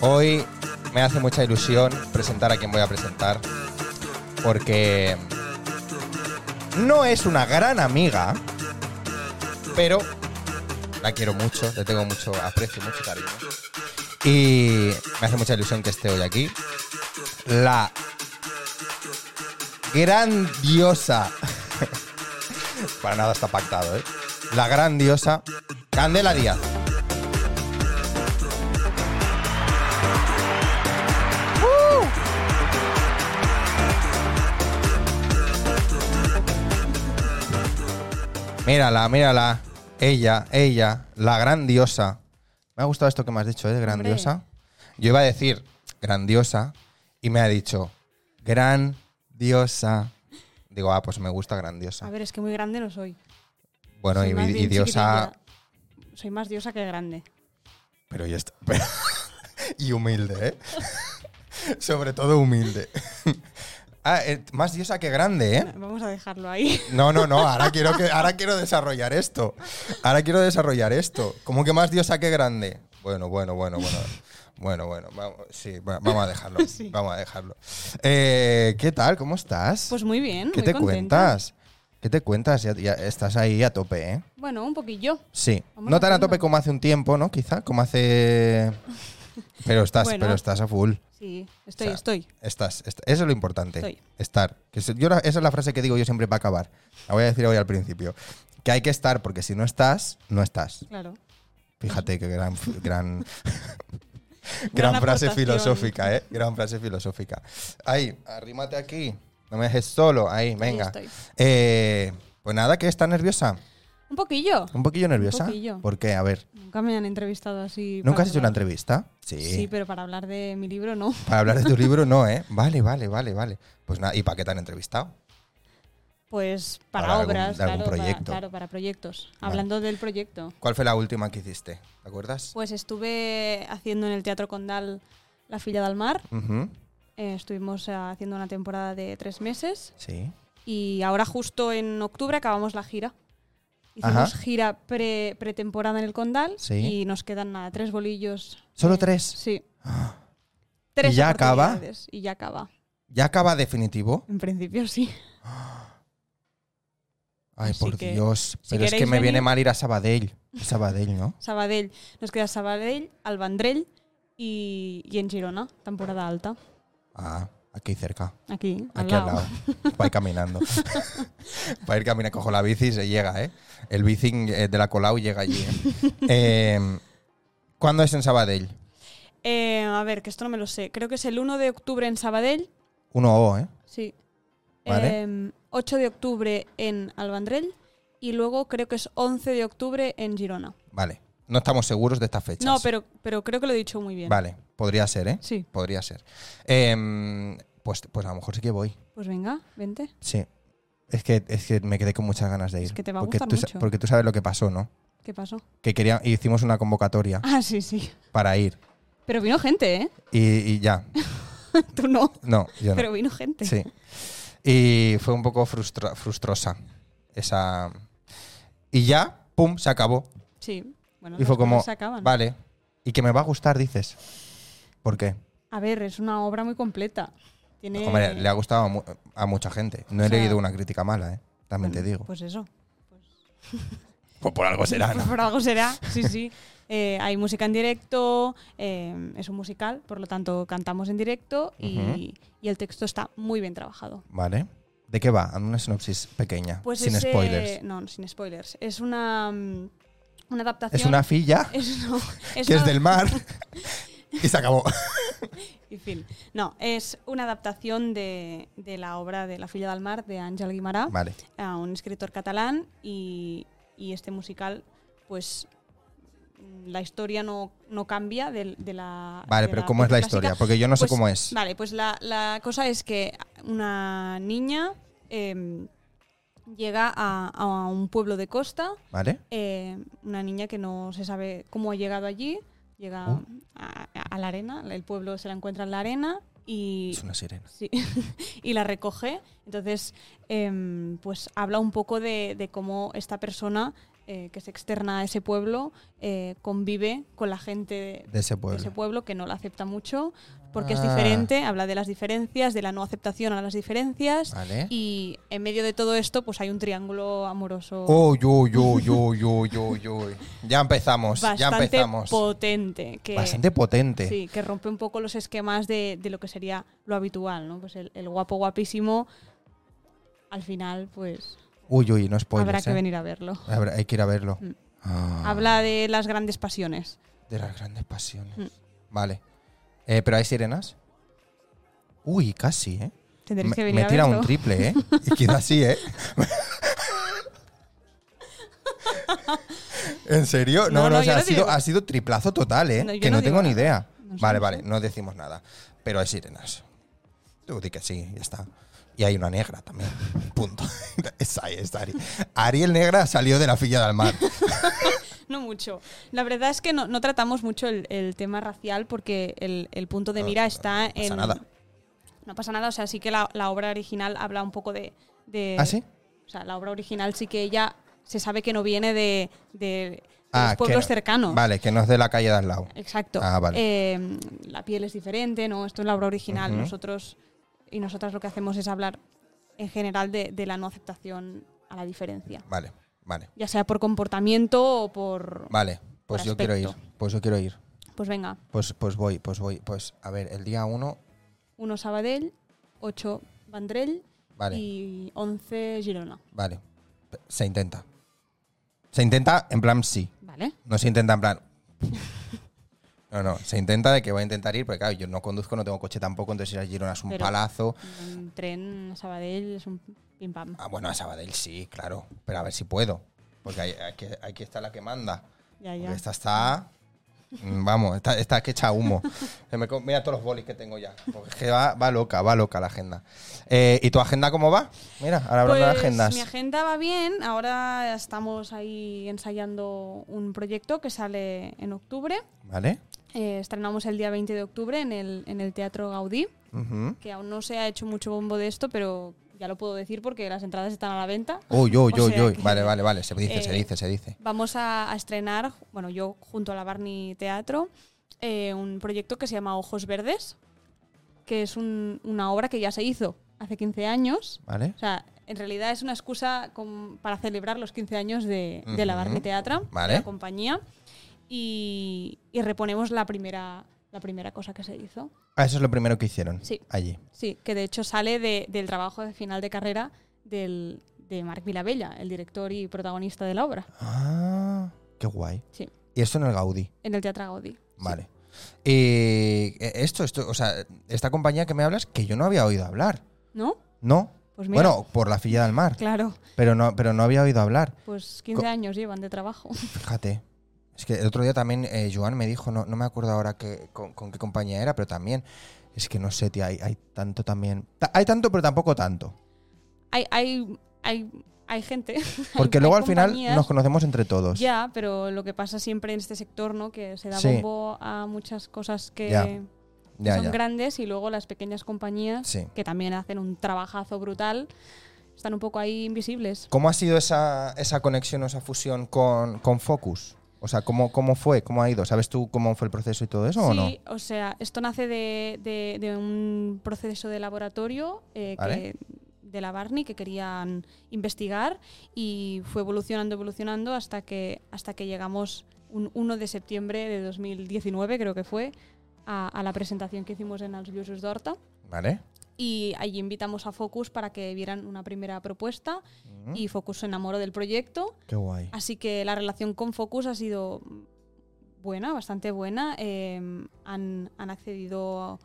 Hoy me hace mucha ilusión presentar a quien voy a presentar, porque no es una gran amiga, pero la quiero mucho, le tengo mucho aprecio, mucho cariño. Y me hace mucha ilusión que esté hoy aquí. La grandiosa, para nada está pactado, ¿eh? La grandiosa Candela Díaz. ¡Uh! Mírala, mírala. Ella, ella, la grandiosa. Me ha gustado esto que me has dicho, ¿eh? Grandiosa. Yo iba a decir grandiosa y me ha dicho grandiosa. Digo, ah, pues me gusta grandiosa. A ver, es que muy grande no soy. bueno, Soy y, más y bien diosa. chiquitilla. Soy más diosa que grande. Pero ya está. y humilde, ¿eh? Sobre todo humilde. ah, eh, más diosa que grande, ¿eh? Vamos a dejarlo ahí. No, no, no. Ahora quiero, que, ahora quiero desarrollar esto. Ahora quiero desarrollar esto. ¿Cómo que más diosa que grande? Bueno, bueno, bueno, bueno. Bueno, bueno, vamos, sí, va- vamos a dejarlo. Sí. Vamos a dejarlo. Eh, ¿Qué tal? ¿Cómo estás? Pues muy bien. ¿Qué muy te contenta. cuentas? ¿Qué te cuentas? Ya, ya estás ahí a tope, ¿eh? Bueno, un poquillo. Sí. Vamos no tan a haciendo. tope como hace un tiempo, ¿no? Quizá, como hace. Pero estás, Bueno. pero estás a full. Sí, estoy, O sea, estoy. Estás, est- eso es lo importante. Estoy. Estar. Que se- yo la- esa es la frase que digo yo siempre para acabar. La voy a decir hoy al principio. Que hay que estar, porque si no estás, no estás. Claro. Fíjate qué gran, gran, gran, Gran frase aportación. filosófica, ¿eh? Gran frase filosófica. Ahí, arrímate aquí. No me dejes solo. Ahí, venga. estoy. Eh, pues nada, que está nerviosa. Un poquillo. ¿Un poquillo nerviosa? poquillo. ¿Por qué? A ver. Nunca me han entrevistado así. ¿Nunca para has hecho una hablar. entrevista? Sí, pero para hablar de mi libro no. Para hablar de tu libro, no, ¿eh? Vale, vale, vale, vale. Pues nada, ¿y para qué te han entrevistado? Pues para, Para algún- obras, de algún claro, proyecto. Para, claro, para proyectos. Vale. Hablando del proyecto. ¿Cuál fue la última que hiciste? ¿Te acuerdas? Pues estuve haciendo en el Teatro Condal La Filla del Mar. Ujú, Eh, estuvimos eh, haciendo una temporada de tres meses. Sí. Y ahora justo en octubre acabamos la gira. Hicimos Ajá. gira pre- pretemporada en el Condal Sí. y nos quedan nada, tres bolillos. ¿Solo tres? Ah. Sí. Tres ya acaba? oportunidades, Y ya acaba. ¿Ya acaba definitivo? En principio sí. Ay, Así por que, Dios. si Pero es que queréis me viene venir- mal ir a Sabadell. A Sabadell, ¿no? Sabadell. Nos queda Sabadell, Albandrell y, y en Girona, temporada alta. Ah, aquí cerca. Aquí, al Aquí lado. al lado. Para ir caminando. Para ir caminando. Cojo la bici y se llega, ¿eh? El bici eh, de la Colau llega allí. ¿eh? Eh, ¿Cuándo es en Sabadell? Eh, a ver, que esto no me lo sé. Creo que es el 1 de octubre en Sabadell. 1O, ¿eh? Sí. Vale. Em, 8 de octubre en Albandrell y luego creo que es 11 de octubre en Girona. Vale. No estamos seguros de estas fechas. No, pero, pero creo que lo he dicho muy bien. Vale, podría ser, ¿eh? Sí, Podría ser. Em, pues, pues a lo mejor sí que voy. pues venga, vente. Sí. Es que, es que me quedé con muchas ganas de ir. Es que te va a porque gustar tú, sa- mucho. Porque tú sabes lo que pasó, ¿no? ¿Qué pasó? Que quería, hicimos una convocatoria Ah, sí, sí. para ir. Pero vino gente, ¿eh? Y, y ya. Tú no, No, yo no. pero vino gente. Sí. Y fue un poco frustra- frustrosa esa. Y ya, pum, se acabó. Sí. Bueno, y fue las como. cosas se acaban. Vale. Y que me va a gustar, dices. ¿Por qué? A ver, es una obra muy completa. Tiene... Hombre, Pues le ha gustado a, mu- a mucha gente. No he Eh. O sea- leído una crítica mala, ¿eh? También te digo. Pues, Pues eso. por algo será, Pues ¿no? por algo será, sí, sí. Eh, hay música en directo, eh, es un musical, por lo tanto cantamos en directo y, Ujú. y el texto está muy bien trabajado. Vale. ¿De qué va? Hazme Una sinopsis pequeña, Pues sin es, eh, spoilers. No, sin spoilers. Es una, mm, una adaptación. Es una filla Es, no, es que es una- del mar y se acabó. y fin. No, es una adaptación de, de la obra de La filla del mar de Ángel Guimará, Vale. a un escritor catalán y, y este musical, pues mm, la historia no, no cambia del- de, la... Vale, de pero ¿cómo es la clásica. historia? Porque yo no sé Pues, cómo es. Vale, pues la, la cosa es que una niña em, llega a, a un pueblo de costa ¿Vale? eh, una niña que no se sabe cómo ha llegado allí, llega Uh. a, a- a la arena, el pueblo se la encuentra en la arena y, Es una sirena. sí, y la recoge. Entonces, em, pues habla un poco de, de cómo esta persona eh, que se externa a ese pueblo eh, convive con la gente de ese de pueblo. ese pueblo que no la acepta mucho porque es Ah. diferente, habla de las diferencias, de la no aceptación a las diferencias Vale. y en medio de todo esto pues hay un triángulo amoroso Uy, uy, uy, uy, uy, uy, uy. Ya empezamos, pues ya bastante empezamos. potente que Bastante potente. Sí, que rompe un poco los esquemas de, de lo que sería lo habitual, ¿no? Pues el, el guapo guapísimo, al final, pues Uy, uy, no spoilers. habrá que ¿eh? venir a verlo. Habrá- hay que ir a verlo. Mm. Ah, Habla de las grandes pasiones. de las grandes pasiones. Mm. Vale. Eh, ¿Pero hay sirenas? Uy, casi, ¿eh? Tendréis Me, que me venir he a tirado verlo. un triple, ¿eh? Y quizás sí, ¿eh? ¿En serio? No, No, no, no, o sea, yo ha no sido, digo- ha sido triplazo total, ¿eh? No, yo que no, no tengo ni digo nada. idea. No sé, vale, no vale, sé. no decimos nada. Pero hay sirenas. Tú di que sí, ya está. Y hay una negra también. Punto. Esa es Ari. Ariel Negra salió de la filla del mar. No mucho. La verdad es que no, no tratamos mucho el, el tema racial porque el, el punto de No, mira Ah, no está pasa en. nada. No pasa nada, o sea, sí que la, la obra original habla un poco de. de- ¿Ah, sí? O sea, la obra original sí que ella se sabe que no viene de, de Ah, los que pueblos no- cercanos. Vale, que no es de la calle de al lado. Exacto. Ah, vale. Eh, la piel es diferente, ¿no? Esto es la obra original. Ujú. Nosotros y nosotras lo que hacemos es hablar en general de, de la no aceptación a la diferencia. Vale, vale. Ya sea por comportamiento o por. Vale, pues Por yo quiero ir. aspecto. Pues yo quiero ir. Pues venga, Pues, pues voy, pues voy. Pues a ver, el día 1, 1 Sabadell, 8 Vandrell vale, y 11 Girona. vale. P- Se intenta. Se intenta en plan sí. ¿Vale? No se intenta en plan. No, no, se intenta de que voy a intentar ir, porque claro, yo no conduzco, no tengo coche tampoco, entonces ir a Girona es un Pero- palazo. Un tren a Sabadell es un pim pam. Ah, bueno, a Sabadell sí, claro, pero a ver si puedo, porque hay- aquí, aquí está la que manda. Ya, Porque ya. Esta está. mm, Vamos, esta, esta que echa humo. Se me co- mira todos los bolis que tengo ya. Porque es que va, va loca, va loca la agenda. Eh, ¿Y tu agenda cómo va? Mira, ahora hablando de Pues, agendas. Mi agenda va bien. Ahora estamos ahí ensayando un proyecto que sale en octubre. ¿Vale? Eh, estrenamos el día 20 de octubre en el, en el Teatro Gaudí, Ujú. que aún no se ha hecho mucho bombo de esto, pero ya lo puedo decir porque las entradas están a la venta. Uy, uy, O uy, sea uy. que- Vale, vale, vale. Se dice, se Eh, dice, se dice. Vamos a, a estrenar, bueno, yo junto a la Barney Teatro, eh, un proyecto que se llama Ojos Verdes, que es un- una obra que ya se hizo hace 15 años. ¿Vale? O sea, en realidad es una excusa com- para celebrar los 15 años de, de la Ujú. Barney Teatro, Vale. de la compañía, y, y reponemos la primera, la primera cosa que se hizo. Ah, eso es lo primero que hicieron. Sí. Allí. Sí, que de hecho sale de- del trabajo de final de carrera del, de Marc Vilabella, el director y protagonista de la obra, Ah, qué guay. Sí. Y esto en el Gaudí. en el Teatro Gaudí. Vale. Y eh, esto, esto, o sea, esta compañía que me hablas que yo no había oído hablar. ¿No? No. Pues mira. Bueno, por la filla del mar. Claro, Pero no, pero no había oído hablar. pues 15 Co- años llevan de trabajo. Fíjate. Es que el otro día también eh, Joan me dijo, no, no me acuerdo ahora qué- con, con qué compañía era, pero también. Es que no sé, tía, hay, hay tanto también. Ta- hay tanto, pero tampoco tanto. Hay, hay, hay, hay gente. Porque hay- luego hay al final compañías, nos conocemos entre todos. Ya, pero lo que pasa siempre en este sector, ¿no? Que se da Sí. bombo a muchas cosas que Ya, que ya, son ya. grandes y luego las pequeñas compañías, Sí. que también hacen un trabajazo brutal, están un poco ahí invisibles. ¿Cómo ha sido esa, esa conexión o esa fusión con, con Focus? O sea, ¿cómo, ¿cómo fue? ¿Cómo ha ido? ¿Sabes tú cómo fue el proceso y todo eso o no? Sí, o sea, esto nace de, de- de un proceso de laboratorio eh, Vale. que- de la Barney que querían investigar y fue evolucionando, evolucionando hasta que, hasta que llegamos un 1 de septiembre de 2019, creo que fue, a, a la presentación que hicimos en Als Lluços d'Horta. ¿Vale? Y allí invitamos a Focus para que vieran una primera propuesta Mm, y Focus se enamoró del proyecto Qué guay. Así que la relación con Focus ha sido buena, bastante buena. Eh, han, han accedido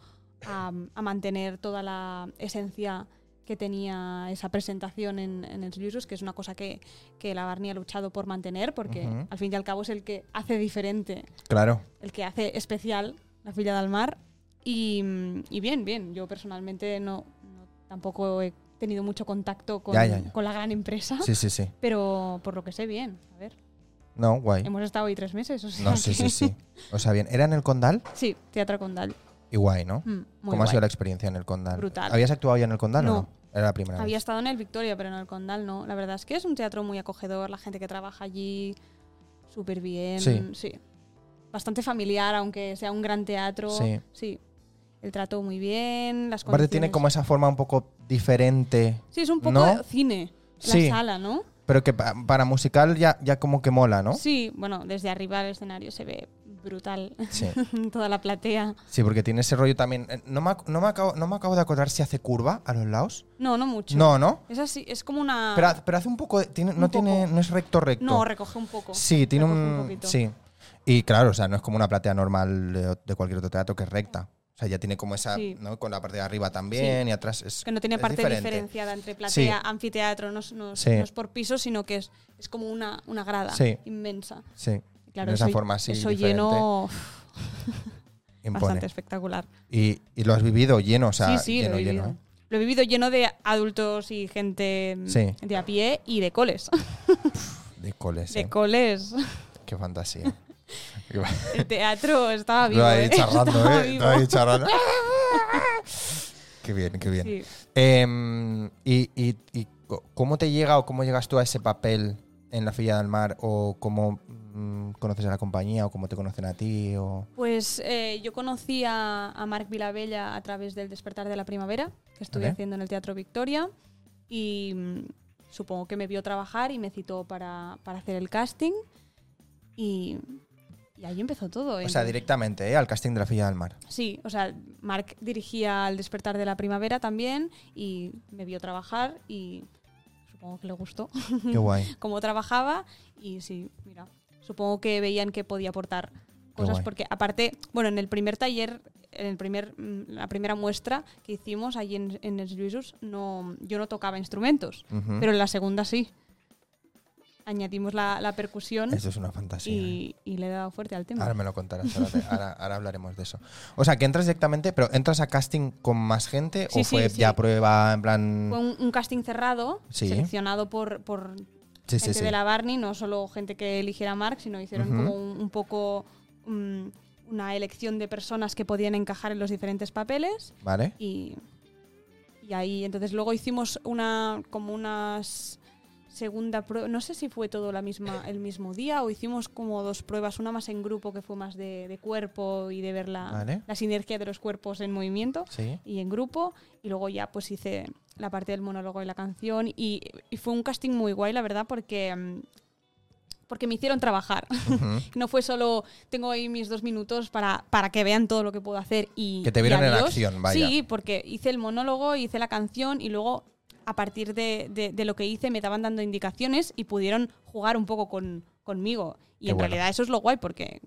a, a mantener toda la esencia que tenía esa presentación en, en el Sirius, que es una cosa que, que la Barney ha luchado por mantener, porque Ujú. al fin y al cabo es el que hace diferente, Claro. el que hace especial la fila del mar. Y, mm, y bien, bien, yo personalmente no, no- tampoco he tenido mucho contacto con, Ya, ya, ya. con la gran empresa, Sí, sí, sí. pero por lo que sé, bien. A ver. No, guay. Hemos estado ahí tres meses, o sea No, sí, sí, que- sí. O sea, bien, ¿era en el Condal? Sí, Teatro Condal. Y guay, ¿no? Mm, muy ¿Cómo ha guay. sido la experiencia en el Condal? Brutal. ¿Habías actuado ya en el Condal o No, no? Era la primera Había vez. estado en el Victoria, pero en el Condal no. La verdad es que es un teatro muy acogedor, la gente que trabaja allí súper bien. Sí. Bastante familiar, aunque sea un gran teatro. Sí. El trato muy bien, las Aparte tiene condiciones- como esa forma un poco diferente, Sí, es un poco ¿no? de cine, la Sí. sala, ¿no? pero que pa- para musical ya, ya como que mola, ¿no? Sí, bueno, desde arriba el escenario se ve brutal. Sí. Toda la platea. Sí, porque tiene ese rollo también. eh, No me, ac- no me acabo, no me acabo de acordar si hace curva a los lados. No, no mucho. No, ¿no? Es así, es como una. Pero, ha- pero hace un poco. de- tiene- no, Ah. Un tiene, poco. no es recto recto. no, recoge un poco. Sí, tiene recoge un un. poquito. sí. Y claro, o sea, no es como una platea normal de, de cualquier otro teatro que es recta. O sea, ya tiene como esa. Sí. ¿no? Con la parte de arriba también y atrás. Es, Que no tenía es parte diferente. diferenciada entre platea, Sí. anfiteatro, no es, no es- Sí. no es por piso, sino que es, es como una, una grada Sí. inmensa. Sí. Claro, de esa eso, forma así. eso diferente, lleno uf, bastante impone. espectacular. Y, y lo has vivido lleno, o sea, sí, sí, lleno, lo he vivido. lleno. ¿eh? Lo he vivido lleno de adultos y gente mm, Sí. de a pie y de coles. De coles. De ¿eh? coles. Qué fantasía. Qué fa- El teatro estaba vivo. Lo ahí ¿eh? charrando, Estaba ¿eh? vivo. Lo ahí charrando. qué bien, qué bien. Sí. Em, y, y- y co- cómo te llega o cómo llegas tú a ese papel en La Filla del Mar? ¿O cómo mm, conoces a la compañía? ¿O cómo te conocen a ti? O... Pues eh, yo conocí a, a Marc Vilabella a través del Despertar de la Primavera, que estuve Vale. haciendo en el Teatro Victoria, y mm, supongo que me vio trabajar y me citó para, para hacer el casting, y, y ahí empezó todo. o sea, Entonces- directamente, ¿eh? Al casting de La Filla del Mar. Sí, o sea, Marc dirigía El Despertar de la Primavera también, y me vio trabajar, y supongo que le gustó Qué guay. cómo trabajaba y sí, mira, supongo que veían que podía aportar cosas guay. porque aparte, bueno, en el primer taller, en el primer, mm, la primera muestra que hicimos allí en, en el Lluïsos, no, yo no tocaba instrumentos, Ujú. pero en la segunda sí. Añadimos la, la percusión Eso es una fantasía. ¿eh? y, y le he dado fuerte al tema. Ahora me lo contarás, ahora, te- ahora- ahora hablaremos de eso. O sea, que entras directamente, pero ¿entras a casting con más gente Sí, o sí, fue sí. ya prueba en plan...? Fue un, un casting cerrado, Sí. seleccionado por, por sí, sí, gente sí. de la Barney, no solo gente que eligiera a Marx, sino hicieron Ujú. como un, un poco mm, una elección de personas que podían encajar en los diferentes papeles ¿Vale? y, y ahí entonces luego hicimos una como unas segunda prueba, no sé si fue todo la misma el mismo día o hicimos como dos pruebas, una más en grupo que fue más de, de cuerpo y de ver la, Vale. la sinergia de los cuerpos en movimiento Sí. y en grupo y luego ya pues hice la parte del monólogo y la canción y, y fue un casting muy guay la verdad porque mm, porque me hicieron trabajar Ujú. no fue solo tengo ahí mis dos minutos para, para que vean todo lo que puedo hacer y Que te y vieron en adiós. acción, vaya. sí porque hice el monólogo hice la canción y luego a partir de, de- de lo que hice me estaban dando indicaciones y pudieron jugar un poco con, conmigo y Qué en bueno. realidad eso es lo guay porque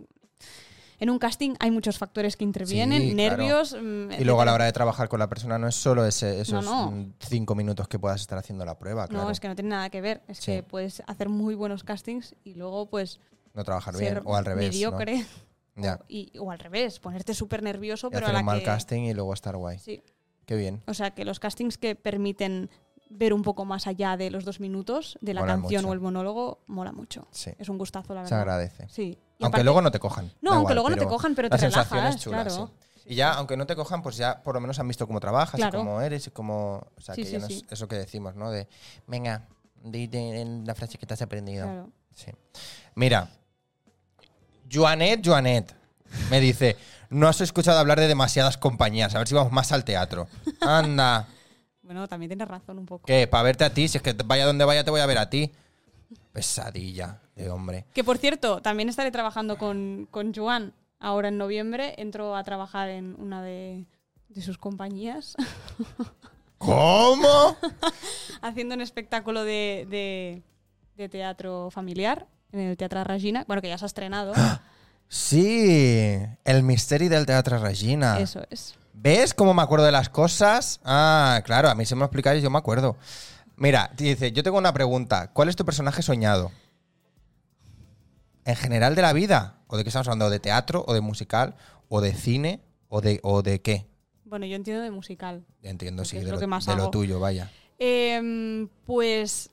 en un casting hay muchos factores que intervienen, Sí, claro. nervios. mm, Y luego a etcétera. la hora de trabajar con la persona no es solo ese- esos No, no. mm, cinco minutos que puedas estar haciendo la prueba, Ah, claro. No, es que no tiene nada que ver. Es Sí. que puedes hacer muy buenos castings y luego, pues, No trabajar bien, ser o al revés. ¿no? mediocre. Ya. Y, o al revés, ponerte súper nervioso, Y pero a hacer la un mal que. casting y luego estar guay. Sí. Qué bien. O sea, que los castings que permiten ver un poco más allá de los dos minutos de la Molan canción mucho. o el monólogo, mola mucho. Sí. Es un gustazo, la Se verdad. agradece. Sí. Y Aunque aparte- luego no te cojan. No, da aunque igual, luego no te pero cojan, pero la te sensación relajas, es chula, claro. sí. Y ya, aunque no te cojan, pues ya por lo menos han visto cómo trabajas y Claro. cómo eres y cómo. O sea, Sí, que sí, ya no es sí. eso que decimos, ¿no? De, venga, di di- en la frase que te has aprendido. Claro. Sí. Mira, Joanet, Joanet, me dice, no has escuchado hablar de demasiadas compañías, a ver si vamos más al teatro. Anda, Bueno, también tienes razón un poco. que para verte a ti, si es que te- vaya donde vaya te voy a ver a ti. Pesadilla de hombre. Que por cierto, también estaré trabajando con, con Joan. Ahora en noviembre entro a trabajar en una de, de sus compañías. ¿Cómo? haciendo un espectáculo de, de- de teatro familiar en el Teatro Regina, bueno, que ya se ha estrenado, Ah, Sí, el misterio del teatro Regina. eso es. ¿Ves cómo me acuerdo de las cosas? Ah, claro, a mí se me lo explicáis y yo me acuerdo. Mira, te dice, yo tengo una pregunta. ¿Cuál es tu personaje soñado? ¿En general de la vida? ¿O de qué estamos hablando? ¿De teatro? ¿O de musical? ¿O de cine? ¿O de, o de qué? Bueno, yo entiendo de musical. Entiendo, sí, Porque es de lo lo, que más de lo hago. tuyo, vaya. Em, pues Em,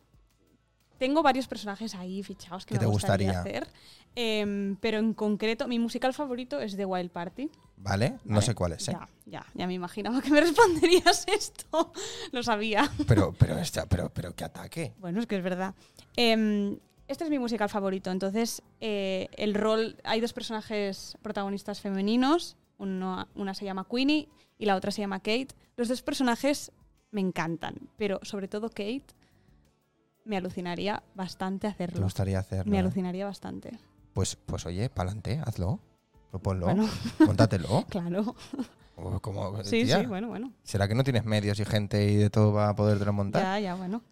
Tengo varios personajes ahí fichados que ¿Qué te me gustaría, gustaría? hacer. Em, pero en concreto, mi musical favorito es The Wild Party. ¿Vale? No Vale. sé cuál es, ¿eh? Ya, ya, ya me imaginaba que me responderías esto. Lo sabía. Pero, pero, esta- pero, pero qué ataque. Bueno, es que es verdad. Em, este es mi musical favorito. Entonces, eh, el rol. Hay dos personajes protagonistas femeninos. Uno- una se llama Queenie y la otra se llama Kate. Los dos personajes me encantan, pero sobre todo Kate me alucinaría bastante ¿Te hacerlo. gustaría hacerlo? Me eh? alucinaría bastante. Pues, pues oye, pa'lante, hazlo. Proponlo, Bueno. contatelo. Claro. O como, Sí, tía, sí, bueno, bueno. ¿Será que no tienes medios y gente y de todo va a podértelo montar? Ya, ya, bueno.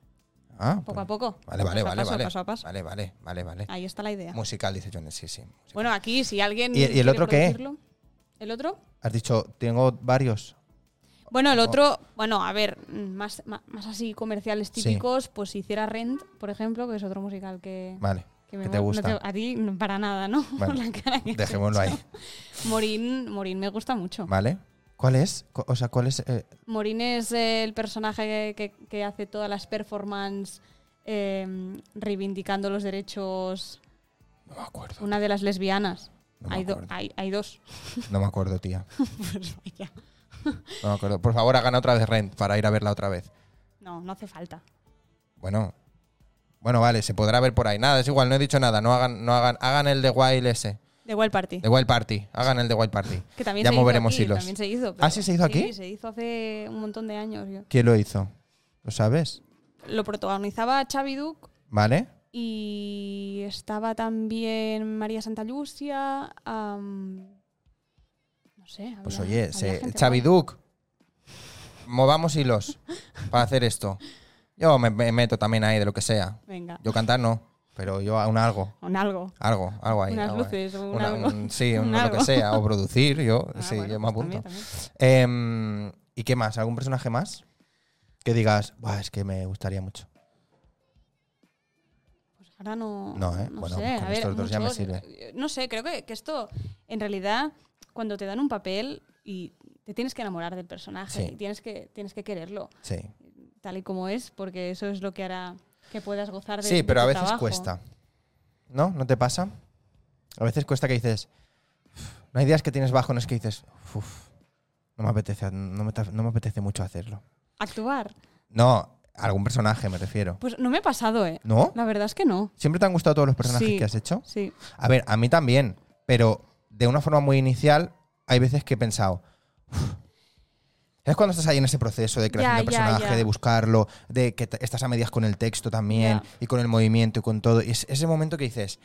Ah, Poco pues- a poco. Vale, vale, Paso a vale, paso, vale. paso a paso. Vale, vale, vale, vale. Ahí está la idea. Musical, dice Jones, sí, sí. Bueno, aquí, si alguien. ¿Y- y el quiere otro qué? producirlo- ¿El otro? Has dicho, tengo varios. Bueno, el O- otro, bueno, a ver, mm, más, ma- más así comerciales típicos, pues si hiciera Rent, por ejemplo, que es otro musical que, Vale, me que te mo- no gusta. a ti no, para nada, ¿no? Por Bueno, la cara que has dejémoslo hecho. ahí. Morín, Morín me gusta mucho. ¿Vale? ¿Cuál es? Co- O sea, ¿cuál es? eh, Morín es eh, el personaje que, que hace todas las performances eh, reivindicando los derechos, No me acuerdo. una de las lesbianas. No me hay, do- acuerdo. hay, hay dos. No me acuerdo, tía. Pues vaya. No me acuerdo. Por favor, hagan otra vez Rent para ir a verla otra vez. No, no hace falta. Bueno. Bueno, vale, se podrá ver por ahí. Nada, es igual, no he dicho nada. No hagan, no hagan, hagan el de Wild ese. The Wild Party. De Wild Party. Hagan el de Wild Party. Que también ya se moveremos hizo aquí, hilos. También se hizo, ¿Ah, sí se hizo aquí? Sí, se hizo hace un montón de años. yo- ¿Quién lo hizo? ¿Lo sabes? Lo protagonizaba Xavi Duc ¿Vale? y estaba también María Santa Lucia. am, no sé. Pues había- oye, había se, gente Xavi guay. Duc, movamos hilos para hacer esto. Yo me, me meto también ahí de lo que sea. Venga, Yo cantar no, pero yo un algo, con algo. algo, algo ahí. Unas algo ahí. luces o un Una- algo. un- sí, Un un lo algo. que sea, o producir, yo, Ah, sí, bueno, yo me pues apunto. también, también. Em, ¿Y qué más? ¿Algún personaje más? Que digas, "Buah, es que me gustaría mucho. Pues ahora no. No, ¿eh? Bueno, sé, con a ver, estos dos ya me muchos- sirve. No sé, creo que, que esto, en realidad, cuando te dan un papel y te tienes que enamorar del personaje Sí. y tienes que, tienes que quererlo. Sí, tal y como es, porque eso es lo que hará que puedas gozar de sí de pero a tu veces trabajo. cuesta. ¿No? ¿No te pasa? A veces cuesta que dices, "Uf", no hay días que tienes bajones que dices, "Uf, no me apetece, no me, ta- no me apetece mucho hacerlo. Actuar. No, algún personaje me refiero. Pues no me ha pasado, ¿eh? ¿No? La verdad es que no. ¿Siempre te han gustado todos los personajes Sí. que has hecho? Sí. A ver, a mí también, pero de una forma muy inicial, hay veces que he pensado. "Uf". Es cuando estás ahí en ese proceso de creación Ya, de ya, personaje, ya. de buscarlo, de que te- estás a medias con el texto también Ya. y con el movimiento y con todo. Y es ese momento que dices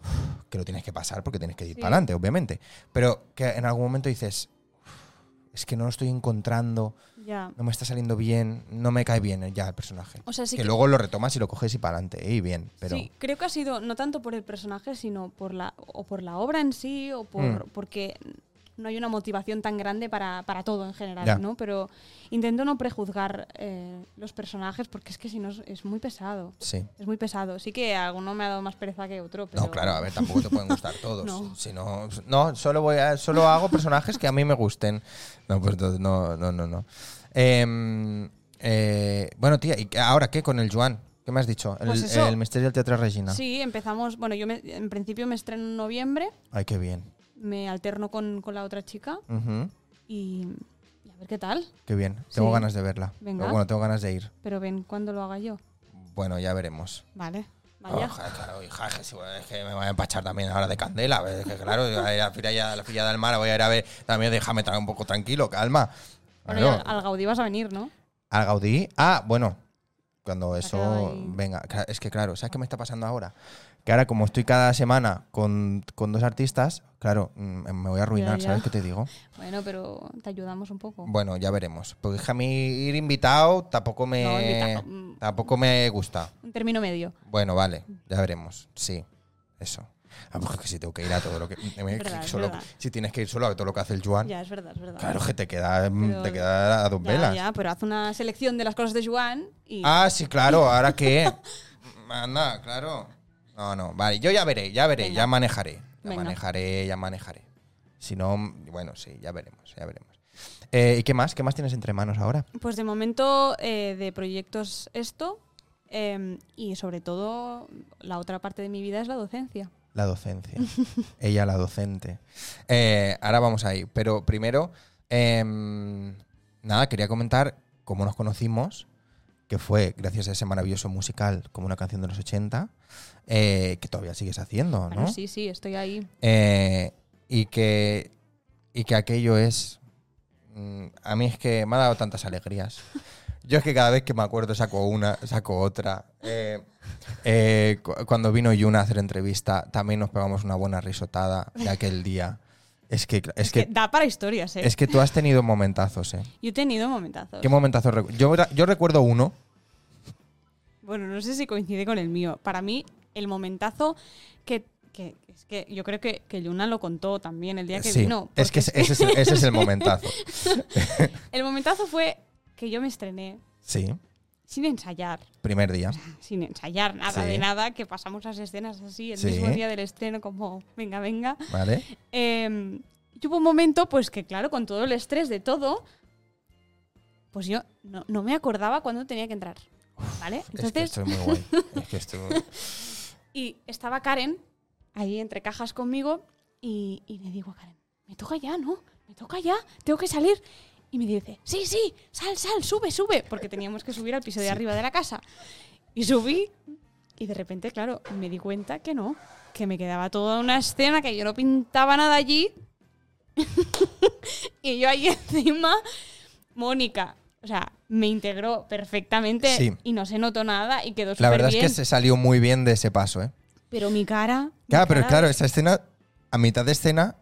"Uf", que lo tienes que pasar porque tienes que ir Sí. para adelante, obviamente. Pero que en algún momento dices "Uf, es que no lo estoy encontrando, Ya. no me está saliendo bien, no me cae bien ya el personaje. O sea, sí que, que- luego lo retomas y lo coges y para adelante, y bien. Pero Sí, creo que ha sido no tanto por el personaje, sino por la, o por la obra en sí, o por, Mm. porque no hay una motivación tan grande para, para todo en general, Ya. ¿no? Pero intento no prejuzgar eh, los personajes, porque es que si no es, es muy pesado. sí. Es muy pesado. Sí que alguno me ha dado más pereza que otro, pero... No, claro, a ver, tampoco te pueden gustar todos. No. Si no, no, solo voy a, solo hago personajes que a mí me gusten. No, pues no, no, no, no. no. Em, eh, bueno, tía, ¿y qué- ahora qué con el Juan? ¿Qué me has dicho? El, Pues eso. el misterio del teatro Regina. Sí, empezamos... Bueno, yo me- en principio me estreno en noviembre. Ay, qué bien. me alterno con, con la otra chica Ujú, y, y a ver qué tal. Qué bien. Tengo Sí. ganas de verla. Venga. Bueno, tengo ganas de ir. Pero ven cuando lo haga yo. Bueno, ya veremos. Vale. Vaya. Ojalá, claro, hija, es que, si- es que me voy a empachar también ahora de candela. Es que, claro, a la fila, ya- la fila del mar voy a ir a ver. También déjame estar un poco tranquilo, calma. Bueno, Claro. y al, al Gaudí vas a venir, ¿no? Al Gaudí. Ah, bueno. Cuando quedado eso ahí. venga. Cla- Es que claro, ¿sabes qué me está pasando ahora? Que ahora como estoy cada semana con, con dos artistas, claro, mm, me voy a arruinar, ya. ¿sabes qué te digo? Bueno, pero te ayudamos un poco. Bueno, ya veremos. Porque es que a mí ir invitado tampoco me, No, invitado, mm. tampoco me gusta. Un término medio. Bueno, vale, ya veremos. Sí, eso. A lo mejor que si tengo que ir a todo lo que... verdad, es solo- verdad. si tienes que ir solo a todo lo que hace el Juan, Ya, es verdad, es verdad. claro que te queda, mm, Pero- te queda a dos Ya, velas. ya, pero haz una selección de las cosas de Juan y... Ah, sí, claro, ¿ahora qué? Anda, claro. No, no, vale, yo ya veré, ya veré, Venga. ya manejaré. Ya Venga. manejaré, ya manejaré. Si no, mm, bueno, sí, ya veremos, ya veremos. Eh, ¿Y qué más? ¿Qué más tienes entre manos ahora? Pues de momento eh, de proyectos esto, Em, y sobre todo, la otra parte de mi vida es la docencia. La docencia. Ella, la docente. Eh, ahora vamos ahí. Pero primero, em, nada, quería comentar cómo nos conocimos, que fue gracias a ese maravilloso musical, como una canción de los 80, eh, que todavía sigues haciendo, Ah, ¿no? Bueno, sí, sí, estoy ahí. Eh, y, que, y que aquello es... mm, A mí es que me ha dado tantas alegrías. Yo es que cada vez que me acuerdo saco una, saco otra. Eh, eh, cu- cuando vino Yuna a hacer entrevista, también nos pegamos una buena risotada de aquel día. Es que, es que, da para historias, ¿eh? es que tú has tenido momentazos, ¿eh? Yo he tenido momentazos. ¿Qué momentazos? recu- Yo, era- yo recuerdo uno. Bueno, no sé si coincide con el mío. Para mí, el momentazo que, que- es que yo creo que, que Luna lo contó también el día que sí, vino. es que porque ese, ese es el, ese es el momentazo. El momentazo fue que yo me estrené Sí, sin ensayar, primer día. sin ensayar nada Sí. de nada, que pasamos las escenas así el Sí. mismo día del estreno, como venga, venga. ¿Vale? Eh, y hubo un momento, pues que claro, con todo el estrés de todo, pues yo no, no me acordaba cuándo tenía que entrar. ¿Vale? es que Entonces, esto es muy guay. Es que esto- y estaba Karen ahí entre cajas conmigo y, y le digo a Karen, me toca ya, ¿no? Me toca ya, tengo que salir. Y me dice, sí, sí, sal, sal, sube, sube, porque teníamos que subir al piso de Sí. arriba de la casa. Y subí y de repente, claro, me di cuenta que no, que me quedaba toda una escena, que yo no pintaba nada allí. y yo ahí encima, Mónica, o sea, me integró perfectamente Sí. y no se notó nada y quedó La súper verdad bien. es que se salió muy bien de ese paso, ¿eh? Pero mi cara. mi Claro, Ah, pero cara claro, esa escena, a mitad de escena,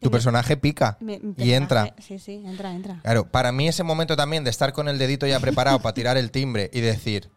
tu Me- personaje pica y me- me personaje- entra. Sí, sí, entra, entra. Claro, para mí ese momento también de estar con el dedito ya preparado para tirar el timbre y decir,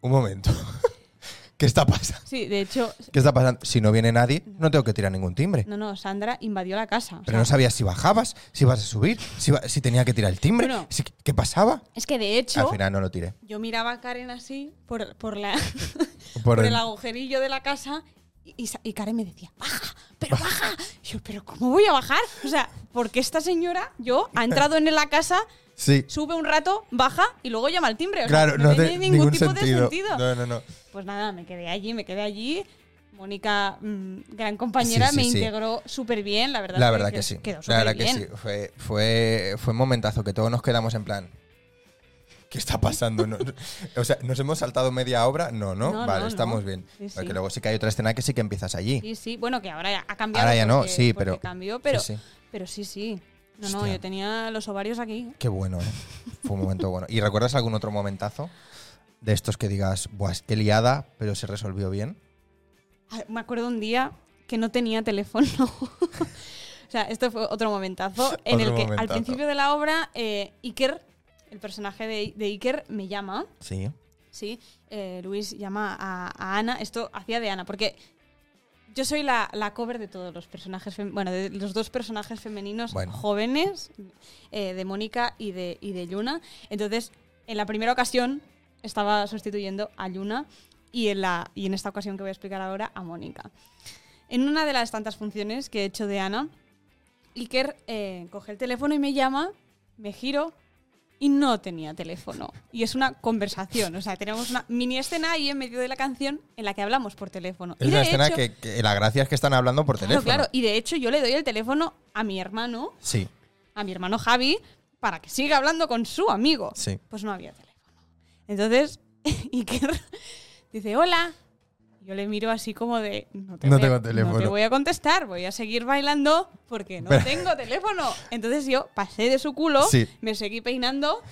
un momento, ¿qué está pasando? Sí, de hecho, ¿Qué está pasando? Si no viene nadie, no tengo que tirar ningún timbre. no, no, Sandra invadió la casa. o Pero sea, no sabías si bajabas, si ibas a subir, si, iba- si tenía que tirar el timbre, Bueno. si- ¿qué pasaba? es que de hecho, Al final no lo tiré. yo miraba a Karen así por, por, la, Por por el- el agujerillo de la casa y, y Sa- y Karen me decía, baja, pero baja. Y yo, pero ¿cómo voy a bajar? O sea, porque esta señora, yo, ha entrado en la casa, Sí, sube un rato, baja y luego llama al timbre. O sea, claro, no, tiene tiene ningún, tipo de sentido. No, no, no. Pues nada, me quedé allí, me quedé allí. Mónica, mm, gran compañera, Sí, sí, me sí. integró súper bien, la verdad. La es verdad qued- que sí. Quedó La súper verdad que bien. sí. Fue, fue, fue un momentazo que todos nos quedamos en plan. ¿Qué está pasando? No- no- o sea, ¿nos hemos saltado media obra? No, no. No, vale, no, estamos no. bien. Sí, sí. Porque luego sí que hay otra escena que sí que empiezas allí. Sí, sí. Bueno, que ahora ya ha cambiado. Ahora ya no, porque- sí, porque pero- cambió, pero Sí, sí. pero sí, sí. No, no, Hostia. yo tenía los ovarios aquí. Qué bueno, ¿eh? Fue un momento bueno. ¿Y recuerdas algún otro momentazo de estos que digas, Buah, es que liada, pero se resolvió bien? Ah, Me acuerdo un día que no tenía teléfono. o sea, esto fue otro momentazo en Otro el que al momentazo. principio de la obra, eh, Iker, el personaje de, de Iker, me llama. Sí. Sí, eh, Luis llama a, a Ana. Esto hacía de Ana, porque yo soy la, la cover de todos los personajes, fem- bueno, de los dos personajes femeninos Bueno. jóvenes, eh, de Mónica y de, y de Yuna. Entonces, en la primera ocasión estaba sustituyendo a Yuna y en, la, y en esta ocasión que voy a explicar ahora a Mónica. En una de las tantas funciones que he hecho de Ana, Iker eh, coge el teléfono y me llama, me giro y no tenía teléfono. Y es una conversación, o sea, tenemos una mini escena ahí en medio de la canción en la que hablamos por teléfono. Es y una de escena hecho- que, que la gracia es que están hablando por Claro, teléfono. claro. Y de hecho yo le doy el teléfono a mi hermano, Sí, a mi hermano Javi, para que siga hablando con su amigo. sí. Pues no había teléfono. Entonces, Iker dice, hola. Yo le miro así como de... No, te No voy a- tengo teléfono". No te voy a contestar, voy a seguir bailando porque no Pero- tengo teléfono. Entonces yo pasé de su culo, Sí. me seguí peinando,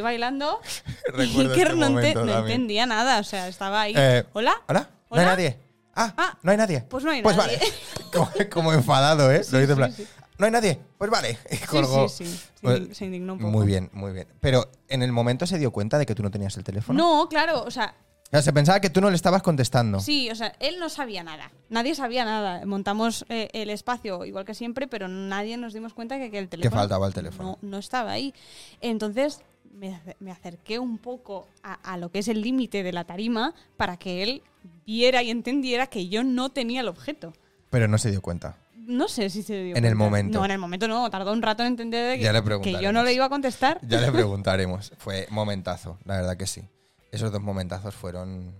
bailando y Recuerdo Iker este no, ente- momento no también. entendía nada. O sea, estaba ahí. Eh, ¿Hola? ¿Hola? ¿Hola? ¿No hay nadie? Ah, Ah, no hay nadie. pues no hay nadie. vale. Como, como enfadado, ¿eh? Lo dice en plan, sí, sí. No hay nadie. Pues vale. Y Sí, colgó. sí, sí. Se Bueno, indig- Se indignó un poco. Muy bien, muy bien. Pero en el momento se dio cuenta de que tú no tenías el teléfono. No, claro, o sea, Claro, se pensaba que tú no le estabas contestando. Sí, o sea, él no sabía nada. Nadie sabía nada. Montamos eh, el espacio igual que siempre, pero nadie nos dimos cuenta que, que el teléfono. faltaba el teléfono. No, no estaba ahí. Entonces me, ace- me acerqué un poco a, a lo que es el límite de la tarima para que él viera y entendiera que yo no tenía el objeto. Pero no se dio cuenta. No sé si se dio En el cuenta. momento. No, en el momento no. Tardó un rato en entender de Ya le que, que yo no preguntaremos. le iba a contestar. Ya le preguntaremos. Fue momentazo, la verdad que sí. esos dos momentazos fueron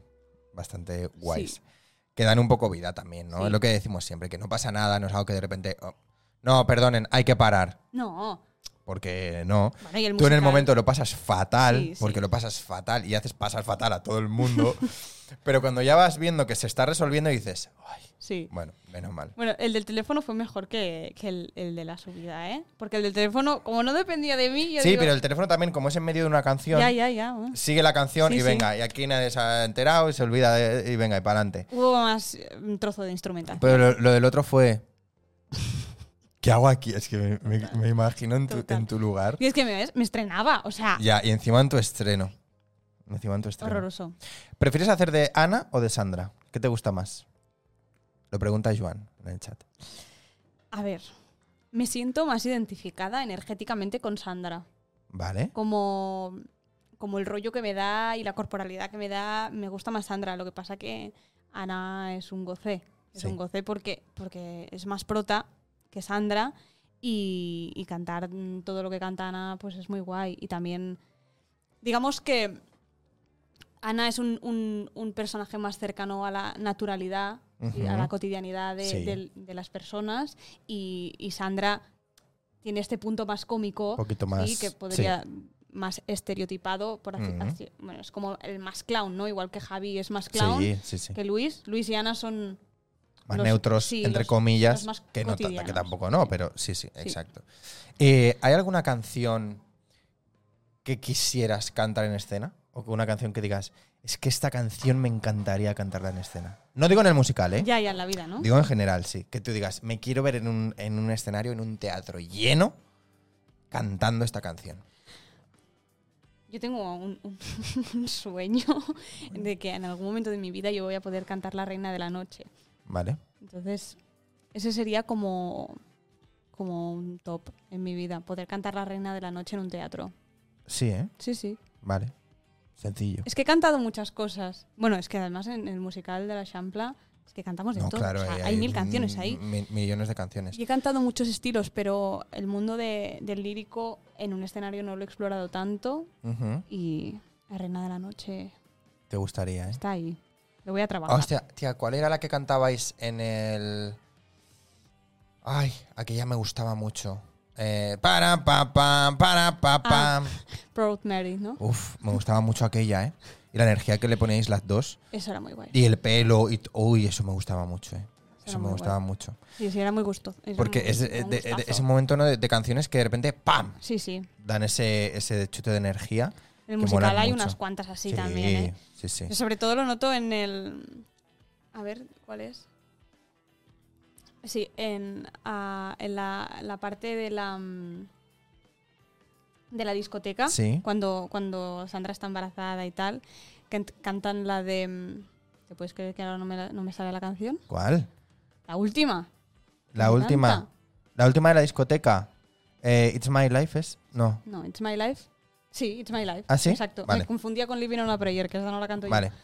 bastante guays. Sí. Que dan un poco vida también, ¿no? Sí. Es lo que decimos siempre, que no pasa nada, no es algo que de repente... oh, no, perdonen, hay que parar. No. Porque no. Bueno, y el Tú en el musical- momento lo pasas fatal, Sí, sí. porque lo pasas fatal y haces pasar fatal a todo el mundo. pero cuando ya vas viendo que se está resolviendo, dices, "Ay, Sí. bueno, menos mal. Bueno, el del teléfono fue mejor que, que el, el de la subida, ¿eh? Porque el del teléfono, como no dependía de mí, yo Sí, digo, pero el teléfono también, como es en medio de una canción, Ya, ya, ya. bueno. sigue la canción Sí, y sí. venga, y aquí nadie se ha enterado y se olvida de- y venga, y para adelante. Hubo más eh, un trozo de instrumental. Pero lo, lo del otro fue. ¿Qué hago aquí? Es que me, me- me imagino en tu, Total. en tu lugar. Y es que me ves, me estrenaba, o sea, Ya, y encima en tu estreno. Encima en tu estreno. horroroso. ¿Prefieres hacer de Ana o de Sandra? ¿Qué te gusta más? Lo pregunta Joan en el chat. A ver, me siento más identificada energéticamente con Sandra. Vale. Como, como el rollo que me da y la corporalidad que me da, me gusta más Sandra. Lo que pasa que Ana es un goce. Es Sí. un goce porque, porque es más prota que Sandra y, y cantar mm, todo lo que canta Ana pues es muy guay. Y también, digamos que Ana es un, un- un personaje más cercano a la naturalidad y a la Ujú. cotidianidad de, Sí. del- de las personas y, y Sandra tiene este punto más cómico Un poquito más. sí, que podría más estereotipado por hace- Ujú. hace- bueno, es como el más clown, ¿no? Igual que Javi es más Sí, clown sí, sí, sí. que Luis. Luis y Ana son Más los- neutros, sí, entre los- comillas. los más que, no, ta- que cotidianos. tampoco no, pero sí, sí, exacto. Eh, ¿Hay alguna canción que quisieras cantar en escena? O que una canción que digas, es que esta canción me encantaría cantarla en escena. No digo en el musical, ¿eh? ya ya en la vida, ¿no? Digo en general, sí. Que tú digas, me quiero ver en un, en un escenario, en un teatro lleno, cantando esta canción. Yo tengo un, un- un sueño de que en algún momento de mi vida yo voy a poder cantar La Reina de la Noche. ¿Vale? Entonces, ese sería como como un top en mi vida, poder cantar La Reina de la Noche en un teatro. Sí, ¿eh? Sí, sí. Vale. Sencillo. Es que he cantado muchas cosas. Bueno, es que además en el musical de la Champla es que cantamos de No, todo. claro, O sea, eh, hay, mil canciones ahí. mi- millones de canciones. Y he cantado muchos estilos, pero el mundo de- del lírico en un escenario no lo he explorado tanto Ujú. y la Reina de la Noche Te gustaría, ¿eh? está ahí. Lo voy a trabajar. Hostia, tía, ¿cuál era la que cantabais en el. Ay, aquella me gustaba mucho. Eh, para, pa, pam, para, Ah. pa, pam. Proud Mary, ¿no? Uf, me gustaba mucho aquella, ¿eh? Y la energía que le poníais las dos. Eso era muy guay. Y el pelo. Y, t- uy, eso me gustaba mucho, ¿eh? Era Eso me muy gustaba guay. mucho. Sí, sí, era muy gusto. era Porque muy- es de- era un de- de- gustazo. ese momento ¿no? de, de canciones que de repente ¡pam! Sí, sí. dan ese, ese chute de energía. En el que molan musical hay mucho. unas cuantas así también, ¿eh? Sí, sí. Yo sobre todo lo noto en el... A ver, ¿cuál es? Sí, en, ah, en la, la parte de la... mm, De la discoteca, Sí. cuando, cuando Sandra está embarazada y tal, que ent- cantan la de... mm, ¿Te puedes creer que ahora no me, la- no me sale la canción? ¿Cuál? La última. La Me última. encanta. La última de la discoteca. Eh, It's My Life es. No. No, It's My Life. Sí, It's My Life. ¿Ah, sí? Exacto. Vale. Me confundía con Living on a Prayer, que esa no la canto Vale. yo.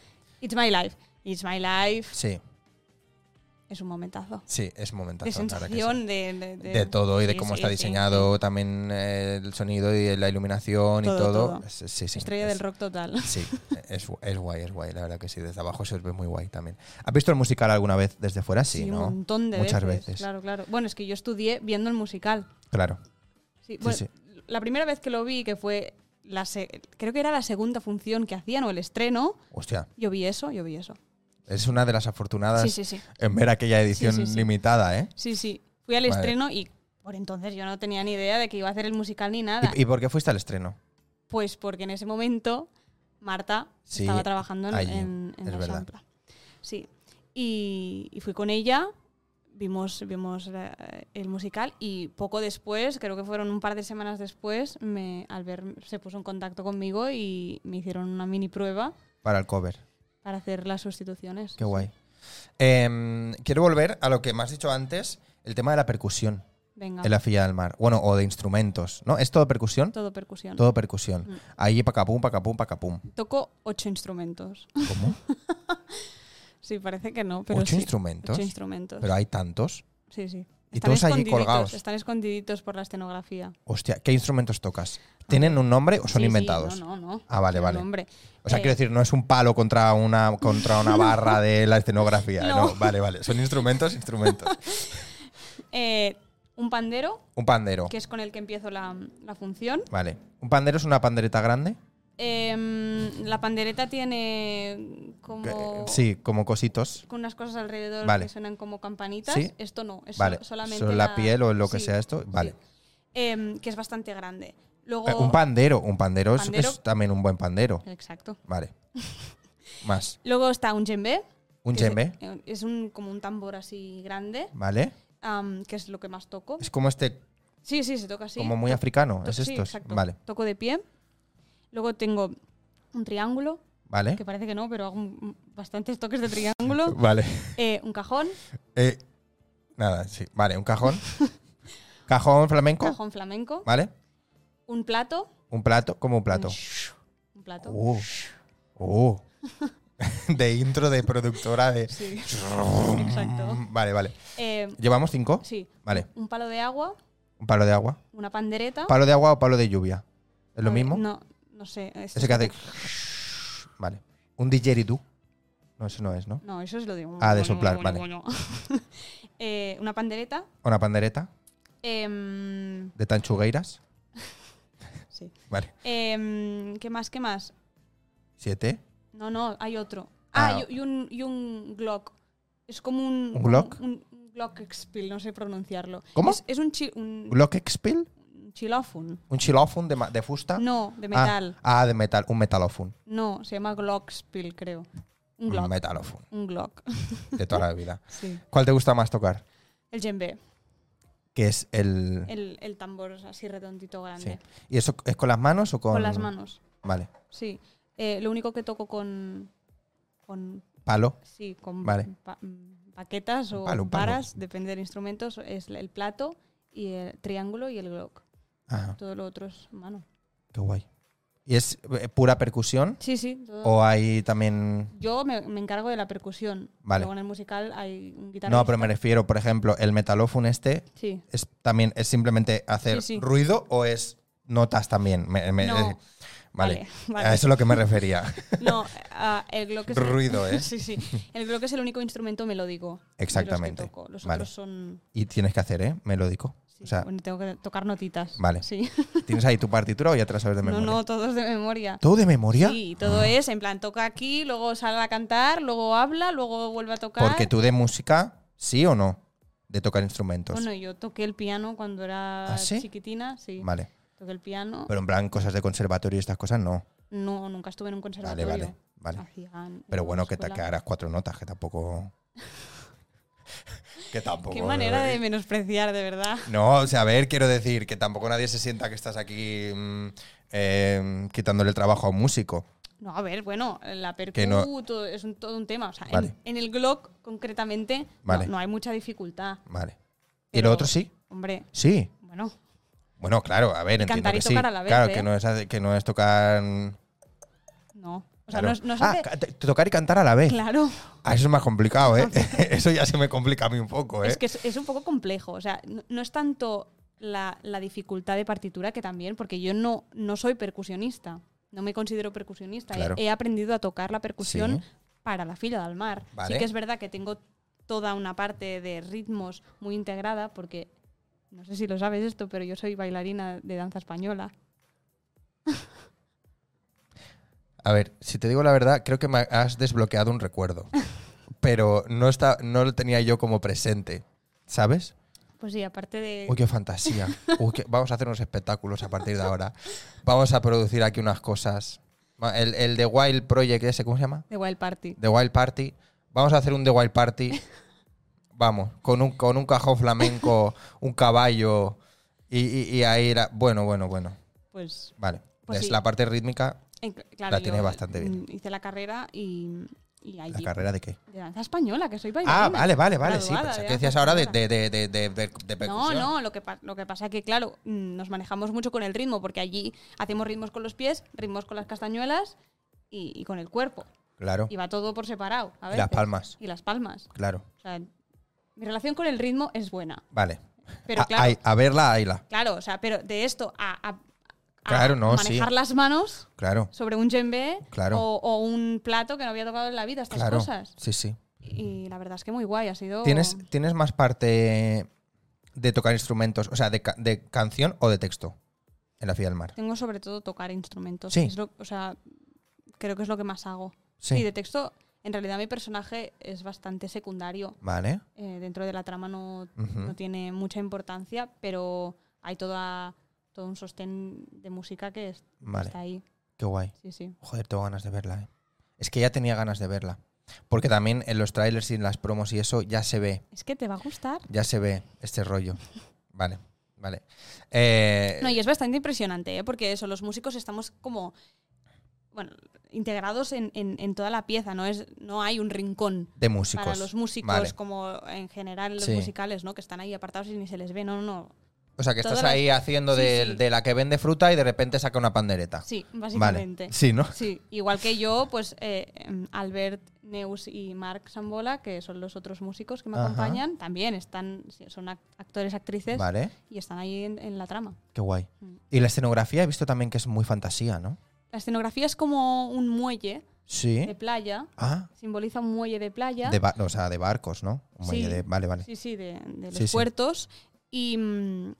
It's My Life. It's My Life. Sí, Es un momentazo. sí, es momentazo. de la verdad que sí. sensación, de, de- de- De todo y de Sí, cómo sí, está sí, diseñado también eh, el sonido y la iluminación y Todo, todo. todo. Es- Sí, sí, sí. Estrella es- del rock total. Sí, es, es guay, es guay, la verdad que sí. Desde abajo se os ve muy guay también. ¿Has visto el musical alguna vez desde fuera? Sí, un ¿no? montón de Muchas veces, veces. Claro, claro. Bueno, es que yo estudié viendo el musical. Claro. Sí, bueno, sí. La primera vez que lo vi, que fue la se- creo que era la segunda función que hacían o el estreno, Hostia, yo vi eso, yo vi eso. es una de las afortunadas Sí, sí, sí. en ver aquella edición sí, sí. limitada, ¿eh? Sí, sí. Fui al Vale. estreno y por entonces yo no tenía ni idea de que iba a hacer el musical ni nada. ¿Y, y por qué fuiste al estreno? Pues porque en ese momento Marta Sí, estaba trabajando en, allí, en- en es la verdad. Sampla. Sí. Y, y fui con ella, vimos, vimos eh, el musical y poco después, creo que fueron un par de semanas después, me, al ver se puso en contacto conmigo y me hicieron una mini prueba Para el cover. para hacer las sustituciones. Qué guay. Em, quiero volver a lo que me has dicho antes, el tema de la percusión Venga, en la filla del mar. Bueno, o de instrumentos, ¿no? ¿Es todo percusión? todo percusión. Todo percusión. Mm. Ahí pacapum, pacapum, pacapum. Toco ocho instrumentos. ¿Cómo? Sí, parece que no, pero ¿Ocho sí. instrumentos? Ocho instrumentos. Pero hay tantos. Sí, sí. Y todos allí escondiditos, colgados. Están escondiditos por la escenografía. Hostia, ¿qué instrumentos tocas? ¿Tienen un nombre o son Ah. Sí, sí, inventados? no, no, no. Ah, vale, Tiene vale. nombre. O sea, Eh, quiero decir, no es un palo contra una, contra una barra de la escenografía. No. No. vale, vale. Son instrumentos, instrumentos. eh, un pandero, Un pandero. que es con el que empiezo la, la función. Vale. ¿Un pandero es una pandereta grande? Em, la pandereta tiene Eh, como... Sí, como cositos. Con unas cosas alrededor Vale. que suenan como campanitas. Sí. Esto no, es Vale. so- solamente... Solo la piel o lo que sí, sea esto. Vale. sí. Em, que es bastante grande. Luego... Eh, un pandero. Un pandero, es- Pandero. Es, también un buen pandero. Exacto. Vale. Más. Luego está un djembe. Un que es- djembe. eh, Es, un, como un tambor así grande, Vale. am, que es lo que más toco. Es como este, Sí, sí, se toca así. como muy To- africano. to- Es sí, esto. exacto. Vale. Toco de pie. Luego tengo un triángulo, Vale. que parece que no, pero hago un- bastantes toques de triángulo. Vale. Eh, un cajón, Eh, nada, sí. Vale, un cajón. cajón flamenco. cajón flamenco. Vale. Un plato. Un plato, como un un plato. shh, Un plato. Oh. Oh. de intro de productora de. Mm, Sí. Uh. Exacto. Vale, vale. Eh, ¿Llevamos cinco? sí. Vale. Un palo de agua, Un palo de agua. una pandereta. ¿Palo de agua o palo de lluvia? ¿Es lo Eh, mismo? No, no sé. esto Ese que es lo hace. Vale. Un didgeridoo. No, eso no es, ¿no? No, eso es lo de un. Ah, de soplar, vale. Eh, una pandereta. Una pandereta em, de tanchugueiras. sí. Vale. Em, ¿Qué más? ¿Qué más? Siete. No, no, hay otro. Ah. Ah, y, y un, y un Glock. Es como un. ¿Un Glock? Un, un Glockspiel, no sé pronunciarlo. ¿Cómo? Es, es un, chi- un ¿Glockenspiel? xilófon. ¿Un xilófon de, ma- de fusta? No, de Ah, metal. Ah, de metal. Un metalófon. No, se llama Glockspiel, creo. Un Un Glock. metalófon. Un Glock. De toda la vida. Sí. ¿Cuál te gusta más tocar? El djembe. Que es el. El, el tambor así redondito Sí. grande. ¿Y eso es con las manos o con.? Con las manos. Vale. Sí. Eh, lo único que toco con. con Palo. sí, con Vale. pa- mm, baquetas o Palo, un palo. varas, depende del instrumento, so- es el plato y el triángulo y el glock. Ajá, Todo lo otro es mano. Ah, qué guay. ¿Y es eh, pura percusión? Sí, sí. todo. ¿O hay también.? Yo me, me encargo de la percusión. Vale. Luego en el musical hay un guitarrista. No, pero me refiero, por ejemplo, el metalófon este. Sí. Es, también es simplemente hacer Sí, sí. ruido o es notas también. Me- me- No. eh, vale. vale. A eso es lo que me refería. No, ah, el glock es. Ruido, ¿eh? sí, sí. El glock es el único instrumento melódico. de los que Exactamente. toco. Los Vale. otros son. y tienes que hacer, ¿eh? Melódico. sí, o sea, bueno, tengo que tocar notitas. Vale. Sí. ¿tienes ahí tu partitura o ya te la sabes de No, memoria? Ah. no, todos de memoria. ¿Todo de memoria? Sí, todo es, en plan, toca aquí, luego sale a cantar, luego habla, luego vuelve a tocar. Porque tú de música, ¿sí o no? De tocar instrumentos. Bueno, yo toqué el piano cuando era ¿Ah, sí? chiquitina, sí. Vale. Toqué el piano. Pero en plan, cosas de conservatorio y estas cosas, no. No, nunca estuve en un Vale, conservatorio. vale, Ah, vale. Hacían Pero una bueno, que te escuela. que harás cuatro notas, que tampoco. que tampoco. Qué manera de menospreciar, de verdad. No, o sea, a ver, quiero decir que tampoco nadie se sienta que estás aquí mm, eh, quitándole el trabajo a un músico. No, a ver, bueno, la Que no- percu todo- es un, todo un tema. O sea, en- Vale. en, el Glock, concretamente, no- Vale. no, hay mucha dificultad. Vale. ¿Y Pero- lo otro sí? Hombre, Sí. bueno, Bueno, claro, a ver, Y entiendo cantar y que sí. tocar a la vez, claro, ¿eh? que, no es, hace- que no es tocar. no. O sea, claro. no es- no es Ah, hace- ca- t- tocar y cantar a la vez. Claro. Ah, eso es más complicado, ¿eh? eso ya se me complica a mí un poco, ¿eh? Es que es, es un poco complejo. O sea, no, no es tanto la, la dificultad de partitura que también, porque yo no, no soy percusionista. No me considero percusionista. He- Claro. He, aprendido a tocar la percusión Sí. para la fila del mar. Vale. Sí que es verdad que tengo toda una parte de ritmos muy integrada, porque no sé si lo sabes esto, pero yo soy bailarina de danza española. A ver, si te digo la verdad, creo que me has desbloqueado un recuerdo. Pero no, está, no lo tenía yo como presente, ¿sabes? Pues sí, aparte de. Uy, qué fantasía. Uy, qué- vamos a hacer unos espectáculos a partir de ahora. Vamos a producir aquí unas cosas. Va, El, el The Wild Project ese, ¿cómo se llama? de Wild Party. The Wild Party. Vamos a hacer un The Wild Party. Vamos, con un, con un cajón flamenco, un caballo y, y- y ahí... la- bueno, bueno, bueno. Pues Vale. Pues es sí. la parte rítmica, en- claro, La yo, tienes bastante bien. mm, Hice la carrera y, y la allí. carrera de qué. De danza española, que soy bailarina. Ah, vale, vale, vale. Sí, graduada pensaba de que decías danza ahora de, española. de, de, de, de- de- de No, percusión. no, lo que, pa- lo que pasa es que, claro, mm, nos manejamos mucho con el ritmo, porque allí hacemos ritmos con los pies, ritmos con las castañuelas y, y con el cuerpo. Claro, Y va todo por separado. a Y las veces. palmas. Y las palmas. claro. O sea, mi relación con el ritmo es buena. Vale. Pero a, claro, ay- a verla, hayla. claro, o sea, pero de esto a, a- a Claro, no, sí. manejar las manos Claro, sobre un djembe Claro. o, o un plato que no había tocado en la vida, estas claro. cosas. Oh. Sí, sí. Y la verdad es que muy guay, ha sido... ¿Tienes, ¿Tienes más parte de tocar instrumentos, o sea, de, ca- de canción o de texto en La Fía del Mar? Tengo sobre todo tocar instrumentos. Sí. Es lo- o sea, creo que es lo que más hago. Sí. Y de texto, en realidad mi personaje es bastante secundario. Vale. Eh, dentro de la trama no, Ujú. no tiene mucha importancia, pero hay toda, todo un sostén de música que es- Vale. está ahí. Qué guay. Sí, sí. Joder, tengo ganas de verla, ¿eh? Es que ya tenía ganas de verla. Porque también en los trailers y en las promos y eso ya se ve, Es que te va a gustar. ya se ve este rollo. Vale, vale. Eh, No, y es bastante impresionante, ¿eh? porque eso, los músicos estamos como bueno, integrados en, en- en toda la pieza, no, es, no hay un rincón de músicos. para los músicos, Vale. como en general los Sí. musicales, ¿no? Que están ahí apartados y ni se les ve, no, no, no. O sea, que estás todas las- ahí haciendo Sí, de, sí. de la que vende fruta y de repente saca una pandereta. Sí, vale. básicamente. Sí, ¿no? Sí, igual que yo, pues eh, em, Albert Neus y Marc Sambola, que son los otros músicos que me Ajá. acompañan, también están, son ac- actores, actrices Vale, y están ahí en, en la trama. qué guay. Mm. Y la escenografía he visto también que es muy fantasía, ¿no? La escenografía es como un muelle Sí. de playa, Ah, simboliza un muelle de playa. de ba- o sea, de barcos, ¿no? Un muelle Sí. de- Vale, vale. Sí, sí, de, de los Sí, sí. puertos. Y, mm,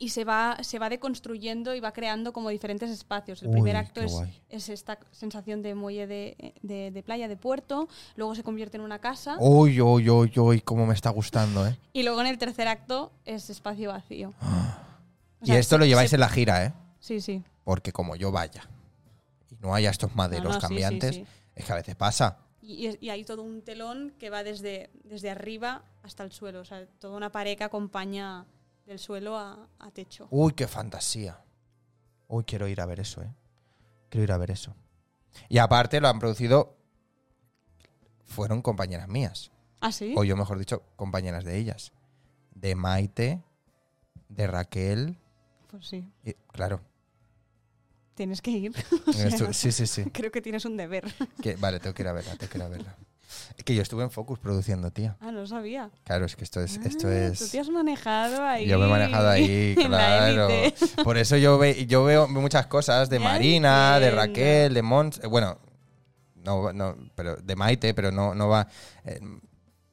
y se, va, se va deconstruyendo y va creando como diferentes espacios. El Uy, primer acto qué es, guay. es esta sensación de muelle de, de- de playa, de puerto. Luego se convierte en una casa. Uy, uy, uy, uy, cómo me está gustando, ¿eh? Y luego en el tercer acto es espacio vacío. O Ah. Y sea, esto se- lo lleváis se- en la gira, ¿eh? Sí, sí. Porque como yo vaya y no haya estos maderos No, no, sí, sí, cambiantes, sí. es que a veces pasa. Y, y- y hay todo un telón que va desde, desde arriba hasta el suelo. O sea, toda una pared que acompaña del suelo a, a techo. Uy, qué fantasía. Uy, quiero ir a ver eso, ¿eh? Quiero ir a ver eso. Y aparte lo han producido, fueron compañeras mías, ¿Ah, sí? o yo mejor dicho, compañeras de ellas. De Maite, de Raquel, Pues sí. y- claro. Tienes que ir. Estu- sí, sí, sí. Creo que tienes un deber. Que- vale, tengo que ir a verla, tengo que ir a verla. Es que yo estuve en Focus produciendo, tía. Ah, no sabía. Claro, es que esto es... Esto Ah, es... Tú te has manejado ahí. Yo me he manejado ahí, en la claro. élite. Por eso yo, ve- yo veo muchas cosas de Ya Marina, de entiendo. Raquel, de Mons. eh, Bueno, no, no, pero de Maite, pero no, no va. eh,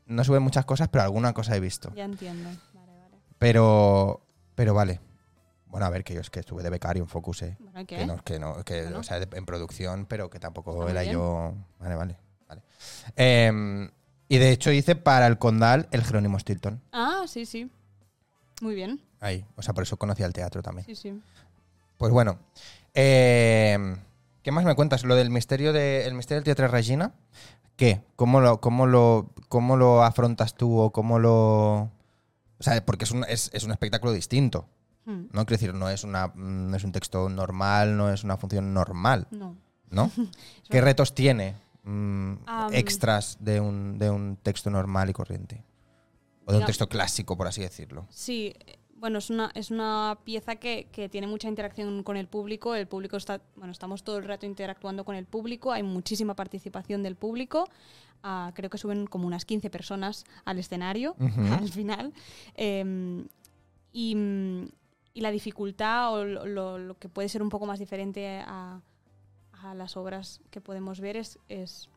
no suben muchas cosas, pero alguna cosa he visto. Ya entiendo. Vale, vale. Pero, pero vale. Bueno, a ver, que yo es que estuve de becario en Focus, ¿eh? Bueno, ¿y ¿qué? Que no, que no, que, Bueno. o sea, de- en producción, pero que Está tampoco muy era bien. yo. Vale, vale. vale. Em, y de hecho hice para el Condal el Jerónimo Stilton. Ah, sí, sí. Muy bien. Ahí. O sea, por eso conocía el teatro también. Sí, sí. Pues bueno. eh, ¿Qué más me cuentas? Lo del misterio de, el misterio del Teatro Regina. ¿Qué? ¿Cómo lo, cómo lo, cómo lo afrontas tú o cómo lo. O sea, porque es un, es, es un espectáculo distinto. Mm. ¿No? Quiero decir, no es una. mm, No es un texto normal, no es una función normal, No. ¿no? ¿Qué retos tiene? mm, Am. extras de un, de un texto normal y corriente. O de un Diga- texto clásico, por así decirlo. Sí, eh, bueno, es una, es una pieza que, que tiene mucha interacción con el público. El público está, bueno, estamos todo el rato interactuando con el público, hay muchísima participación del público. Ah, creo que suben como unas 15 personas al escenario Ujú. al final. Eh, y, mm, y la dificultad o lo, lo- lo que puede ser un poco más diferente a, a las obras que podemos ver es, es,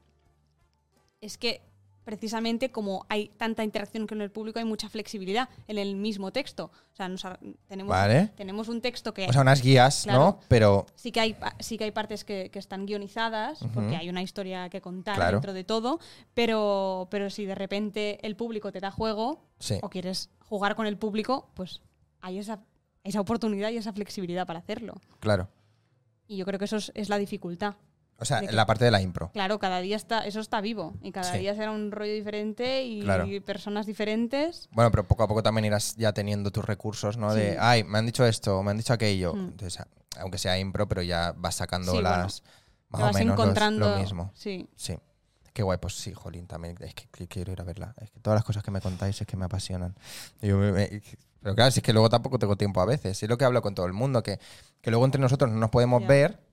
es que precisamente como hay tanta interacción con el público, hay mucha flexibilidad en el mismo texto. O sea, nos ar- tenemos, Vale. tenemos un texto que O sea, unas guías, ¿no? Eh, Claro. Pero. sí que hay, pa- sí que hay partes que, que están guionizadas, Ujú. porque hay una historia que contar Claro. dentro de todo, pero, pero si de repente el público te da juego Sí. o quieres jugar con el público, pues hay esa, esa oportunidad y esa flexibilidad para hacerlo. Claro. Y yo creo que eso es, es la dificultad. O sea, ¿De qué? la parte de la impro. Claro, cada día está, eso está vivo y cada Sí. día será un rollo diferente y Claro. personas diferentes. Bueno, pero poco a poco también irás ya teniendo tus recursos, ¿no? Sí. De, ay, me han dicho esto, me han dicho aquello. Mm. Entonces, a- aunque sea impro, pero ya vas sacando Sí, las. Te más vas o menos los- encontrando. lo mismo. Sí. Sí. Qué guay, pues sí, Jolín, también. Es que, que quiero ir a verla. Es que todas las cosas que me contáis es que me apasionan. Y yo me- me- pero claro, si es que luego tampoco tengo tiempo a veces. Es lo que hablo con todo el mundo, que, que luego entre nosotros no nos podemos Ya. ver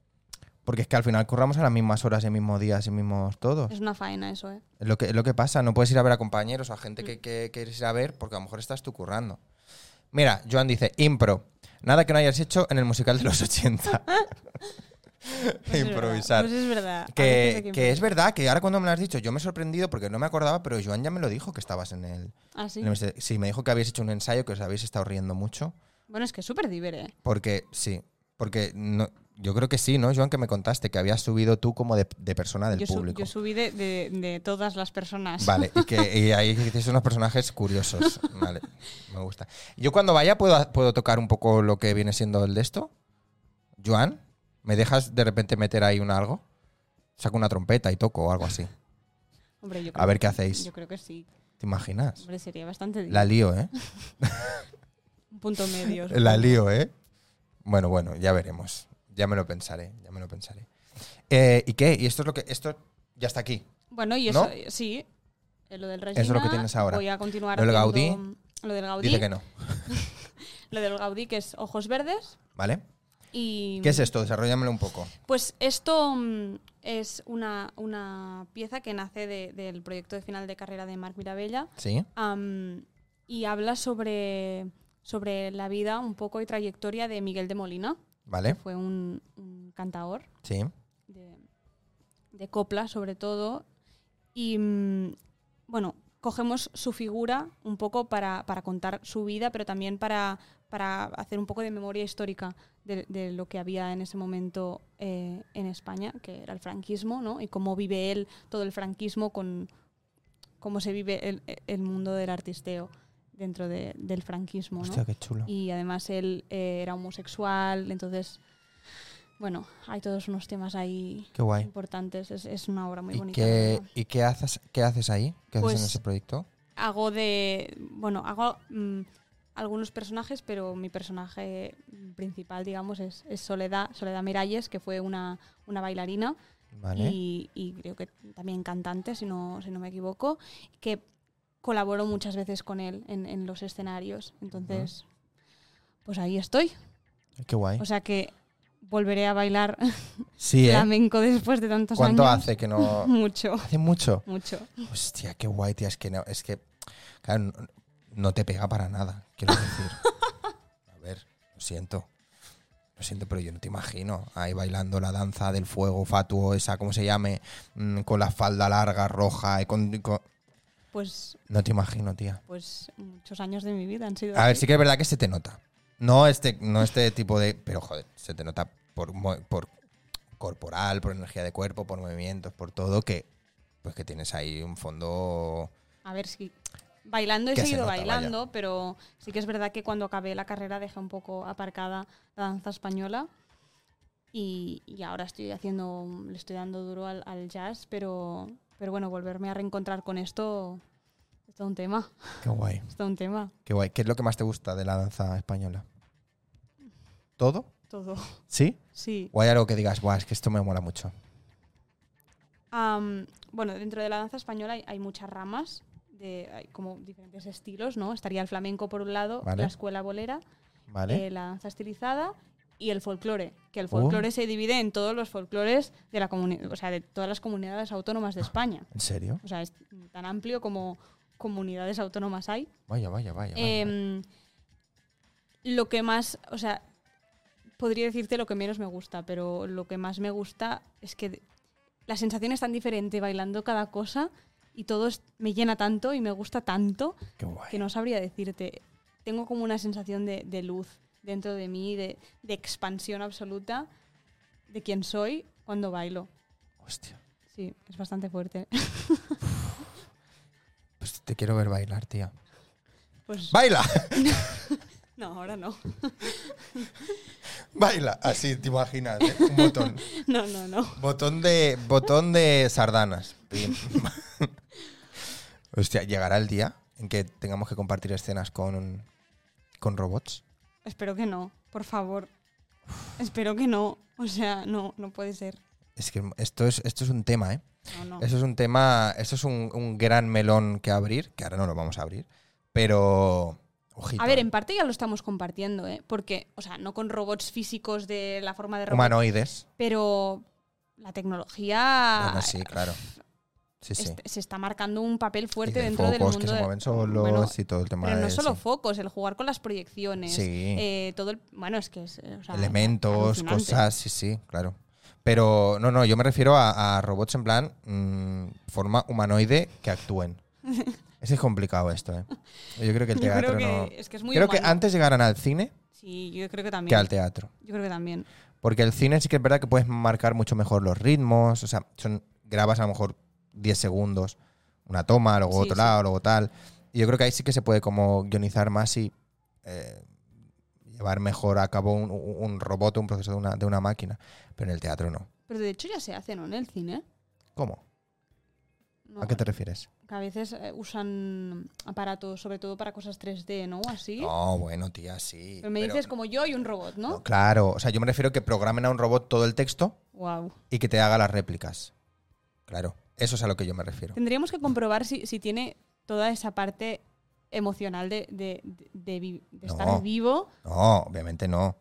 Porque es que al final curramos a las mismas horas y mismos días y mismos todos. Es una faena eso, ¿eh? Es lo que, es lo que pasa, no puedes ir a ver a compañeros, a Mm. gente que, que quieres ir a ver, porque a lo mejor estás tú currando. Mira, Joan dice, impro. Nada que no hayas hecho en el musical de los 80. Pues es Improvisar. verdad, Pues es verdad. A veces hay que, que es verdad que ahora cuando me lo has dicho, yo me he sorprendido porque no me acordaba, pero Joan ya me lo dijo que estabas en el. Ah, sí. en el- sí, me dijo que habéis hecho un ensayo, que os habéis estado riendo mucho. Bueno, es que es súper divertido. ¿eh? Porque, sí, porque no, yo creo que sí, ¿no, Joan? Que me contaste que habías subido tú como de, de persona del Yo, sub- público. yo subí de, de- de todas las personas. Vale, y, que, y ahí hiciste unos personajes curiosos. Vale, me gusta. Yo cuando vaya puedo, puedo tocar un poco lo que viene siendo el de esto. Joan, ¿me dejas de repente meter ahí un algo? Saco una trompeta y toco o algo así. Hombre, yo A creo ver que- qué hacéis. Yo creo que sí. ¿Te imaginas? Hombre, sería bastante La lío, ¿eh? un punto medio. La lío, ¿eh? Bueno, bueno, ya veremos. Ya me lo pensaré, ya me lo pensaré. Eh, ¿Y qué? ¿Y esto es lo que... Esto ya está aquí? Bueno, y eso, ¿No? sí. eh, Lo del Eso Regina. es lo que tienes ahora. Voy a continuar. Lo del Gaudí. haciendo- Lo del Gaudí. Dice que no, Lo del Gaudí, que es Ojos Verdes. ¿vale? Y, ¿Qué es esto? Desarrollámelo un poco. Pues esto mm, es una, una pieza que nace de- del proyecto de final de carrera de Marc Mirabella ¿Sí? am, y habla sobre, sobre la vida un poco y trayectoria de Miguel de Molina, que ¿Vale? fue un, un cantaor Sí. de, de copla sobre todo. Y mm, bueno, cogemos su figura un poco para, para contar su vida, pero también para, para hacer un poco de memoria histórica de, de lo que había en ese momento eh, en España, que era el franquismo, ¿no? Y cómo vive él todo el franquismo con cómo se vive el, el mundo del artisteo dentro de- del franquismo. ¿no? Hostia, qué chulo. y además él eh, era homosexual, entonces, bueno, hay todos unos temas ahí Qué guay. importantes, es, es una obra muy ¿Y, bonita. la qué, verdad. ¿Y qué haces, qué haces ahí? ¿Qué haces Pues- en ese proyecto? Hago de, bueno, hago mm, algunos personajes, pero mi personaje principal, digamos, es, es Soledad, Soledad Miralles, que fue una, una bailarina ¿Vale? y, y creo que también cantante, si no, si no me equivoco, que colaboró muchas veces con él en, en los escenarios. Entonces, pues ahí estoy. Qué guay. O sea que volveré a bailar sí, ¿eh? flamenco después de tantos ¿Cuánto años. hace que no...? Mucho, ¿Hace mucho? mucho. Hostia, qué guay, tía. Es que, no- es que claro, no, no te pega para nada, quiero decir. A ver, lo siento. Lo siento, pero yo no te imagino. Ahí bailando la danza del fuego, fatuo, esa, ¿cómo se llame? Mm, con la falda larga, roja. y con- y con- Pues, No te imagino, tía. pues muchos años de mi vida han sido. A ver, así. sí que es verdad que se te nota. No este, no este tipo de. Pero joder, se te nota por, mo- por corporal, por energía de cuerpo, por movimientos, por todo, que pues que tienes ahí un fondo. A ver si. Bailando he Que se seguido nota, bailando, pero sí que es verdad que cuando acabé la carrera dejé un poco aparcada la danza española. Y, y ahora estoy haciendo. Le estoy dando duro al, al jazz, pero. Pero bueno, volverme a reencontrar con esto. Es todo un tema. Qué guay. Es todo un tema. Qué guay. ¿Qué es lo que más te gusta de la danza española? ¿Todo? Todo. ¿Sí? Sí. ¿O hay algo que digas, Buah, es que esto me mola mucho? Am, bueno, dentro de la danza española hay, hay muchas ramas, de, hay como diferentes estilos, ¿no? Estaría el flamenco por un lado, Vale. la escuela bolera, ¿Vale? Oh. eh, la danza estilizada y el folclore, que el folclore se divide en todos los folclores de la comuni- o sea, de todas las comunidades autónomas de España. ¿En serio? O sea, es tan amplio como comunidades autónomas hay. Vaya, vaya, vaya. vaya. Em, lo que más, o sea, podría decirte lo que menos me gusta, pero lo que más me gusta es que de- la sensación es tan diferente bailando cada cosa y todo es- me llena tanto y me gusta tanto Qué guay. que no sabría decirte. Tengo como una sensación de, de luz dentro de mí, de, de expansión absoluta de quién soy cuando bailo. Hostia. Sí, es bastante fuerte. Pues te quiero ver bailar, tía. Pues, ¡Baila! no, ahora no. ¡Baila! Así te imaginas, ¿eh? un botón. No, no, no. Botón de, botón de sardanas. Pim. Hostia, llegará el día en que tengamos que compartir escenas con, con robots. Espero que no, por favor. Espero que no. O sea, no, no puede ser. Es que esto es, esto es un tema, ¿eh? No, no. Eso es un tema, esto es un, un gran melón que abrir, que ahora no lo vamos a abrir, pero... Ojito, A ver, ¿eh? en parte ya lo estamos compartiendo, ¿eh? Porque, o sea, no con robots físicos de la forma de robot, humanoides. pero, la tecnología Bueno, sí, claro. Sí, sí. est- se está marcando un papel fuerte Y de dentro del focos mundo. que se de- mueven solos Bueno, y todo el tema pero no de- solo sí. focos, el jugar con las proyecciones. Sí. eh, todo el, bueno, es que es. eh, o sea, elementos, alucinante. cosas, sí, sí, claro. Pero no, no, yo me refiero a, a robots en plan mm, forma humanoide que actúen. Ese es complicado esto, ¿eh? Yo creo que el Yo creo teatro que no. es que es muy creo que humano. antes llegaran al cine Sí, yo creo que que también. al teatro. Yo creo que también. Porque el cine sí que es verdad que puedes marcar mucho mejor los ritmos, o sea, son grabas a lo mejor 10 segundos, una toma, luego Sí, otro sí. lado, luego tal. Y yo creo que ahí sí que se puede como guionizar más y eh, llevar mejor a cabo un, un robot, un proceso de una, de una máquina. Pero en el teatro no. Pero de hecho ya se hace, ¿no? En el cine. ¿Cómo? No, ¿A qué te refieres? que a veces eh, usan aparatos, sobre todo para cosas 3D, ¿no? Así. No, bueno, tía, sí. pero me pero- dices como yo y un robot, ¿no? No, claro, o sea, yo me refiero que programen a un robot todo el texto Wow. y que te haga las réplicas. Claro, eso es a lo que yo me refiero. Tendríamos que comprobar si, si tiene toda esa parte emocional de, de- de- de vi- de estar No. vivo. No, obviamente no.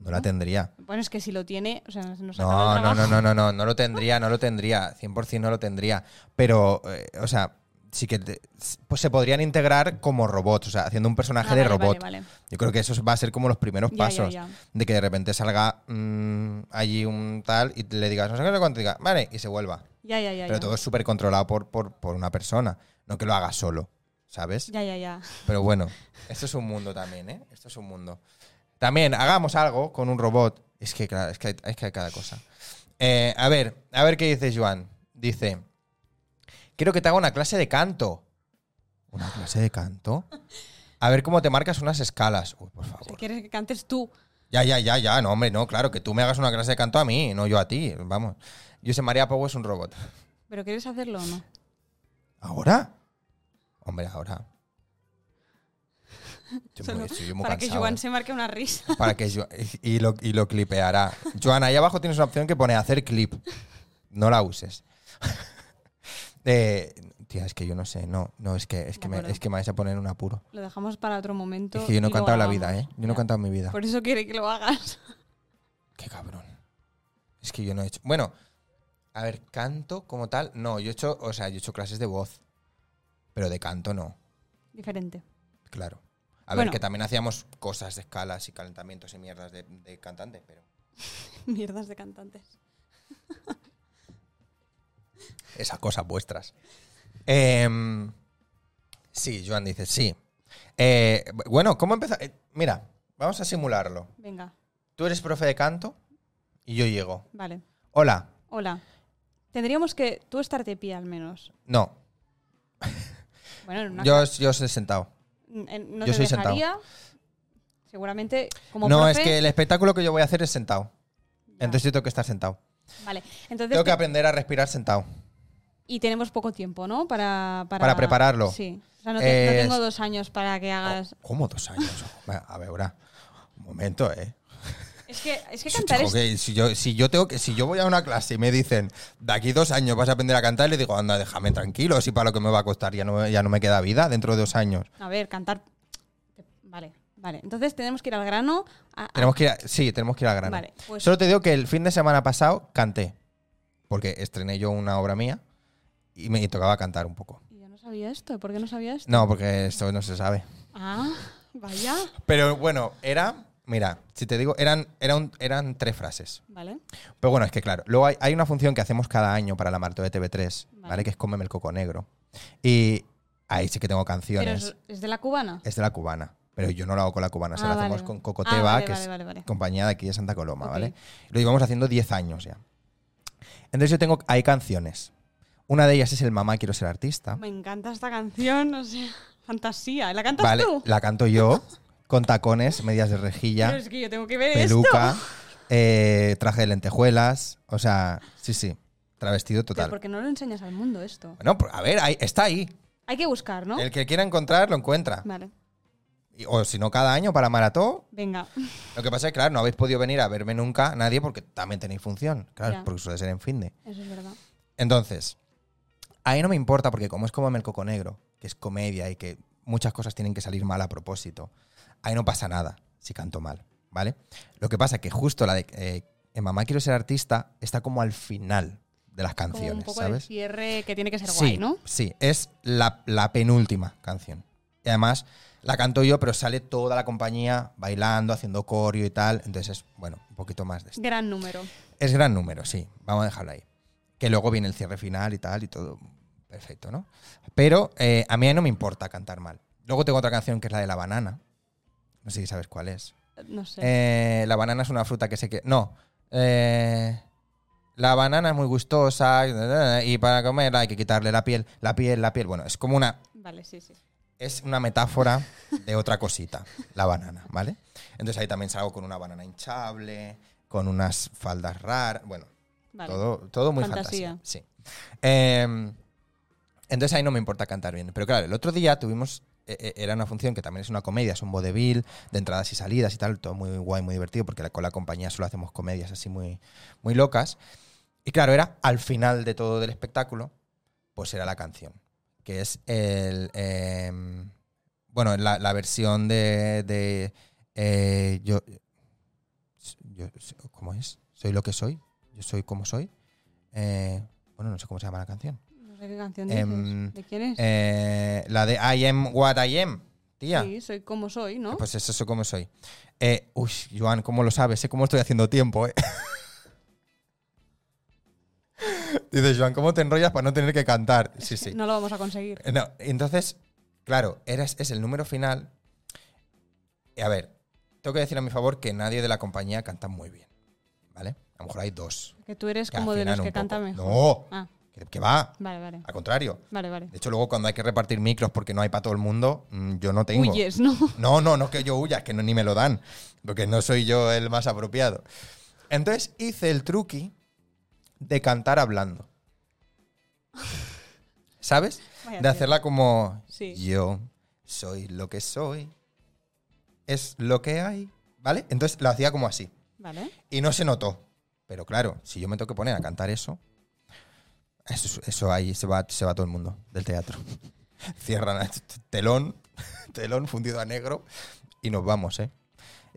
No la tendría. Bueno, es que si lo tiene, o sea, nos acaba No, el no, no, trabajo. no, no, no, no lo tendría, no lo tendría, 100% no lo tendría. Pero, eh, o sea, sí que te- pues se podrían integrar como robots, o sea, haciendo un Ah, personaje vale, de robot. vale, vale. Yo creo que eso va a ser como los primeros Ya, ya, pasos. ya. De que de repente salga mm, allí un tal y le digas, no sé qué, no sé cuánto, y diga, vale, y se vuelva. Ya, ya, ya. Pero ya. todo es súper controlado por, por, por una persona, no que lo haga solo, ¿sabes? Ya, ya, ya. Pero bueno, esto es un mundo también, ¿eh? Esto es un mundo. También hagamos algo con un robot. Es que, claro, es que hay, es que hay cada cosa. Eh, a ver, a ver qué dice Joan. Dice, quiero que te haga una clase de canto. ¿Una clase de canto? A ver cómo te marcas unas escalas. Uy, por O sea, favor. quieres que cantes tú. Ya, ya, ya, ya. No, hombre, no, claro, que tú me hagas una clase de canto a mí, no yo a ti. Vamos. Yo sé, María Pau es un robot. ¿Pero quieres hacerlo o no? ¿Ahora? Hombre, ahora. Estoy Solo muy- estoy muy Para que cansado, Joan ¿eh? se marque una risa. para que yo, y, lo, y lo clipeará. Joana, ahí abajo tienes una opción que pone hacer clip. No la uses. Eh, tía, es que yo no sé, no, no, es que, es que, De me, acuerdo. es que me vais a poner en un apuro. Lo dejamos para otro momento. Es que yo no he y lo cantado en la hagamos. vida, ¿eh? Yo no he Ya. cantado en mi vida. Por eso quiere que lo hagas. Qué cabrón. Es que yo no he hecho. Bueno, a ver, canto como tal, no, yo he hecho, o sea, yo he hecho clases de voz, pero de canto no, Diferente. claro. A ver, Bueno. que también hacíamos cosas de escalas y calentamientos y mierdas de, de cantante, pero. Mierdas de cantantes. esas cosas vuestras. Em, sí, Joan dice, sí. Eh, bu- bueno, ¿cómo empezar? Eh, mira, vamos a simularlo. Venga, Tú eres profe de canto y yo llego. vale. Hola, Hola. Tendríamos que tú estar de pie al menos. no, Bueno, en una yo, yo estoy sentado. cla- en- no yo te soy sentado. dejaría. Seguramente como No, profe- es que el espectáculo que yo voy a hacer es sentado. Ya, Entonces yo tengo que estar sentado. vale. Entonces Tengo que te- aprender a respirar sentado. y tenemos poco tiempo, ¿no? Para para, Para prepararlo. Sí. O sea, no, te- no Eh, Oh. tengo dos años para que hagas. ¿Cómo dos años? A ver, ahora. Un momento, ¿eh? Es que es que Sí, cantar chico, es que si yo si yo tengo que si yo voy a una clase y me dicen de aquí dos años vas a aprender a cantar le digo anda déjame tranquilo si para lo que me va a costar ya no ya no me queda vida dentro de dos años A ver, cantar Vale, vale. Entonces tenemos que ir al grano. a- a- tenemos que ir a- sí tenemos que ir al grano Vale, pues- solo te digo que el fin de semana pasado canté porque estrené yo una obra mía y me tocaba cantar un poco Y Yo no sabía esto. ¿Por qué no sabía esto? no porque esto no se sabe Ah, vaya. pero bueno era mira si te digo eran eran eran tres frases Vale. Pero bueno, es que claro, luego hay, hay una función que hacemos cada año para la Marto de TV3, ¿vale? Vale. Que es Cómeme el Coco Negro. Y ahí sí que tengo Pero canciones. es, es de la cubana. Es de la cubana, pero yo no lo hago con la cubana, se Ah, la vale, hacemos vale. con Ah, Cocoteva, vale, que vale, es vale, vale. compañía de aquí de Santa Coloma, Ok. ¿vale? Lo llevamos haciendo 10 años ya. Entonces yo tengo, hay canciones. Una de ellas es el Mamá quiero ser artista. Me encanta esta canción, o sea, fantasía. ¿La cantas Vale, tú? la canto yo con tacones, medias de rejilla. Pero es que yo tengo que ver esto. peluca, eh, traje de lentejuelas, o sea, sí, sí, travestido Pero total. porque no lo enseñas al mundo esto. Bueno, pues, a ver, ahí- está ahí. Hay que buscar, ¿no? El que quiera encontrar, lo encuentra. Vale. Y- o si no, cada año para maratón. Venga. Lo que pasa es que, claro, no habéis podido venir a verme nunca nadie porque también tenéis función. Claro, Ya. porque suele ser en fin de. Eso es verdad. Entonces, ahí no me importa porque como es como el coco negro, que es comedia y que muchas cosas tienen que salir mal a propósito, ahí no pasa nada si canto mal, ¿vale? Lo que pasa que justo la de eh, en Mamá quiero ser artista está como al final de las Como canciones, un poco el ¿sabes? cierre que tiene que ser sí, guay, ¿no? Sí, es la, la penúltima canción. Y además la canto yo, pero sale toda la compañía bailando, haciendo coreo y tal. Entonces es, bueno, un poquito más de esto. Gran número. Es gran número, sí. Vamos a dejarlo ahí. Que luego viene el cierre final y tal y todo. Perfecto, ¿no? Pero eh, a mí no me importa cantar mal. Luego tengo otra canción que es la de la banana. No sé si sabes cuál es. No sé. Eh, la banana es una fruta que sé que. No. Eh, la banana es muy gustosa y para comerla hay que quitarle la piel, la piel, la piel. Bueno, es como una, vale, sí, sí. es una metáfora de otra cosita, la banana, ¿vale? Entonces ahí también salgo con una banana hinchable, con unas faldas raras, bueno, Vale. todo, todo muy fantasía. Fantasía. sí. Eh, entonces ahí no me importa cantar bien. Pero claro, el otro día tuvimos. e- e- Era una función que también es una comedia, es un vodevil de entradas y salidas y tal, todo muy guay, muy divertido, porque la- con la compañía solo hacemos comedias así muy, muy locas. Y claro, era al final de todo del espectáculo, pues era la canción, que es el. em, bueno, la, la versión de. de, eh, yo, yo- ¿Cómo es? ¿Soy lo que soy? ¿Yo soy como soy? Eh, bueno, no sé cómo se llama la canción. No sé qué canción Em, dices. ¿De quién es? Eh, la de I am what I am, tía. Sí, soy como soy, ¿no? Pues eso es como soy. Eh, uy, Joan, ¿cómo lo sabes? Sé cómo estoy haciendo tiempo, ¿eh? Dice Joan, ¿cómo te enrollas para no tener que cantar? Sí, sí. No lo vamos a conseguir. Eh, No, entonces, claro, era- es el número final. Y a ver, tengo que decir a mi favor que nadie de la compañía canta muy bien. ¿Vale? A lo mejor hay dos. Que tú eres que como de afinan los que un poco. canta mejor. No, Ah, que, que va. vale, vale. Al contrario. Vale, vale. De hecho, luego cuando hay que repartir micros porque no hay para todo el mundo, mm, yo no tengo. Huyes, ¿no? No, no, no es que yo huya, es que no, ni me lo dan, porque no soy yo el más apropiado. Entonces hice el truqui de cantar hablando. ¿Sabes? Vaya de tela. hacerla como Sí. yo soy lo que soy, es lo que hay, ¿vale? Entonces lo hacía como así. Vale. Y no se notó. Pero claro, si yo me tengo que poner a cantar eso, eso, eso ahí se va, se va todo el mundo del teatro. Cierran el telón, telón fundido a negro y nos vamos, ¿eh?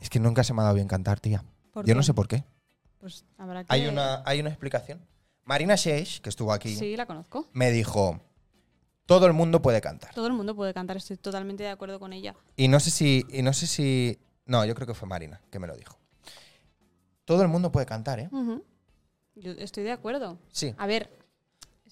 Es que nunca se me ha dado bien cantar, tía. Yo ¿Por no qué? sé por qué. Pues habrá que. Hay una, hay una explicación. Marina Sheish, que estuvo aquí, Sí, la conozco. me dijo, todo el mundo puede cantar. Todo el mundo puede cantar, estoy totalmente de acuerdo con ella. Y no sé si. Y no sé si. No, yo creo que fue Marina que me lo dijo. Todo el mundo puede cantar, ¿eh? Ujú. Yo estoy de acuerdo. Sí. A ver.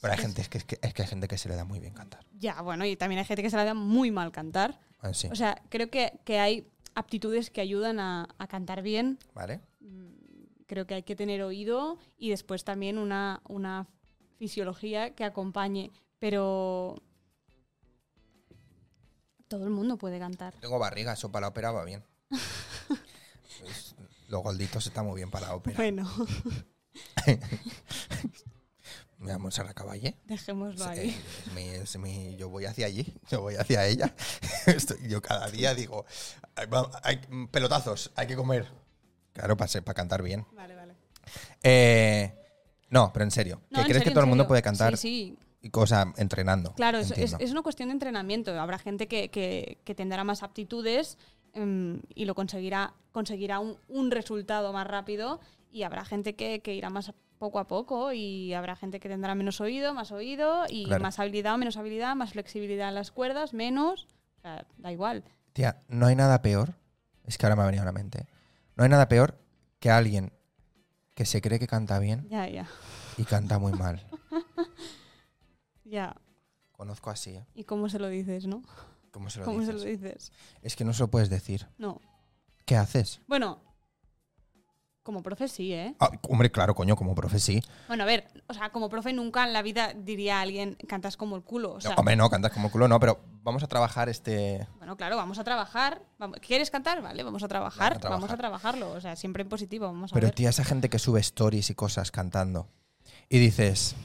Pero hay es- gente, es que, es que- es que hay gente que se le da muy bien cantar. Ya, bueno, y también hay gente que se la da muy mal cantar. Ah, sí, O sea, creo que, que hay aptitudes que ayudan a, a cantar bien. ¿Vale? Mm, Creo que hay que tener oído y después también una, una fisiología que acompañe. Pero todo el mundo puede cantar. Tengo barriga, eso para la ópera va bien. Pues, Los golditos están muy bien para la ópera. Bueno, Pues Mira, Montserrat Caballé. dejémoslo es- ahí. es mi- es mi- yo voy hacia allí, yo voy hacia ella. Estoy- yo cada día digo, "Ay, va- hay, pelotazos, hay que comer. Claro, para, ser- para cantar bien. Vale, vale. Eh, no, pero en serio. No, ¿Que en crees serio, que todo en el mundo serio. puede cantar? Sí, sí. y cosa entrenando. Claro, es, es- entiendo. es una cuestión de entrenamiento. Habrá gente que, que- que tendrá más aptitudes em, y lo conseguirá, conseguirá un, un resultado más rápido y habrá gente que, que irá más poco a poco y habrá gente que tendrá menos oído, más oído y Claro. más habilidad, menos habilidad, más flexibilidad en las cuerdas, menos. O sea, da igual. Tía, no hay nada peor. Es que ahora me ha venido a la mente. No hay nada peor que alguien que se cree que canta bien Ya, ya, y canta muy mal. ya. Conozco así, ¿eh? ¿Y cómo se lo dices, no? ¿Cómo se lo ¿Cómo se lo dices? dices? Es que no se lo puedes decir. No. ¿Qué haces? Bueno, como profe sí, ¿eh? Ah, hombre, claro, coño, como profe sí. Bueno, a ver, o sea, como profe nunca en la vida diría a alguien cantas como el culo. O sea, No, hombre, no, cantas como el culo, no, pero vamos a trabajar este... bueno, claro, vamos a trabajar. vamos- ¿Quieres cantar? Vale, vamos a trabajar, Vamos a vamos a trabajarlo. O sea, siempre en positivo, vamos a Pero ver. tía, esa gente que sube stories y cosas cantando y dices,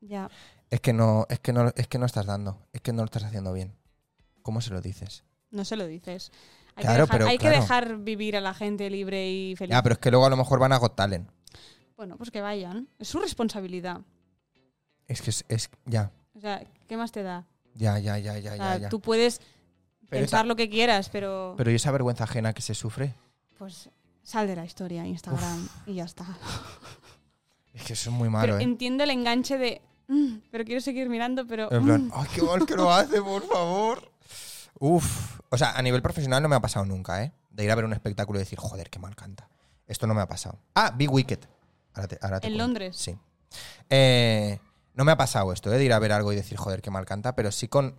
Ya, es que no, es que no, es que no estás dando, es que no lo estás haciendo bien. ¿Cómo se lo dices? no se lo dices. Hay, Claro, que, dejar, pero hay claro. que dejar vivir a la gente libre y feliz. Ya, pero es que luego a lo mejor van a Got Talent. Bueno, pues que vayan. Es su responsabilidad. Es que es, es- ya, O sea, ¿qué más te da? ya, ya, ya, ya, ya, O sea, ya. Ah, Tú puedes Pero pensar esa- lo que quieras, pero, Pero ¿y esa vergüenza ajena que se sufre? pues Sal de la historia, Instagram, y ya está. Es que eso es muy Pero malo, ¿eh? entiendo el enganche de. "Mm, pero quiero seguir mirando, pero. En mm". plan, ¡ay, qué mal que lo hace, por favor! Uf. O sea, a nivel profesional no me ha pasado nunca, ¿eh? De ir a ver un espectáculo y decir, joder, qué mal canta. Esto no me ha pasado. Ah, Big Wicked. Ahora te- ahora te ¿En cuento. Londres? Sí. Eh, no me ha pasado esto, ¿eh? De ir a ver algo y decir, joder, qué mal canta, pero sí con.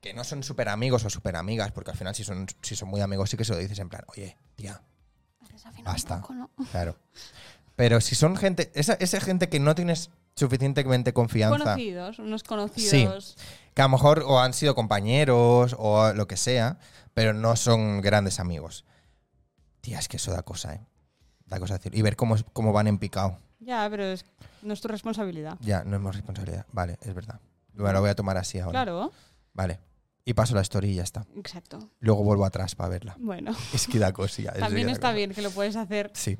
Que no son súper amigos o súper amigas, porque al final, si son, si son muy amigos, sí que se lo dices en plan, oye, tía, Has desafinado un Basta. poco, ¿no? claro. Pero si son gente. Esa, esa gente que no tienes suficientemente confianza. Conocidos, unos conocidos. que a lo mejor o han sido compañeros o lo que sea, pero no son grandes amigos. Tía, es que eso da cosa, ¿eh? Da cosa decir. Y ver cómo, es- cómo van en picado. Ya, pero es, no es tu responsabilidad. Ya, no es más responsabilidad. Vale, es verdad. Me lo voy a tomar así ahora. Claro, Vale. Y paso la historia y ya está. exacto. Luego vuelvo atrás para verla. Bueno, Es que da cosilla. eso también ya da está cosa. bien que lo puedes hacer. Sí,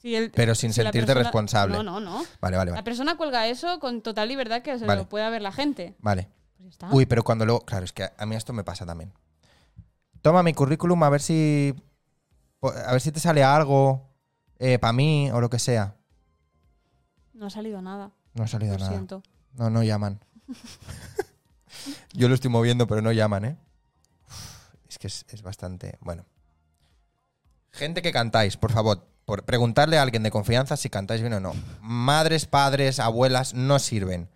Si el- pero sin si la sentirte persona- responsable. No, Ah. no, no. Vale, vale, La vale. persona cuelga eso con total libertad que se Vale. lo pueda ver la gente. Vale. Pues ya está. Uy, pero cuando luego. Claro, es que a mí esto me pasa también. Toma mi currículum a ver si. po- A ver si te sale algo para mí o lo que sea. No ha salido nada. No ha salido Lo nada. siento. No, no llaman. Yo lo estoy moviendo, pero no llaman, ¿eh? Uf, Es que es, es bastante. Bueno. Gente que cantáis, por favor, por preguntarle a alguien de confianza si cantáis bien o no. Madres, padres, abuelas, no sirven.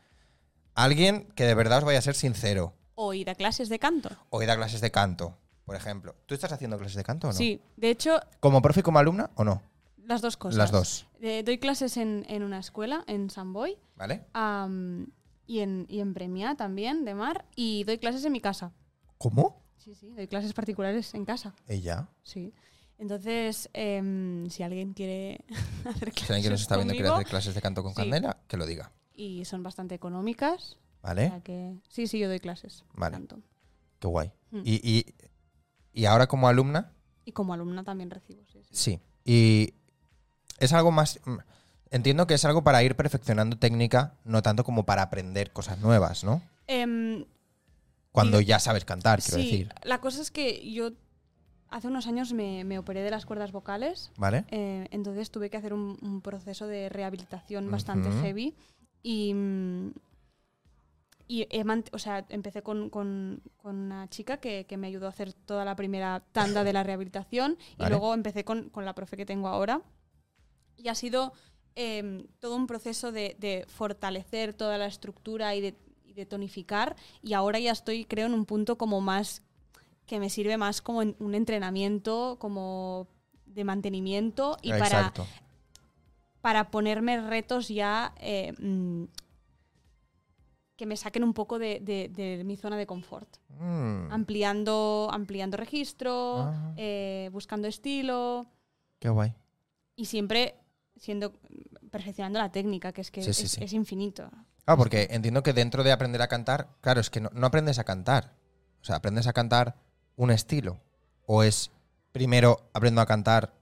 Alguien que de verdad os vaya a ser sincero. O ir a clases de canto. o que da clases de canto, por ejemplo. ¿Tú estás haciendo clases de canto o no? Sí, de hecho, ¿Como profe y como alumna o no? las dos cosas. Las dos, Eh, doy clases en, en una escuela, en San Boy, ¿vale? am, y, en, y en Premiá también, de mar, y doy clases en mi casa. ¿Cómo? Sí, sí, doy clases particulares en casa, Ella. sí. Entonces, em, si alguien quiere hacer Si clases alguien que nos está viendo y quiere conmigo, hacer clases de canto con Sí. Candela, que lo diga, y son bastante económicas, o ¿vale? sea que sí, sí, yo doy clases. ¿Eh? Vale. tanto. Qué guay. Mm. Y, y, y ahora como alumna, Y como alumna también recibo, sí, sí. sí. Y es algo más... mm, Entiendo que es algo para ir perfeccionando técnica, no tanto como para aprender cosas nuevas, ¿no? Em, Cuando Sí. ya sabes cantar, quiero sí, decir. la cosa es que yo hace unos años me- me operé de las cuerdas vocales ¿Vale? Eh, entonces tuve que hacer un, un proceso de rehabilitación bastante Ujú. heavy y, mm, y he mant- o sea, empecé con, con- con una chica que, que me ayudó a hacer toda la primera tanda de la rehabilitación Vale. y luego empecé con, con la profe que tengo ahora y ha sido em, todo un proceso de, de fortalecer toda la estructura y de, y de tonificar y ahora ya estoy creo en un punto como más que me sirve más como en- un entrenamiento como de mantenimiento y para, Exacto. para ponerme retos ya eh, mm, que me saquen un poco de, de- de mi zona de confort. Mm, Ampliando, ampliando registro, Ah. eh, buscando estilo qué guay. y siempre siendo perfeccionando la técnica, que es que Sí, sí, es, sí. es infinito. Ah, porque entiendo que dentro de aprender a cantar, claro, es que no, no aprendes a cantar. O sea, aprendes a cantar un estilo. O es primero aprendo a cantar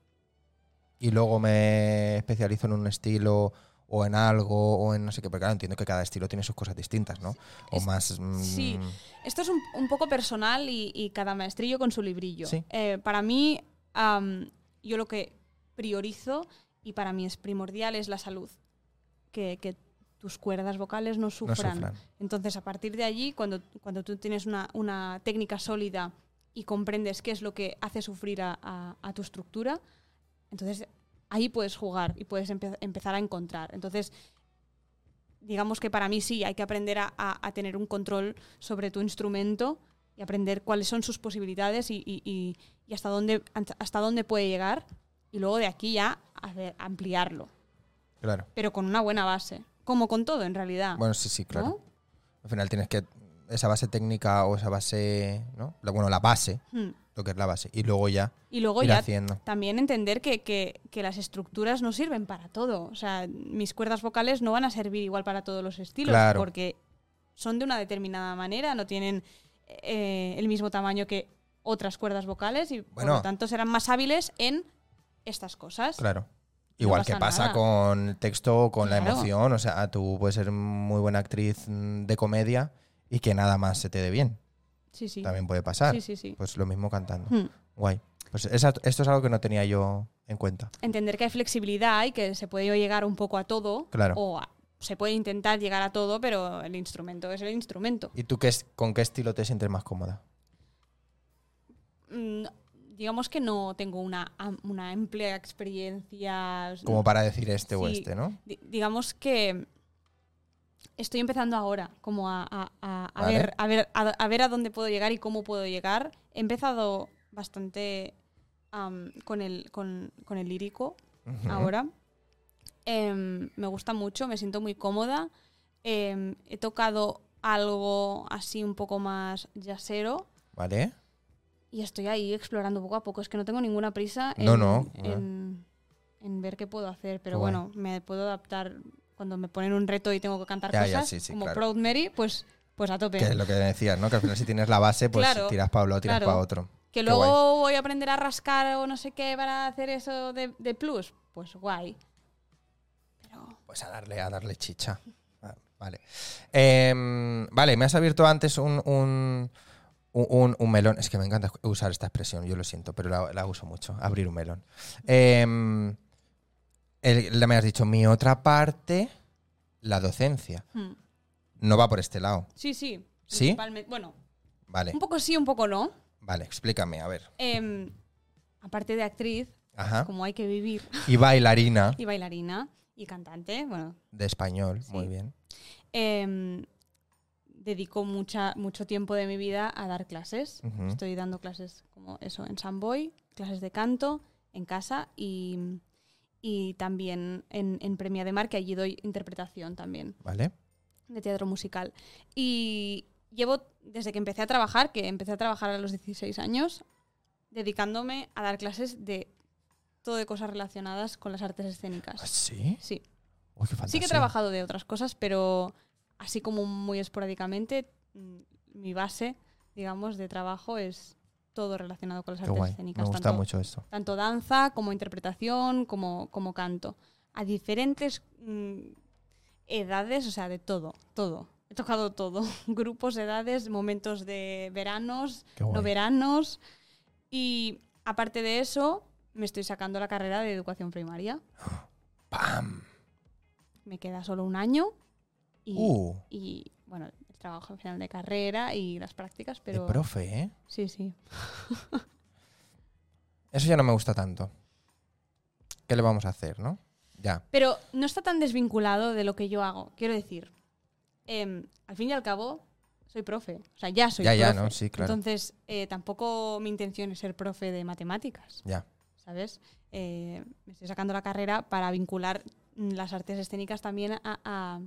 y luego me especializo en un estilo o en algo o en no sé qué. Porque claro, entiendo que cada estilo tiene sus cosas distintas, ¿no? O Es- más... mm, sí. Esto es un, un poco personal y, y cada maestrillo con su librillo. Sí. Eh, para mí, am, yo lo que priorizo y para mí es primordial es la salud. Que, que tus cuerdas vocales no no sufran. sufran. Entonces, a partir de allí, cuando, cuando tú tienes una, una técnica sólida y comprendes qué es lo que hace sufrir a, a- a tu estructura, entonces ahí puedes jugar y puedes empe- empezar a encontrar. Entonces, digamos que para mí sí, hay que aprender a, a- a tener un control sobre tu instrumento y aprender cuáles son sus posibilidades y, y- y- y hasta, dónde, hasta dónde puede llegar. Y luego de aquí ya a ver, ampliarlo, Claro. pero con una buena base. Como con todo, en realidad. Bueno, sí, sí, claro. ¿no? Al final tienes que... Esa base técnica o esa base... ¿no? La- Bueno, la base, Hmm. lo que es la base. Y luego ya Y luego ir ya haciendo. también entender que, que- que las estructuras no sirven para todo. O sea, mis cuerdas vocales no van a servir igual para todos los estilos Claro. porque son de una determinada manera, no tienen eh, el mismo tamaño que otras cuerdas vocales y por Bueno. lo tanto serán más hábiles en estas cosas. Claro. Igual Pues pasa que pasa nada. con el texto, con la Claro. emoción. O sea, tú puedes ser muy buena actriz mm, de comedia y que nada más se te dé bien. Sí, sí. También puede pasar. Sí, sí, sí. Pues lo mismo cantando. Hmm. Guay. Pues esa- esto es algo que no tenía yo en cuenta. entender que hay flexibilidad y que se puede llegar un poco a todo. Claro. O a- se puede intentar llegar a todo, pero el instrumento es el instrumento. ¿Y tú qué, es- con qué estilo te sientes más cómoda? Mm, digamos que no tengo una, am- una amplia experiencia. Como para decir este o Sí. este, ¿no? Di- digamos que estoy empezando ahora como a, a- a- a Vale. ver, a, ver, a, a ver a dónde puedo llegar y cómo puedo llegar. He empezado bastante am, con, el, con, con el lírico Ujú. ahora. Em, me gusta mucho, me siento muy cómoda. Em, he tocado algo así un poco más yacero ¿Vale? y estoy ahí explorando poco a poco. Es que no tengo ninguna prisa en, No, no, claro. en, en ver qué puedo hacer, Qué pero guay. bueno, me puedo adaptar cuando me ponen un reto y tengo que cantar Ya, ya, cosas sí, sí, como claro. Proud Mary, pues, pues a tope. Que es lo que decías, ¿no? Que al final si tienes la base, pues Claro, tiras para un lado, tiras claro. para otro. Que Qué luego guay. voy a aprender a rascar o no sé qué para hacer eso de, de plus. Pues guay. Pero Pues a darle, a darle chicha. Ah, Vale. Em, vale, me has abierto antes un, un, un- un melón. Es que me encanta usar esta expresión, yo lo siento, pero la, la uso mucho, abrir un melón. Em, el- la- me has dicho, mi otra parte, la docencia. hmm, No va por este lado. sí, sí. ¿Sí? principalmente- Bueno, Vale, un poco sí, un poco no. vale, explícame, a ver. Em, aparte de actriz, Ajá. como hay que vivir, Y bailarina y bailarina y cantante, bueno, de español, muy Sí. bien. em, dedico mucha, mucho tiempo de mi vida a dar clases. Ujú. Estoy dando clases como eso en Samboy, clases de canto, en casa y, y también en, en Premia de Mar, que allí doy interpretación también Vale, de teatro musical. Y llevo desde que empecé a trabajar, que empecé a trabajar a los 16 años, dedicándome a dar clases de todo de cosas relacionadas con las artes ¿Ah, escénicas. ¿sí? Sí. Uy, qué Sí que fantasía. he trabajado de otras cosas, pero así como muy esporádicamente, mm, mi base, digamos, de trabajo es todo relacionado con las Qué artes guay, me escénicas, gusta tanto, mucho esto. tanto danza como interpretación, como, como canto, a diferentes mm, edades, o sea, de todo, todo. He tocado todo, grupos, edades, momentos de veranos, Qué guay. no veranos. Y aparte de eso, me estoy sacando la carrera de educación primaria ¡Pam! me queda solo un año y, ¡Uh! y, bueno, el trabajo al final de carrera y las prácticas, de pero profe, ¿eh? sí, sí. Eso ya no me gusta tanto. ¿Qué le vamos a hacer, no? Ya. Pero no está tan desvinculado de lo que yo hago, quiero decir. em, al fin y al cabo, soy profe, o sea, ya soy Ya, ya, profe. ¿no? Sí, claro. Entonces, eh, tampoco mi intención es ser profe de matemáticas, Ya. ¿sabes? Eh, me estoy sacando la carrera para vincular mm, las artes escénicas también a- a,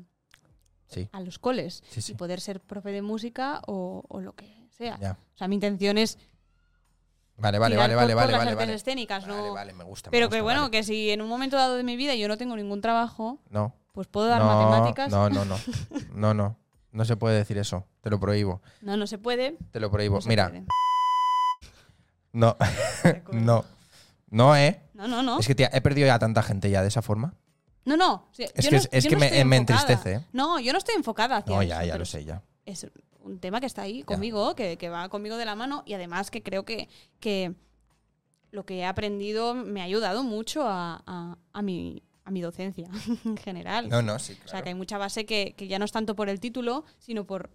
Sí. a los coles Sí, sí. y poder ser profe de música o, o lo que sea. Ya. O sea, mi intención es Vale, vale, tirar vale, vale, por- por vale, las vale, artes vale. escénicas, Vale, ¿no? vale, me gusta. me Pero gusta, que bueno, vale. que si en un momento dado de mi vida yo no tengo ningún trabajo, No. pues puedo dar no, matemáticas. No. No, no, no. No, no. No se puede decir eso. Te lo prohíbo. no, se puede. Te lo prohíbo. no se Mira, puede. no, De acuerdo. no. No, ¿eh? No, no, no. Es que tía, he perdido ya a tanta gente ya de esa forma. No, no. sí, Es yo que, no- es- es yo que no me, estoy me enfocada. entristece. ¿eh? No, yo no estoy enfocada hacia No, eso, ya, ya pero lo sé, ya. Es un tema que está ahí conmigo, que, que va conmigo de la mano y además que creo que, que lo que he aprendido me ha ayudado mucho a, a- a mi, a mi docencia en general. No, no, sí, O sea, claro. que hay mucha base que, que ya no es tanto por el título, sino por,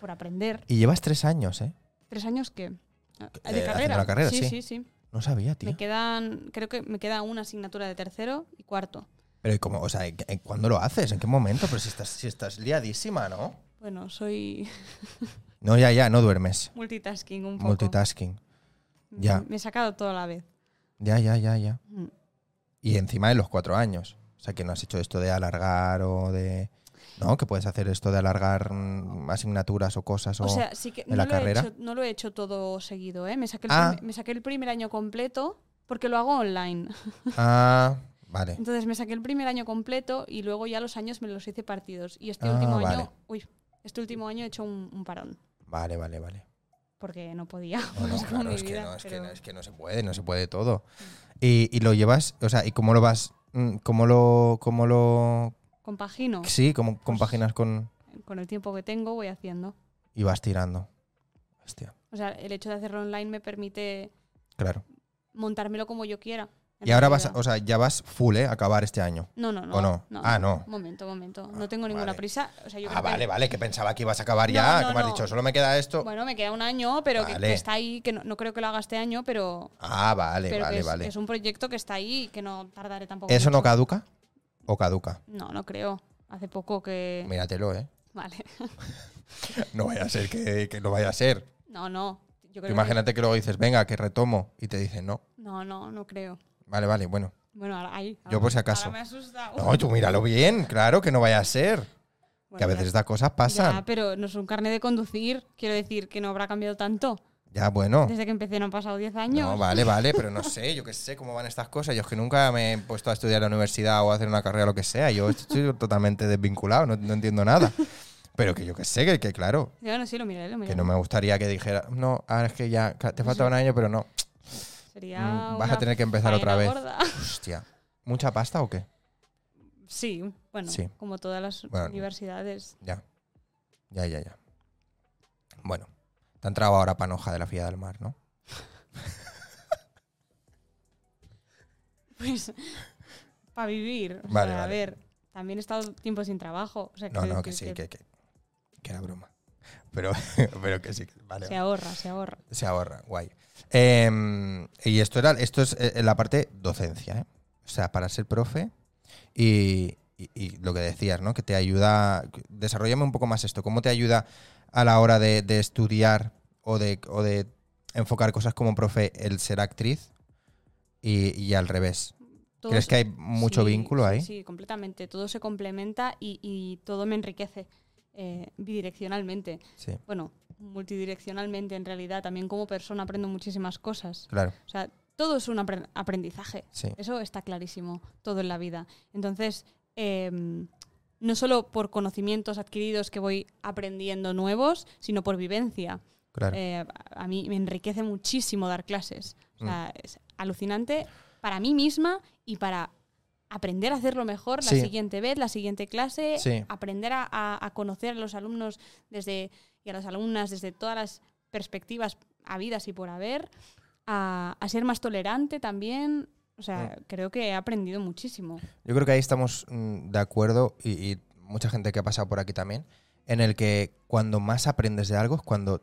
por aprender. Y llevas tres años, ¿eh? ¿Tres años qué? Ah, Eh, haciendo la carrera, sí. sí, sí. sí. No sabía, tío. Me quedan, creo que me queda una asignatura de tercero y cuarto. Pero ¿y cómo? O sea, ¿en- en- ¿cuándo lo haces? ¿En qué momento? Pero si estás, si estás liadísima, ¿no? Bueno, soy No, ya, ya, no duermes. multitasking un poco. Mm, Multitasking. ya. Me he sacado todo a la vez. Ya, ya, ya, ya. Mm. Y encima de los cuatro años. O sea, que no has hecho esto de alargar o de... No, que puedes hacer esto de alargar mm, asignaturas o cosas o... O sea, sí que en no la lo, he carrera? hecho, no lo he hecho todo seguido, ¿eh? Me saqué, el Ah. primer, me saqué el primer año completo porque lo hago online. Ah, vale. Entonces me saqué el primer año completo y luego ya los años me los hice partidos. Y este Ah, último vale. año, uy, este último año he hecho un- un parón. Vale, vale, vale. porque no podía. No, no, más con claro, mi es que vida, no, es que pero- no, es que no se puede, no se puede todo. Y, y lo llevas, o sea, ¿y cómo lo vas? mm, ¿Cómo lo... cómo lo... Compagino Sí, cómo Pues compaginas con... con el tiempo que tengo, voy haciendo. Y vas tirando. Hostia, O sea, el hecho de hacerlo online me permite claro. montármelo como yo quiera. en Y ahora vas, realidad. o sea, ya vas full, ¿eh? A acabar este año. No, no, no. ¿O no? Ah, no. Momento, momento. Ah, No tengo ninguna vale. prisa. O sea, yo Ah, creo que- vale, vale, que pensaba que ibas a acabar No, ya, no, como has no. dicho, solo me queda esto. Bueno, me queda un año, pero que- Vale. que está ahí, que no, no creo que lo haga este año, pero, ah, vale, pero que vale, es, vale. es un proyecto que está ahí y que no tardaré tampoco. ¿Eso no mucho. caduca? ¿O caduca? No, no creo. Hace poco que. Míratelo, ¿eh? Vale. No vaya a ser que, que no vaya a ser. No, no. Yo creo Tú que- imagínate que luego dices, venga, que retomo. Y te dicen, no. No, no, no creo. Vale, vale, bueno. Bueno, ahora ahí. Yo por si acaso. Ahora me asusta. No, tú míralo bien, claro, que no vaya a ser. Bueno, que a ya- veces estas cosas Ya, pasan. pero no es un carnet de conducir. Quiero decir que no habrá cambiado tanto. Ya, bueno. Desde que empecé no han pasado 10 años. No, vale, vale, pero no sé, yo que sé cómo van estas cosas. Yo es que nunca me he puesto a estudiar en la universidad o a hacer una carrera o lo que sea. Yo estoy totalmente desvinculado, no, no entiendo nada. Pero que yo que sé, que, que claro, Ya, no, sí, lo miraré, lo miraré. que no me gustaría que dijera, no, ahora es que ya ca- te falta un año, pero no. Sería Mm, vas a una tener que empezar otra faena vez. gorda. Hostia, ¿mucha pasta o qué? Sí, bueno, Sí. como todas las Bueno. universidades. Ya, ya, ya, ya. Bueno, te han entrado ahora panoja de la Filla del Mar, ¿no? Pues para vivir. O sea, Vale, A vale. ver, también he estado tiempo sin trabajo. O sea, No, quiero no, que decir sí, que, que, que era broma. Pero, pero que sí, que- vale. Se ahorra, se ahorra. Se ahorra, guay. Em, y esto era, esto es eh, la parte docencia, ¿eh? O sea, para ser profe y, y- y lo que decías, ¿no? Que te ayuda. Desarrollame un poco más esto. ¿Cómo te ayuda a la hora de, de estudiar o de, o de enfocar cosas como profe el ser actriz? Y, y al revés. Todo ¿Crees se- que hay mucho sí, vínculo sí, ahí? Sí, completamente. Todo se complementa y, y todo me enriquece eh, bidireccionalmente. Sí, Bueno, multidireccionalmente en realidad. También como persona aprendo muchísimas cosas. claro. O sea, todo es un apren- aprendizaje. Sí, Eso está clarísimo, todo en la vida. Entonces, eh, no solo por conocimientos adquiridos que voy aprendiendo nuevos, sino por vivencia. claro. Eh, a a mí me enriquece muchísimo dar clases. O Mm. sea, es alucinante para mí misma y para aprender a hacerlo mejor Sí. la siguiente vez, la siguiente clase, Sí. aprender a, a- a conocer a los alumnos desde, y a las alumnas desde todas las perspectivas habidas y por haber, a, a ser más tolerante también. O sea, Mm. creo que he aprendido muchísimo. Yo creo que ahí estamos mm, de acuerdo y, y mucha gente que ha pasado por aquí también, en el que cuando más aprendes de algo es cuando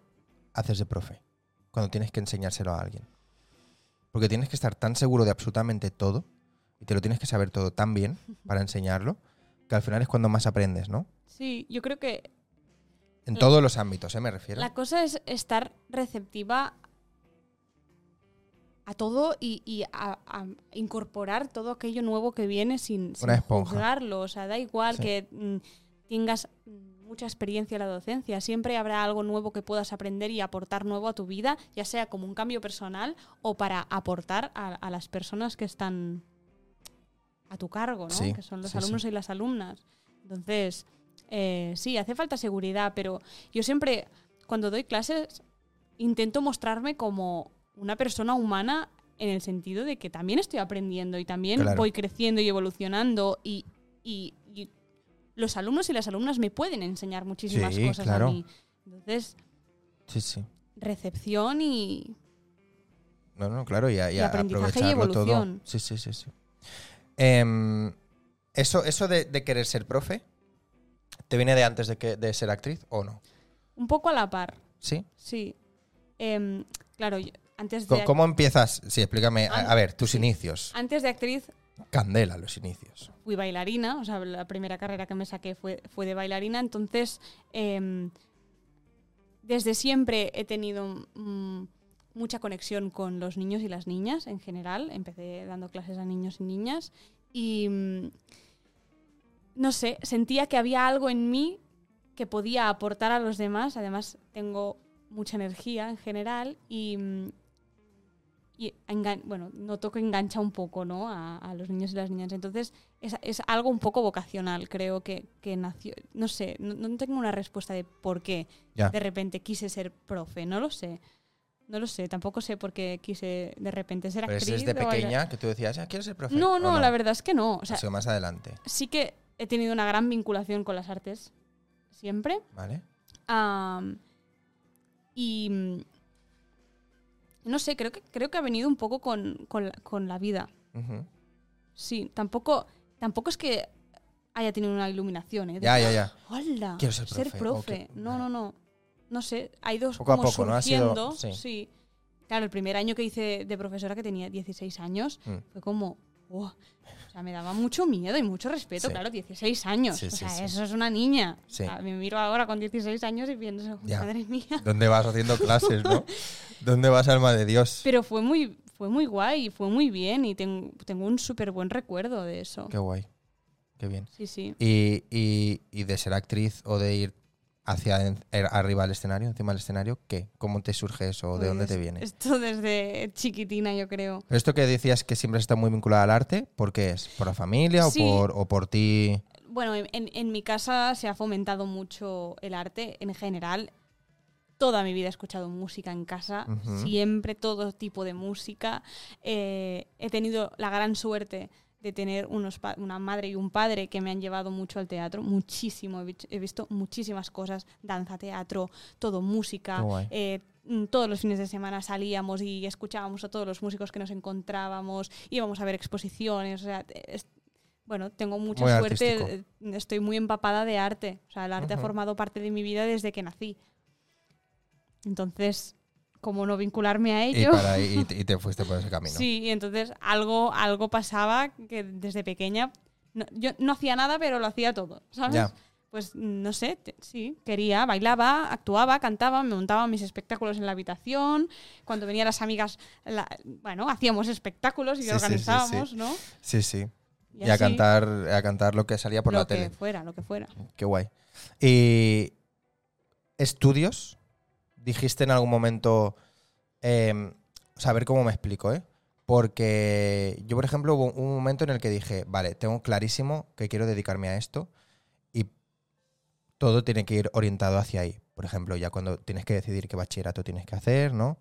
haces de profe, cuando tienes que enseñárselo a alguien. Porque tienes que estar tan seguro de absolutamente todo y te lo tienes que saber todo tan bien para enseñarlo, que al final es cuando más aprendes, ¿no? Sí, yo creo que En La- todos los ámbitos, ¿eh? Me refiero. La cosa es estar receptiva a todo y, y a, a incorporar todo aquello nuevo que viene sin, sin Una esponja. juzgarlo. O sea, da igual Sí. que mm, tengas mm, mucha experiencia en la docencia. Siempre habrá algo nuevo que puedas aprender y aportar nuevo a tu vida, ya sea como un cambio personal o para aportar a, a las personas que están a tu cargo, ¿no? Sí, que son los sí, sí. alumnos y las alumnas. Entonces, eh, sí, hace falta seguridad, pero yo siempre, cuando doy clases, intento mostrarme como una persona humana en el sentido de que también estoy aprendiendo y también Claro. voy creciendo y evolucionando y, y- y los alumnos y las alumnas me pueden enseñar muchísimas Sí, cosas claro. a mí. Entonces, Sí, sí. recepción y... No, no, claro, y, a- y Y a- aprendizaje y aprovecharlo todo. evolución. Sí, sí, sí, sí. Em, eso eso de, de querer ser profe, ¿te viene de antes de, que, de ser actriz o no? Un poco a la par, ¿Sí? sí. Em, claro, yo- antes Co- de, ¿Cómo empiezas? Sí, explícame. A, Ah, a ver, tus sí. inicios. antes de actriz Candela, los inicios. fui bailarina, o sea, la primera carrera que me saqué fue, fue de bailarina, entonces em, desde siempre he tenido mm, mucha conexión con los niños y las niñas en general, empecé dando clases a niños y niñas y mm, no sé, sentía que había algo en mí que podía aportar a los demás, además tengo mucha energía en general y... mm, y engan- bueno, noto que engancha un poco ¿no? a, a los niños y las niñas. Entonces, es, es algo un poco vocacional, creo que, que nació. No sé, no, no tengo una respuesta de por qué Ya. de repente quise ser profe, no lo sé. No lo sé, tampoco sé por qué quise de repente ser Pero es actriz. desde o bailar- pequeña que tú decías, ah, ¿quieres ser profe? No, ¿o no, la verdad es que no. O sea, Ha sido más adelante, sí que he tenido una gran vinculación con las artes siempre. ¿vale? Am, y mm, no sé, creo que, creo que ha venido un poco con, con la- con la vida. Ujú. Sí, tampoco, tampoco es que haya tenido una iluminación, ¿eh? De Ya, ya, ya. ¡Hala! Quiero ser profe, ok, No, vale. no, no. No sé, hay dos Poco a como poco, ¿no? Ha sido- surgiendo. sí. sí. Claro, el primer año que hice de profesora, que tenía 16 años, Mm. fue como... "Buah". O sea, me daba mucho miedo y mucho respeto, Sí. claro, 16 años. Sí, o sí, sea, sí. eso es una niña. Sí. O sea, me miro ahora con 16 años y pienso, Ya. madre mía. ¿Dónde vas haciendo clases, no? ¿Dónde vas, alma de Dios? Pero fue muy, fue muy guay y fue muy bien y ten- tengo un súper buen recuerdo de eso. Qué guay. Qué bien. Sí, sí. Y, y- y de ser actriz o de ir hacia en- er- arriba al escenario, encima del escenario, ¿qué? ¿Cómo te surge eso? ¿O ¿De dónde Pues, te viene? Esto desde chiquitina, yo creo. Pero Esto que decías que siempre está muy vinculado al arte, ¿por qué es? ¿Por la familia Sí. o por, o por ti? Bueno, en, en- en mi casa se ha fomentado mucho el arte en general. Toda mi vida he escuchado música en casa, Ujú. siempre todo tipo de música. Eh, he tenido la gran suerte de tener unos pa- una madre y un padre que me han llevado mucho al teatro, muchísimo, he, vich- he visto muchísimas cosas, danza, teatro, todo música, Qué guay. eh, mm, todos los fines de semana salíamos y escuchábamos a todos los músicos que nos encontrábamos, íbamos a ver exposiciones, o sea, te- es- bueno, tengo mucha Muy suerte, artístico. eh, estoy muy empapada de arte, o sea, el arte ha Ujú. formado parte de mi vida desde que nací. Entonces, como no vincularme a Y, ello? para, y, y te fuiste por ese camino. Sí, y entonces algo, algo pasaba que desde pequeña no- yo no hacía nada, pero lo hacía todo, ¿sabes? Ya. Pues no sé, te- sí, quería, bailaba, actuaba, cantaba, me montaba mis espectáculos en la habitación, cuando venían las amigas, la- bueno, hacíamos espectáculos y Sí, sí, sí, sí. organizábamos, ¿no? sí, sí. Y, a, así, cantar, a cantar lo que salía por lo la que tele. fuera, lo que fuera. Qué guay. ¿Y estudios? Dijiste en algún momento, eh, o sea, a ver cómo me explico, ¿eh? Porque yo, por ejemplo, hubo un momento en el que dije, vale, tengo clarísimo que quiero dedicarme a esto y todo tiene que ir orientado hacia ahí. Por ejemplo, ya cuando tienes que decidir qué bachillerato tienes que hacer, ¿no?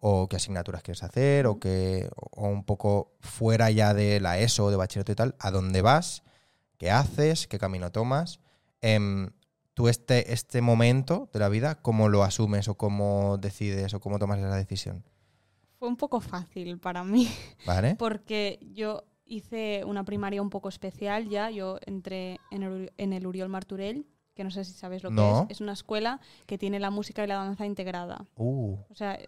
O qué asignaturas quieres hacer, o, que, o un poco fuera ya de la ESO, de bachillerato y tal, a dónde vas, qué haces, qué camino tomas em, tú este, este momento de la vida, ¿cómo lo asumes o cómo decides o cómo tomas esa decisión? Fue un poco fácil para mí. ¿Vale? Porque yo hice una primaria un poco especial ya. Yo entré en el, Uri- en el Uriol Marturell, que no sé si sabes lo No. que es. Es una escuela que tiene la música y la danza integrada. Uh, O sea, eh,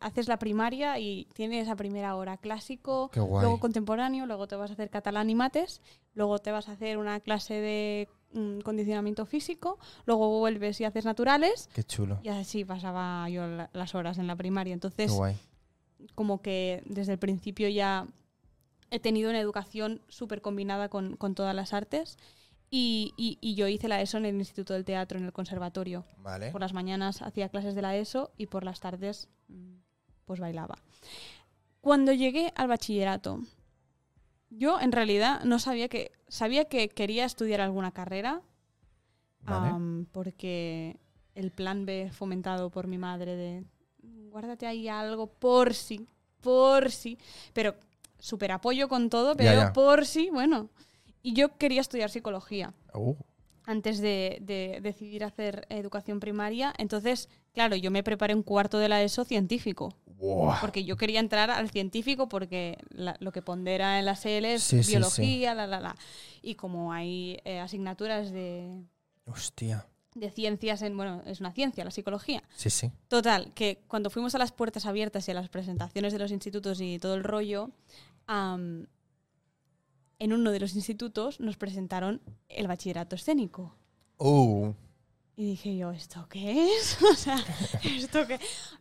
haces la primaria y tienes la primera hora clásico, qué guay. luego contemporáneo, luego te vas a hacer catalán y mates, luego te vas a hacer una clase de mm, condicionamiento físico, luego vuelves y haces naturales. Qué chulo. Y así pasaba yo la- las horas en la primaria. Qué Entonces, guay. como que desde el principio ya he tenido una educación súper combinada con, con todas las artes. Y, y- y yo hice la ESO en el Instituto del Teatro, en el Conservatorio. Vale. Por las mañanas hacía clases de la ESO y por las tardes mm, pues bailaba. Cuando llegué al bachillerato, yo en realidad no sabía que... Sabía que quería estudiar alguna carrera, Vale. Am, porque el plan B fomentado por mi madre de guárdate ahí algo por si, por si, pero super apoyo con todo, pero ya. por si, bueno. Y yo quería estudiar psicología Uh, antes de, de decidir hacer educación primaria, entonces, claro, yo me preparé un cuarto de la ESO científico, buah. porque yo quería entrar al científico porque la- lo que pondera en las L es Sí, sí, sí. biología, la, la, la. Y como hay eh, asignaturas de, Hostia. de ciencias en, bueno, es una ciencia, la psicología. Sí, sí. Total, que cuando fuimos a las puertas abiertas y a las presentaciones de los institutos y todo el rollo, am, en uno de los institutos nos presentaron el bachillerato escénico. Uh, Y dije yo, ¿esto qué es? O sea, ¿esto qué?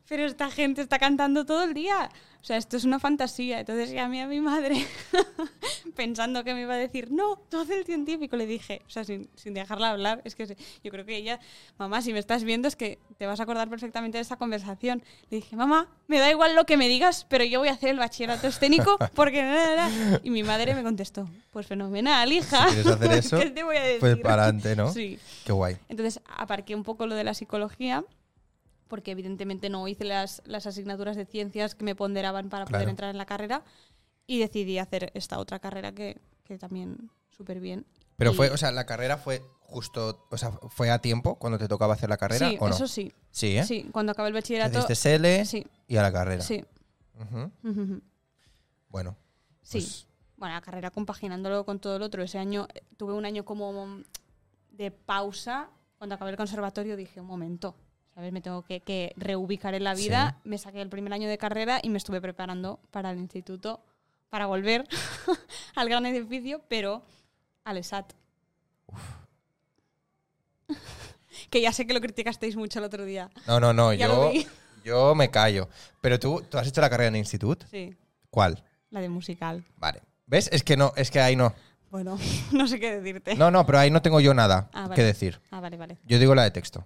Pero esta gente está cantando todo el día. O sea, esto es una fantasía. Entonces llamé a mi madre pensando que me iba a decir, no, tú haz el científico. Le dije, o sea, sin, sin dejarla hablar, es que se- yo creo que ella, mamá, si me estás viendo es que te vas a acordar perfectamente de esta conversación. Le dije, mamá, me da igual lo que me digas, pero yo voy a hacer el bachillerato escénico porque... na, na, na". Y mi madre me contestó, pues fenomenal, hija. Si quieres hacer eso, ¿Qué te voy a decir? pues para adelante, ¿no? Sí. Qué guay. Entonces aparqué un poco lo de la psicología, porque evidentemente no hice las, las asignaturas de ciencias que me ponderaban para poder Claro. entrar en la carrera, y decidí hacer esta otra carrera que, que también súper bien. Pero Y- fue, o sea, la carrera fue justo, o sea, fue a tiempo cuando te tocaba hacer la carrera sí, o no? eso sí. Sí, ¿eh? Sí, cuando acabé el Te bachillerato. Hiciste SL Sí, y a la carrera. sí. Ujú. Ujú. Bueno, Sí. Pues, bueno, la carrera compaginándolo con todo el otro. Ese año eh, tuve un año como mm, de pausa. Cuando acabé el conservatorio dije, un momento, ¿sabes? Me tengo que, que reubicar en la vida. Me saqué el primer año de carrera y me estuve preparando para el instituto, para volver al gran edificio, pero al E ESAT. que ya sé que lo criticasteis mucho el otro día. No, no, no, Ya lo yo, vi. yo me callo. Pero tú, ¿tú has hecho la carrera en instituto? Sí, ¿Cuál? la de musical. Vale. ¿Ves? Es que no, es que ahí no. Bueno, no sé qué decirte. No, no, pero ahí no tengo yo nada Ah, vale. que decir. Ah, vale, vale. Yo digo la de texto.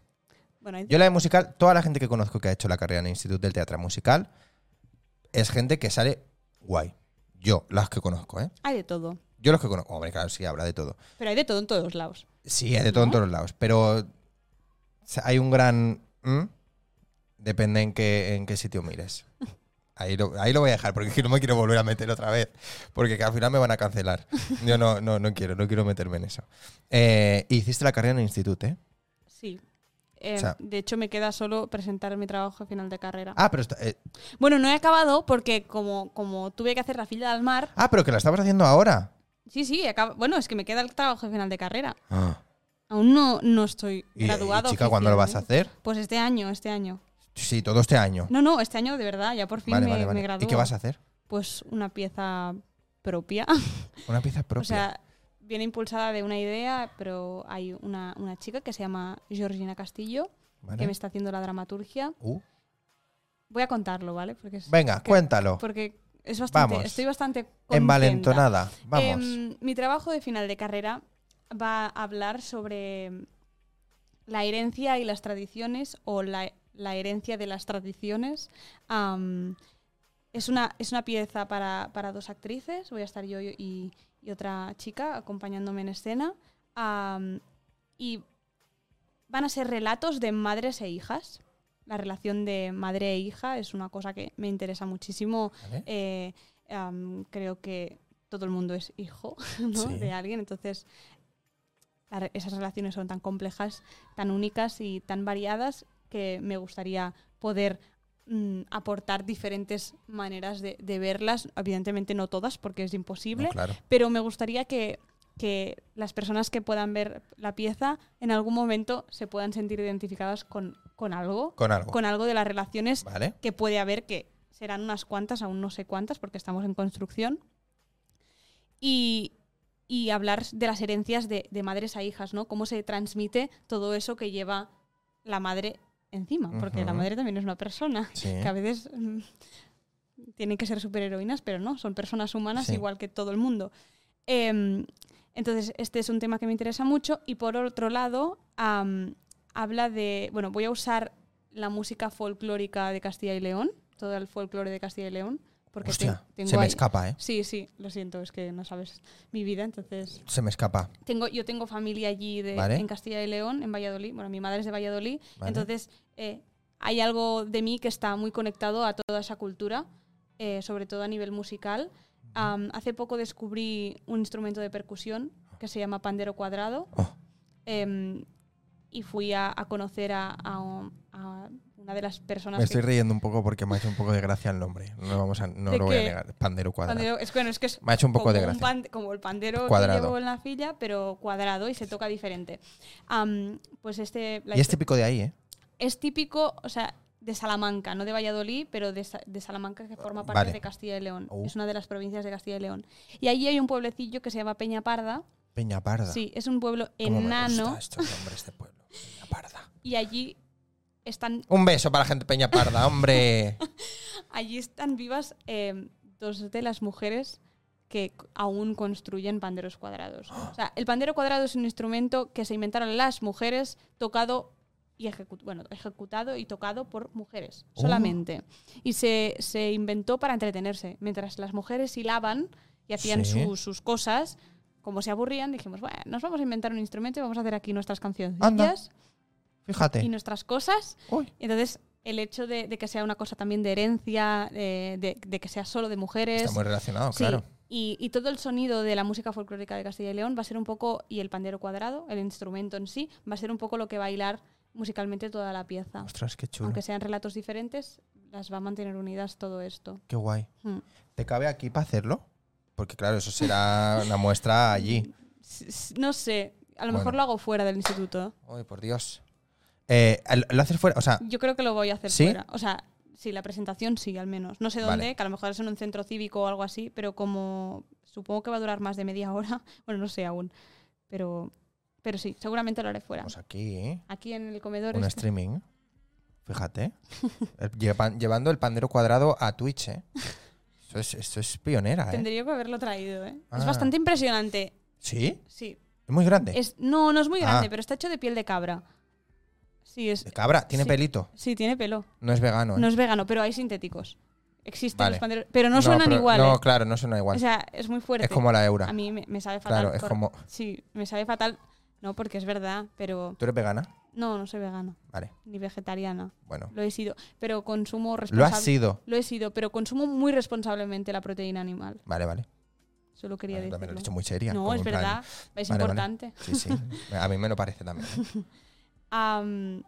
Bueno, ahí- Yo la de musical, toda la gente que conozco que ha hecho la carrera en el Instituto del Teatro Musical es gente que sale guay. Yo, las que conozco, ¿eh? hay de todo. Yo los que conozco. Hombre, claro, sí, habrá de todo. Pero hay de todo en todos lados. Sí, hay de todo en ¿No? todos lados. Pero o sea, hay un gran... ¿Mm? Depende en qué, en qué sitio mires. Ahí lo, ahí lo voy a dejar porque es que no me quiero volver a meter otra vez. Porque que al final me van a cancelar. Yo no, no, no quiero, no quiero meterme en eso. Eh, hiciste la carrera en el instituto, ¿eh? Sí. Eh, O sea- de hecho, me queda solo presentar mi trabajo a final de carrera. Ah, pero, esta- eh, Bueno, no he acabado porque como, como tuve que hacer la fila al mar, ah, pero que la estabas haciendo ahora. sí, sí, he acab- bueno, es que me queda el trabajo a final de carrera. Ah. Aún no, no estoy Y, graduado. chica, ¿cuándo lo vas a oficialmente. hacer? Pues este año, este año. Sí, todo este año. No, no, este año de verdad, ya por fin vale, me, vale, vale. me gradúo. ¿Y qué vas a hacer? Pues una pieza propia. Una pieza propia. o sea, viene impulsada de una idea, pero hay una, una chica que se llama Georgina Castillo, Vale. que me está haciendo la dramaturgia. Uh, Voy a contarlo, ¿vale? Porque es- Venga, que- cuéntalo. porque es bastante, Vamos. estoy bastante contenta. Envalentonada. Vamos. Em, mi trabajo de final de carrera va a hablar sobre em, la herencia y las tradiciones o la, la herencia de las tradiciones. Am, es, una, es una pieza para, para dos actrices, voy a estar yo y, y otra chica acompañándome en escena. Am, y van a ser relatos de madres e hijas. La relación de madre e hija es una cosa que me interesa muchísimo Vale. eh, am, creo que todo el mundo es hijo ¿no? Sí. de alguien, entonces la re- esas relaciones son tan complejas, tan únicas y tan variadas que me gustaría poder mm, aportar diferentes maneras de, de verlas, evidentemente no todas porque es imposible, No, claro. pero me gustaría que, que las personas que puedan ver la pieza en algún momento se puedan sentir identificadas con, con algo, Con algo. con algo de las relaciones Vale. que puede haber, que serán unas cuantas, aún no sé cuántas, porque estamos en construcción. Y, y hablar de las herencias de, de madres a hijas, ¿no? Cómo se transmite todo eso que lleva la madre encima, porque la Ujú. madre también es una persona, Sí. que a veces mm, tienen que ser superheroínas, pero no, son personas humanas Sí. igual que todo el mundo. Em, entonces, este es un tema que me interesa mucho. Y por otro lado, am, habla de. Bueno, voy a usar la música folclórica de Castilla y León, todo el folclore de Castilla y León. Porque Hostia, ten- tengo se me ahí- escapa, ¿eh? Sí, sí, lo siento, es que no sabes mi vida, entonces. Se me escapa. Tengo, yo tengo familia allí de- Vale. en Castilla y León, en Valladolid. Bueno, mi madre es de Valladolid, Vale. entonces eh, hay algo de mí que está muy conectado a toda esa cultura, eh, sobre todo a nivel musical. Am, hace poco descubrí un instrumento de percusión que se llama pandero cuadrado Oh, em, y fui a, a conocer a, a un- a una de las personas me estoy que... riendo un poco porque me ha hecho un poco de gracia el nombre. No, lo vamos a- no ¿De lo voy a qué? negar. Pandero cuadrado. Pandero- es, bueno, es que es Me ha hecho un poco como, de un gracia. pan- como el pandero Cuadrado. que llevo en la fila, pero cuadrado y se toca diferente. Am, pues este, la y es típico de ahí, ¿eh? es típico, o sea, de Salamanca, no de Valladolid, pero de, Sa- de Salamanca que forma parte Vale. de Castilla y León. Oh. Es una de las provincias de Castilla y León. Y allí hay un pueblecillo que se llama Peña Parda. Peña Parda. Sí, es un pueblo ¿Cómo me enano gusta estos nombres de pueblo. Peña Parda. y allí están, Un beso para la gente de Peña Parda, hombre. allí están vivas eh, dos de las mujeres que c- aún construyen panderos cuadrados. O sea, el pandero cuadrado es un instrumento que se inventaron las mujeres, tocado y ejecu- bueno, ejecutado y tocado por mujeres Oh. solamente. Y se, se inventó para entretenerse. Mientras las mujeres hilaban y hacían Sí. su- sus cosas, como se aburrían, dijimos, bueno, nos vamos a inventar un instrumento y vamos a hacer aquí nuestras Anda. cancioncillas y Fíjate. nuestras cosas. Uy. Entonces, el hecho de, de que sea una cosa también de herencia, eh, de, de que sea solo de mujeres. Está muy relacionado, Sí, claro. Y, y todo el sonido de la música folclórica de Castilla y León va a ser un poco, y el pandero cuadrado, el instrumento en sí, va a ser un poco lo que va a hilar musicalmente toda la pieza. Ostras, qué chulo. Aunque sean relatos diferentes, las va a mantener unidas todo esto. Qué guay. Mm. ¿Te cabe aquí para hacerlo? Porque claro, eso será una muestra allí. S- s- No sé, a lo Bueno. mejor lo hago fuera del instituto. Ay, por Dios. Eh, ¿lo- ¿Lo haces fuera? O sea, Yo creo que lo voy a hacer ¿Sí? fuera. O sea, sí, la presentación sí, al menos. No sé dónde, Vale. que a lo mejor es en un centro cívico o algo así, pero como supongo que va a durar más de media hora, bueno, no sé aún. Pero, pero sí, seguramente lo haré fuera. pues aquí, ¿eh? Aquí en el comedor. Un este- streaming. Fíjate. Eh, lleva- llevando el pandero cuadrado a Twitch, ¿eh? Esto es, esto es pionera, ¿eh? Tendría que haberlo traído, ¿eh? Ah. Es bastante impresionante. ¿Sí? Sí. Es muy grande. Es, no, no es muy Ah. grande, pero está hecho de piel de cabra. Sí, es, De cabra, tiene sí. pelito. sí tiene pelo. No es vegano. ¿eh? No es vegano, pero hay sintéticos. Existen Vale. los panderos. Pero no, suenan pero- iguales. No, claro, no suena igual. O sea, es muy fuerte. es como la eura. A mí me, me sabe fatal. Claro, es por- como. Sí, me sabe fatal. No, porque es verdad, pero ¿Tú eres vegana? no, no soy vegana Vale, ni vegetariana. bueno. Lo he sido, pero consumo Lo responsablemente. has sido. he sido, pero consumo muy responsablemente la proteína animal. Vale, vale. Solo quería Vale, también lo he dicho decirlo. muy seria. no, como es en plan- verdad, es Vale, vale. importante. Sí, sí. A mí me lo parece también. Am,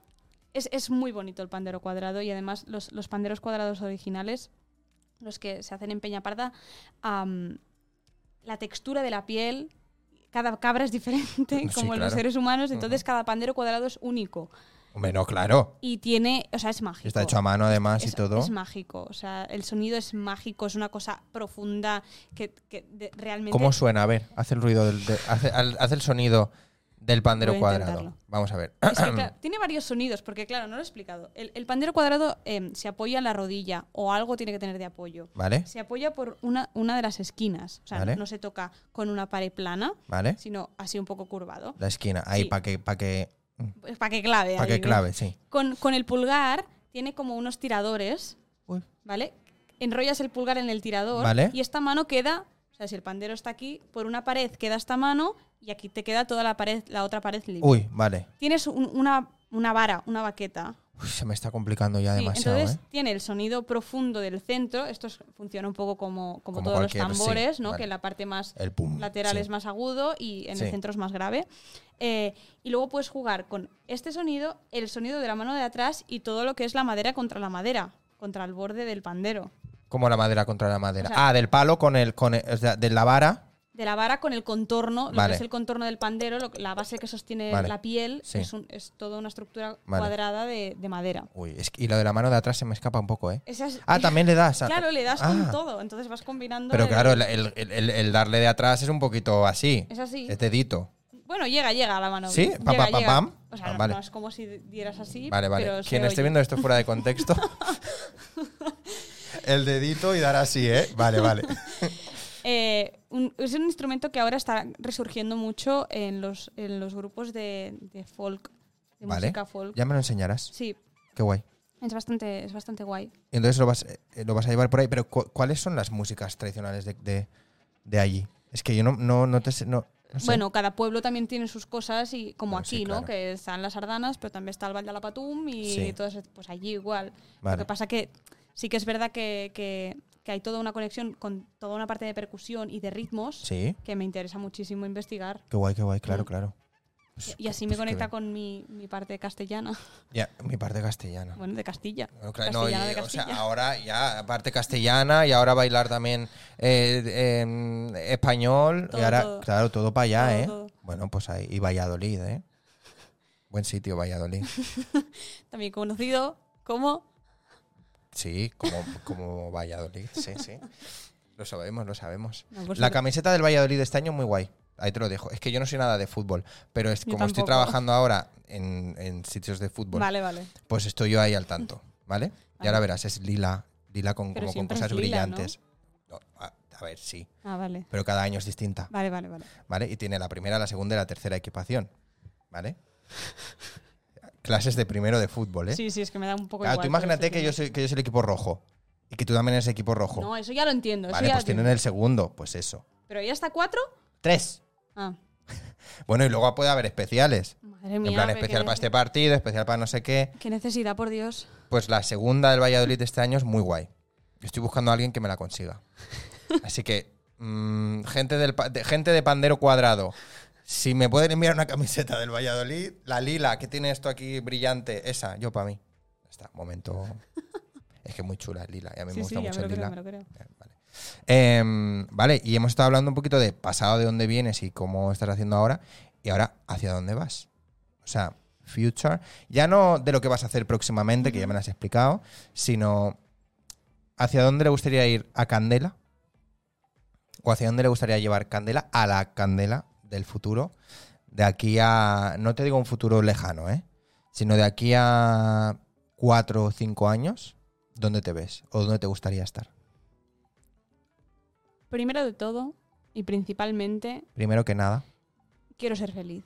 es, es muy bonito el pandero cuadrado y además los, los panderos cuadrados originales, los que se hacen en Peñaparda, am, la textura de la piel, cada cabra es diferente, Sí, como los claro. seres humanos, entonces cada pandero cuadrado es único. Hombre, no, claro. Y tiene, o sea, es mágico. Está hecho a mano además y es, todo. es mágico, o sea, el sonido es mágico, es una cosa profunda que, que de- realmente... ¿Cómo suena? A ver, hace el ruido del. de- hace, al- hace el sonido del pandero Voy a cuadrado. intentarlo. Vamos a ver. Es que, claro, tiene varios sonidos, porque claro, no lo he explicado. El, el pandero cuadrado eh, se apoya en la rodilla o algo tiene que tener de apoyo. ¿Vale? Se apoya por una, una de las esquinas. O sea, Vale. no se toca con una pared plana, ¿Vale? sino así un poco curvado. La esquina. Ahí, Sí. para que, para que, mm, Para que clave. pa' ahí, que ¿no? clave, sí. Con, con el pulgar tiene como unos tiradores, Uy. ¿vale? Enrollas el pulgar en el tirador Vale. y esta mano queda, o sea, si el pandero está aquí, por una pared queda esta mano y aquí te queda toda la pared, la otra pared libre. Uy, vale. Tienes un- una, una vara, una baqueta. Uy, se me está complicando ya Sí, demasiado, entonces ¿eh? tiene el sonido profundo del centro. Esto es- funciona un poco como, como, Como todos los cualquier, sí, tambores, ¿no? vale. Que la parte más ¿eh? El pum. lateral sí. es más agudo y en Sí. el centro es más grave. Eh, y luego puedes jugar con este sonido, el sonido de la mano de atrás y todo lo que es la madera contra la madera, contra el borde del pandero. Como la madera contra la madera. O sea- ah, del palo con el. Con el- o sea, de la vara. De la vara con el contorno, lo Vale. que es el contorno del pandero, lo que- la base que sostiene Vale. la piel, Sí. es, un- es toda una estructura Vale. cuadrada de, de madera. Uy, es que- y lo de la mano de atrás se me escapa un poco, ¿eh? Esa es- Ah, también le das. a- claro, le das Ah, con todo, entonces vas combinando. Pero el- claro, el, el- el- el darle de atrás es un poquito así. Es así. Es dedito. Bueno, llega, llega a la mano. ¿Sí? Pam, Llega, pam, pam, llega. pam. O sea, Ah, no- vale. no es como si dieras así. Vale, vale. Pero se Quien esté oye. viendo esto fuera de contexto, el dedito y dar así, ¿eh? Vale, vale. Eh, un- es un instrumento que ahora está resurgiendo mucho en los, en los grupos de, de folk, de Vale. música folk. Ya me lo enseñarás. Sí, Qué guay. es bastante, es bastante guay. Entonces lo vas, eh, lo vas a llevar por ahí. Pero cu- ¿cuáles son las músicas tradicionales de, de- de allí? Es que yo no, no, no te sé. No, no sé. Bueno, cada pueblo también tiene sus cosas, y como Ah, Bueno, aquí, sí, claro. ¿no? Que están las Ardanas, pero también está el Val de la Patum y Sí. todas, pues allí igual. Vale. Lo que pasa que sí que es verdad que, que- que hay toda una conexión con toda una parte de percusión y de ritmos Sí. que me interesa muchísimo investigar. Qué guay, qué guay, claro, Mm. claro. Pues- Y así pues me qué conecta bien. con mi, mi parte castellana, Ya, mi parte castellana. bueno, de Castilla. Bueno, claro, no, y, Castellana de o sea, Castilla. ahora ya, parte castellana y ahora bailar también eh, eh, español. y Todo, ahora, todo. claro, todo para allá, Todo, ¿eh? todo. Bueno, pues ahí. Y Valladolid, ¿eh? Buen sitio, Valladolid. ah, También conocido como... Sí, como, como Valladolid, sí, sí. Lo sabemos, lo sabemos. No, por La supuesto. camiseta del Valladolid de este año muy guay. Ahí te lo dejo. Es que yo no soy nada de fútbol, pero es, Yo como estoy tampoco. trabajando ahora en, en sitios de fútbol, Vale, vale. pues estoy yo ahí al tanto, ¿vale? Y Vale. ahora verás, es lila, lila con, Pero como con siempre cosas es lila, ¿no? brillantes. No, a, a ver, sí, Ah, vale. pero cada año es distinta, Vale, vale, vale. ¿vale? Y tiene la primera, la segunda y la tercera equipación, ¿vale? Clases de primero de fútbol, ¿eh? Sí, sí, es que me da un poco Claro, igual. tú imagínate que yo, soy, que yo soy el equipo rojo y que tú también eres el equipo rojo. No, eso ya lo entiendo. eso Vale, ya pues lo tienen entiendo. el segundo, pues eso. Pero ya está cuatro. Tres. Ah, Bueno, y luego puede haber especiales. madre mía. en plan, pero qué especial para nece- este partido, especial para no sé qué. Qué necesidad, por Dios. Pues la segunda del Valladolid de este año es muy guay. Yo estoy buscando a alguien que me la consiga. Así que, mm, gente, del pa- de, gente de pandero cuadrado, si me pueden enviar una camiseta del Valladolid, la lila que tiene esto aquí brillante, esa, yo para mí. Ya Está, momento. Es que es muy chula, es lila. Y a mí me sí, sí, gusta ya mucho me lo el lila. creo, me lo creo. Eh, vale. Em, vale, y hemos estado hablando un poquito de pasado, de dónde vienes y cómo estás haciendo ahora, y ahora hacia dónde vas. O sea, future, ya no de lo que vas a hacer próximamente, que ya me lo has explicado, sino hacia dónde le gustaría ir a Candela, o hacia dónde le gustaría llevar Candela, a la Candela del futuro, de aquí a, no te digo un futuro lejano, ¿eh? sino de aquí a cuatro o cinco años, ¿dónde te ves o dónde te gustaría estar? Primero de todo, y principalmente, Primero que nada. quiero ser feliz.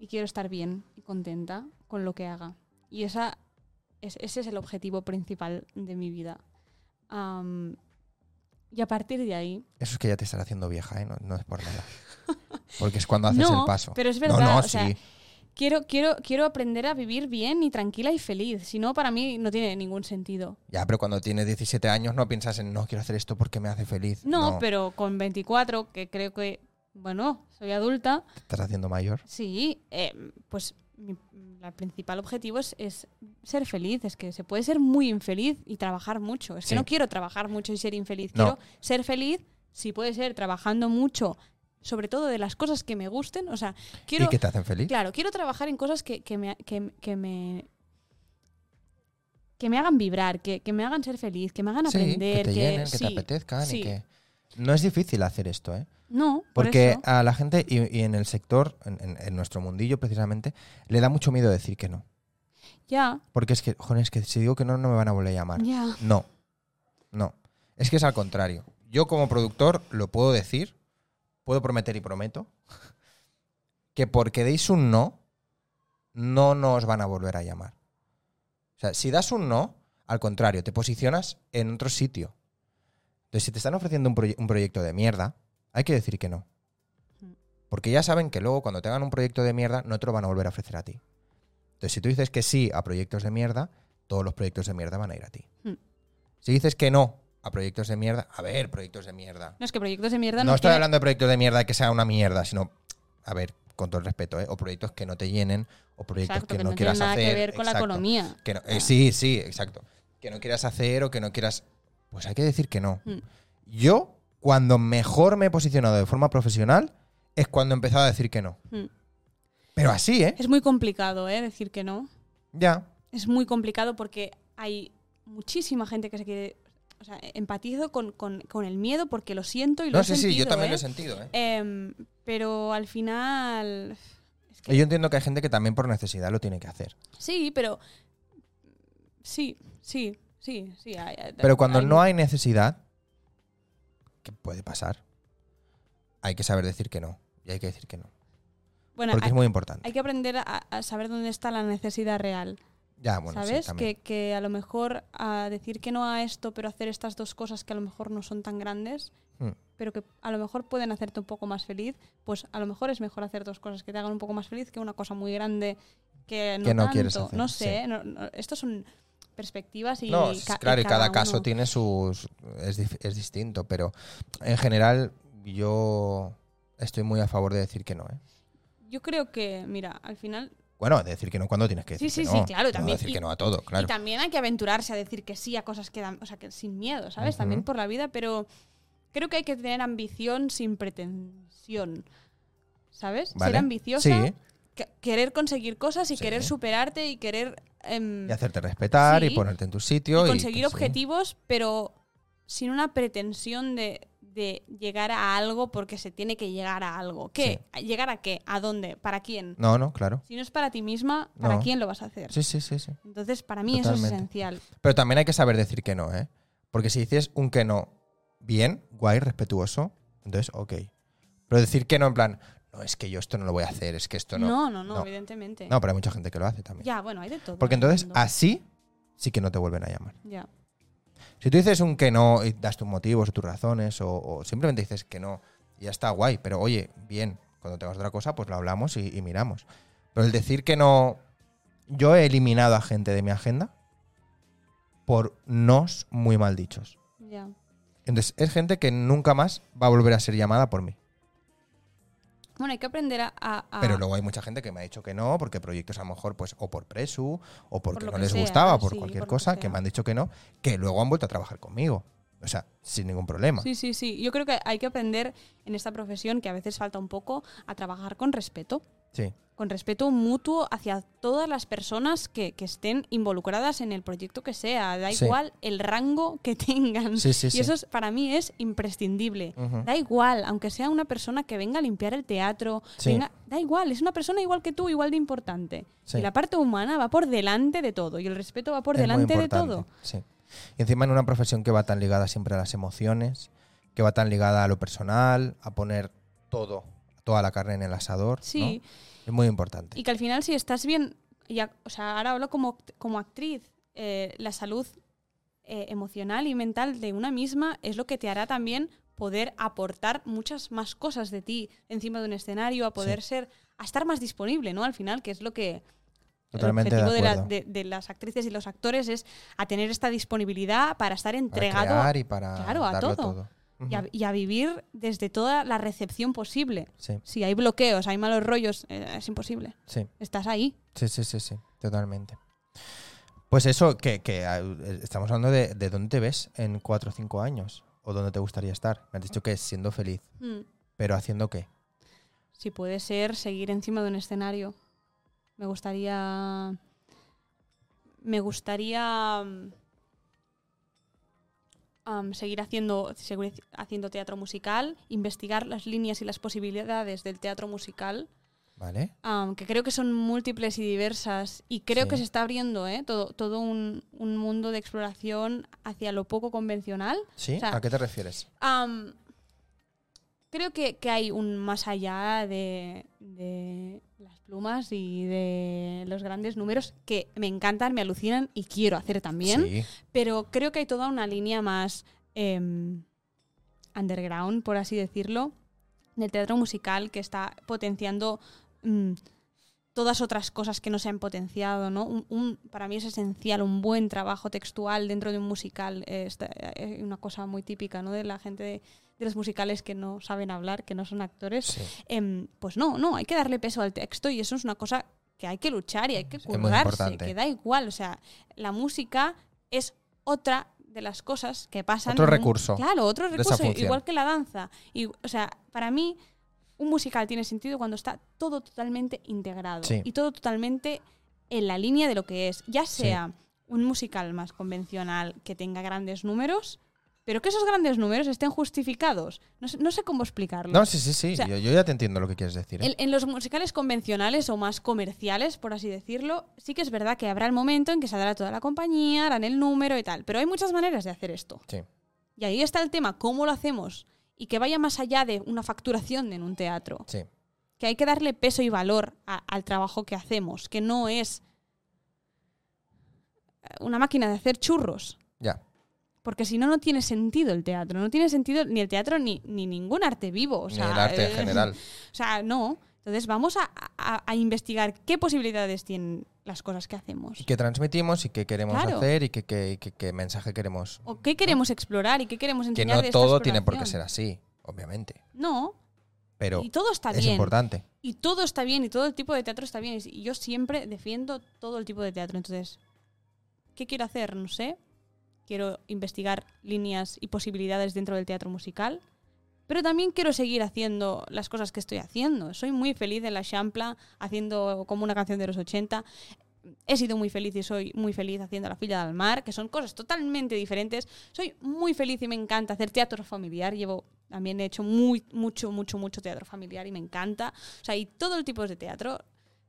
Y quiero estar bien y contenta con lo que haga. Y esa, es- ese es el objetivo principal de mi vida. Am, y a partir de ahí... Eso es que ya te estará haciendo vieja, ¿eh? no, no es por nada. Porque es cuando haces no, el paso. pero es No, verdad. no, o sí. sea, quiero, quiero, quiero aprender a vivir bien y tranquila y feliz. Si no, para mí no tiene ningún sentido. Ya, pero cuando tienes 17 años no piensas en no quiero hacer esto porque me hace feliz. No, pero con 24, que creo que, bueno, soy adulta, Te estás haciendo mayor. sí, eh, pues mi la principal objetivo es, es ser feliz. Es que se puede ser muy infeliz y trabajar mucho. Es Sí. que no quiero trabajar mucho y ser infeliz. No. Quiero ser feliz, si puede ser, trabajando mucho, sobre todo de las cosas que me gusten. O sea, quiero... ¿Y qué te hacen feliz? Claro, quiero trabajar en cosas que, que me, que- que me que me hagan vibrar, que, que me hagan ser feliz, que me hagan Sí, aprender, que te llenen, que te sí, apetezcan y sí. que... No es difícil hacer esto, ¿eh? No, por Porque eso. a la gente y, y en el sector, en, en- en nuestro mundillo precisamente, le da mucho miedo decir que no. ya, Porque es que, joder, es que si digo que no, no me van a volver a llamar. ya, No, no. Es que es al contrario. Yo como productor lo puedo decir, puedo prometer y prometo, que porque deis un no, no nos van a volver a llamar. O sea, si das un no, al contrario, te posicionas en otro sitio. Entonces, si te están ofreciendo un, proye- un proyecto de mierda, hay que decir que no. Porque ya saben que luego cuando te hagan un proyecto de mierda, no te lo van a volver a ofrecer a ti. Entonces, si tú dices que sí a proyectos de mierda, todos los proyectos de mierda van a ir a ti. Mm. Si dices que no a proyectos de mierda, a ver, proyectos de mierda. No es que proyectos de mierda No, no, estoy quiere- hablando de proyectos de mierda que sea una mierda, sino, a ver, con todo el respeto, ¿eh? o proyectos que no te llenen, o proyectos Exacto, que, que, no, no tiene quieras nada hacer. que ver con la exacto. economía. Que no- eh, Ah. sí, sí, exacto. Que no quieras hacer o que no quieras. Pues hay que decir que no. Mm. Yo, cuando mejor me he posicionado de forma profesional, es cuando he empezado a decir que no. Mm. Pero así, ¿eh? Es muy complicado, ¿eh? Decir que no. Ya. Es muy complicado porque hay muchísima gente que se quiere... O sea, empatizo con, con- con el miedo porque lo siento y lo No, he sí, sentido, sí, yo también lo ¿eh? he sentido, ¿eh? Em, pero al final... es que- Y yo entiendo que hay gente que también por necesidad lo tiene que hacer. Sí, pero... Sí, sí, sí, sí. hay- hay- Pero cuando no hay necesidad, que puede pasar, hay que saber decir que no. Y hay que decir que no. Bueno, Porque hay, es muy importante. hay que aprender a, a saber dónde está la necesidad real. Ya, bueno, sí, ¿Sabes? también. que, que a lo mejor a decir que no a esto, pero hacer estas dos cosas que a lo mejor no son tan grandes, Mm. pero que a lo mejor pueden hacerte un poco más feliz, pues a lo mejor es mejor hacer dos cosas que te hagan un poco más feliz que una cosa muy grande que no, Que no tanto. quieres hacer, no sí. sé, ¿eh? no- no, estos son perspectivas y No, es- ca- claro, y cada, caso uno. tiene sus. Es, dif- es distinto, pero en general yo estoy muy a favor de decir que no. ¿eh? Yo creo que, mira, al final Bueno, decir que no cuando tienes que decir Sí, que sí, no. sí, claro, No también. decir Y- que no a todo, claro. Y también hay que aventurarse a decir que sí a cosas que dan, o sea, que sin miedo, ¿sabes? También Ujú. por la vida, pero creo que hay que tener ambición sin pretensión, ¿sabes? Vale. Ser ambiciosa, Sí. que- querer conseguir cosas y Sí. querer superarte y querer em, Y hacerte respetar y Sí. ponerte en tu y sitio. y conseguir que sí. objetivos, pero sin una pretensión de, de llegar a algo porque se tiene que llegar a algo. ¿Qué? ¿Llegar a qué? ¿A dónde? ¿Para quién? No, no, claro. Si no es para ti misma, ¿para No. quién lo vas a hacer? Sí, sí, sí, sí. Entonces, para mí eso es Totalmente. esencial. Pero también hay que saber decir que no, ¿eh? Porque si dices un que no bien, guay, respetuoso, entonces ok. Pero decir que no en plan, no, es que yo esto no lo voy a hacer, es que esto no. No, no, no, No. evidentemente. No, pero hay mucha gente que lo hace también. Ya, bueno, hay de todo. Porque en el entonces mundo. así sí que no te vuelven a llamar. Ya. Si tú dices un que no y das tus motivos o tus razones o, o simplemente dices que no, y ya está guay, pero oye, bien, cuando tengas otra cosa, pues lo hablamos y, y miramos. Pero el decir que no, yo he eliminado a gente de mi agenda por nos muy mal dichos. Ya. Entonces, es gente que nunca más va a volver a ser llamada por mí. Bueno, hay que aprender a. a- a- Pero luego hay mucha gente que me ha dicho que no, porque proyectos a lo mejor, pues, o por presu, o porque lo no que les sea, gustaba, por sí, cualquier por lo que cosa, que, sea. me han dicho que no, que luego han vuelto a trabajar conmigo. O sea, sin ningún problema. Sí, sí, sí. Yo creo que hay que aprender en esta profesión, que a veces falta un poco, a trabajar con respeto. Sí. Con respeto mutuo hacia todas las personas que, que estén involucradas en el proyecto que sea. Da Sí. igual el rango que tengan. Sí, sí, y sí. eso es- para mí es imprescindible. Ujú. Da igual, aunque sea una persona que venga a limpiar el teatro. Sí. venga- da igual, es una persona igual que tú, igual de importante. Sí. Y la parte humana va por delante de todo. Y el respeto va por Es muy delante de importante, todo. Sí. Y encima en una profesión que va tan ligada siempre a las emociones, que va tan ligada a lo personal, a poner todo, toda la carne en el asador. ¿no? Sí. Es muy importante. Y que al final, si estás bien, ya, o sea, ahora hablo como, act- como actriz, eh, la salud eh, emocional y mental de una misma es lo que te hará también poder aportar muchas más cosas de ti encima de un escenario, a poder ser, a estar más disponible, ¿no? Al final, que es lo que Totalmente el de objetivo de, la- acuerdo. de- de las actrices y los actores es a tener esta disponibilidad para estar para entregado crear y para claro, a darlo todo. y, a, Ujú. y a vivir desde toda la recepción posible. Sí, Si hay bloqueos, hay malos rollos, eh, es imposible. sí, Estás ahí. sí, sí, sí, sí, totalmente. Pues eso, que, que, ah, eh, estamos hablando de, de dónde te ves en cuatro o cinco años o dónde te gustaría estar. Me has dicho que siendo feliz, Mm. pero haciendo qué. si puede ser, seguir encima de un escenario. Me gustaría. Me gustaría. mm, am, seguir haciendo, seguir haciendo teatro musical, investigar las líneas y las posibilidades del teatro musical, ¿Vale? am, que creo que son múltiples y diversas, y creo Sí. que se está abriendo ¿eh? todo, todo un, un mundo de exploración hacia lo poco convencional. ¿Sí? O sea, ¿A qué te refieres? Am, creo que, que hay un más allá de, de las plumas y de los grandes números que me encantan, me alucinan y quiero hacer también. Sí, Pero creo que hay toda una línea más em, underground, por así decirlo, del teatro musical que está potenciando mm, todas otras cosas que no se han potenciado, ¿no? Un- un- para mí es esencial un buen trabajo textual dentro de un musical. eh, esta- eh, una cosa muy típica, ¿no? De la gente de, de los musicales que no saben hablar, que no son actores. sí. Em, pues no, no, hay que darle peso al texto y eso es una cosa que hay que luchar y hay que Es muy currarse, importante. que da igual, o sea, la música es otra de las cosas que pasan. Otro en un- recurso Claro, otro esa recurso, función. igual que la danza. Y, o sea, para mí un musical tiene sentido cuando está todo totalmente integrado Sí. y todo totalmente en la línea de lo que es, ya Sí. sea un musical más convencional que tenga grandes números, pero que esos grandes números estén justificados. No sé, no sé cómo explicarlo. No, sí, sí, sí. O sea, yo, yo ya te entiendo lo que quieres decir. ¿eh? En, en los musicales convencionales o más comerciales, por así decirlo, sí que es verdad que habrá el momento en que saldrá toda la compañía, harán el número y tal. Pero hay muchas maneras de hacer esto. Sí. Y ahí está el tema, cómo lo hacemos. Y que vaya más allá de una facturación en un teatro. Sí, Que hay que darle peso y valor a- al trabajo que hacemos, que no es eh, una máquina de hacer churros. ya. Porque si no, no tiene sentido el teatro. No tiene sentido ni el teatro ni, ni ningún arte vivo. O Ni sea, el arte en eh, general. O sea, no. Entonces vamos a, a- a investigar qué posibilidades tienen las cosas que hacemos. Y que transmitimos y que queremos Claro. hacer y que, que- que- que mensaje queremos. O qué queremos explorar y qué queremos Que enseñar. no de esta todo tiene por qué ser exploración. así, obviamente. No, Pero y todo está es bien. importante. Y todo está bien, y todo el tipo de teatro está bien. Y yo siempre defiendo todo el tipo de teatro. Entonces, ¿qué quiero hacer? No sé. Quiero investigar líneas y posibilidades dentro del teatro musical. Pero también quiero seguir haciendo las cosas que estoy haciendo. Soy muy feliz en la champla, haciendo como una canción de los 80. He sido muy feliz y soy muy feliz haciendo La Filla del Mar, que son cosas totalmente diferentes. Soy muy feliz y me encanta hacer teatro familiar. Llevo también he hecho muy, mucho, mucho, mucho teatro familiar y me encanta. O sea, y todo el tipo de teatro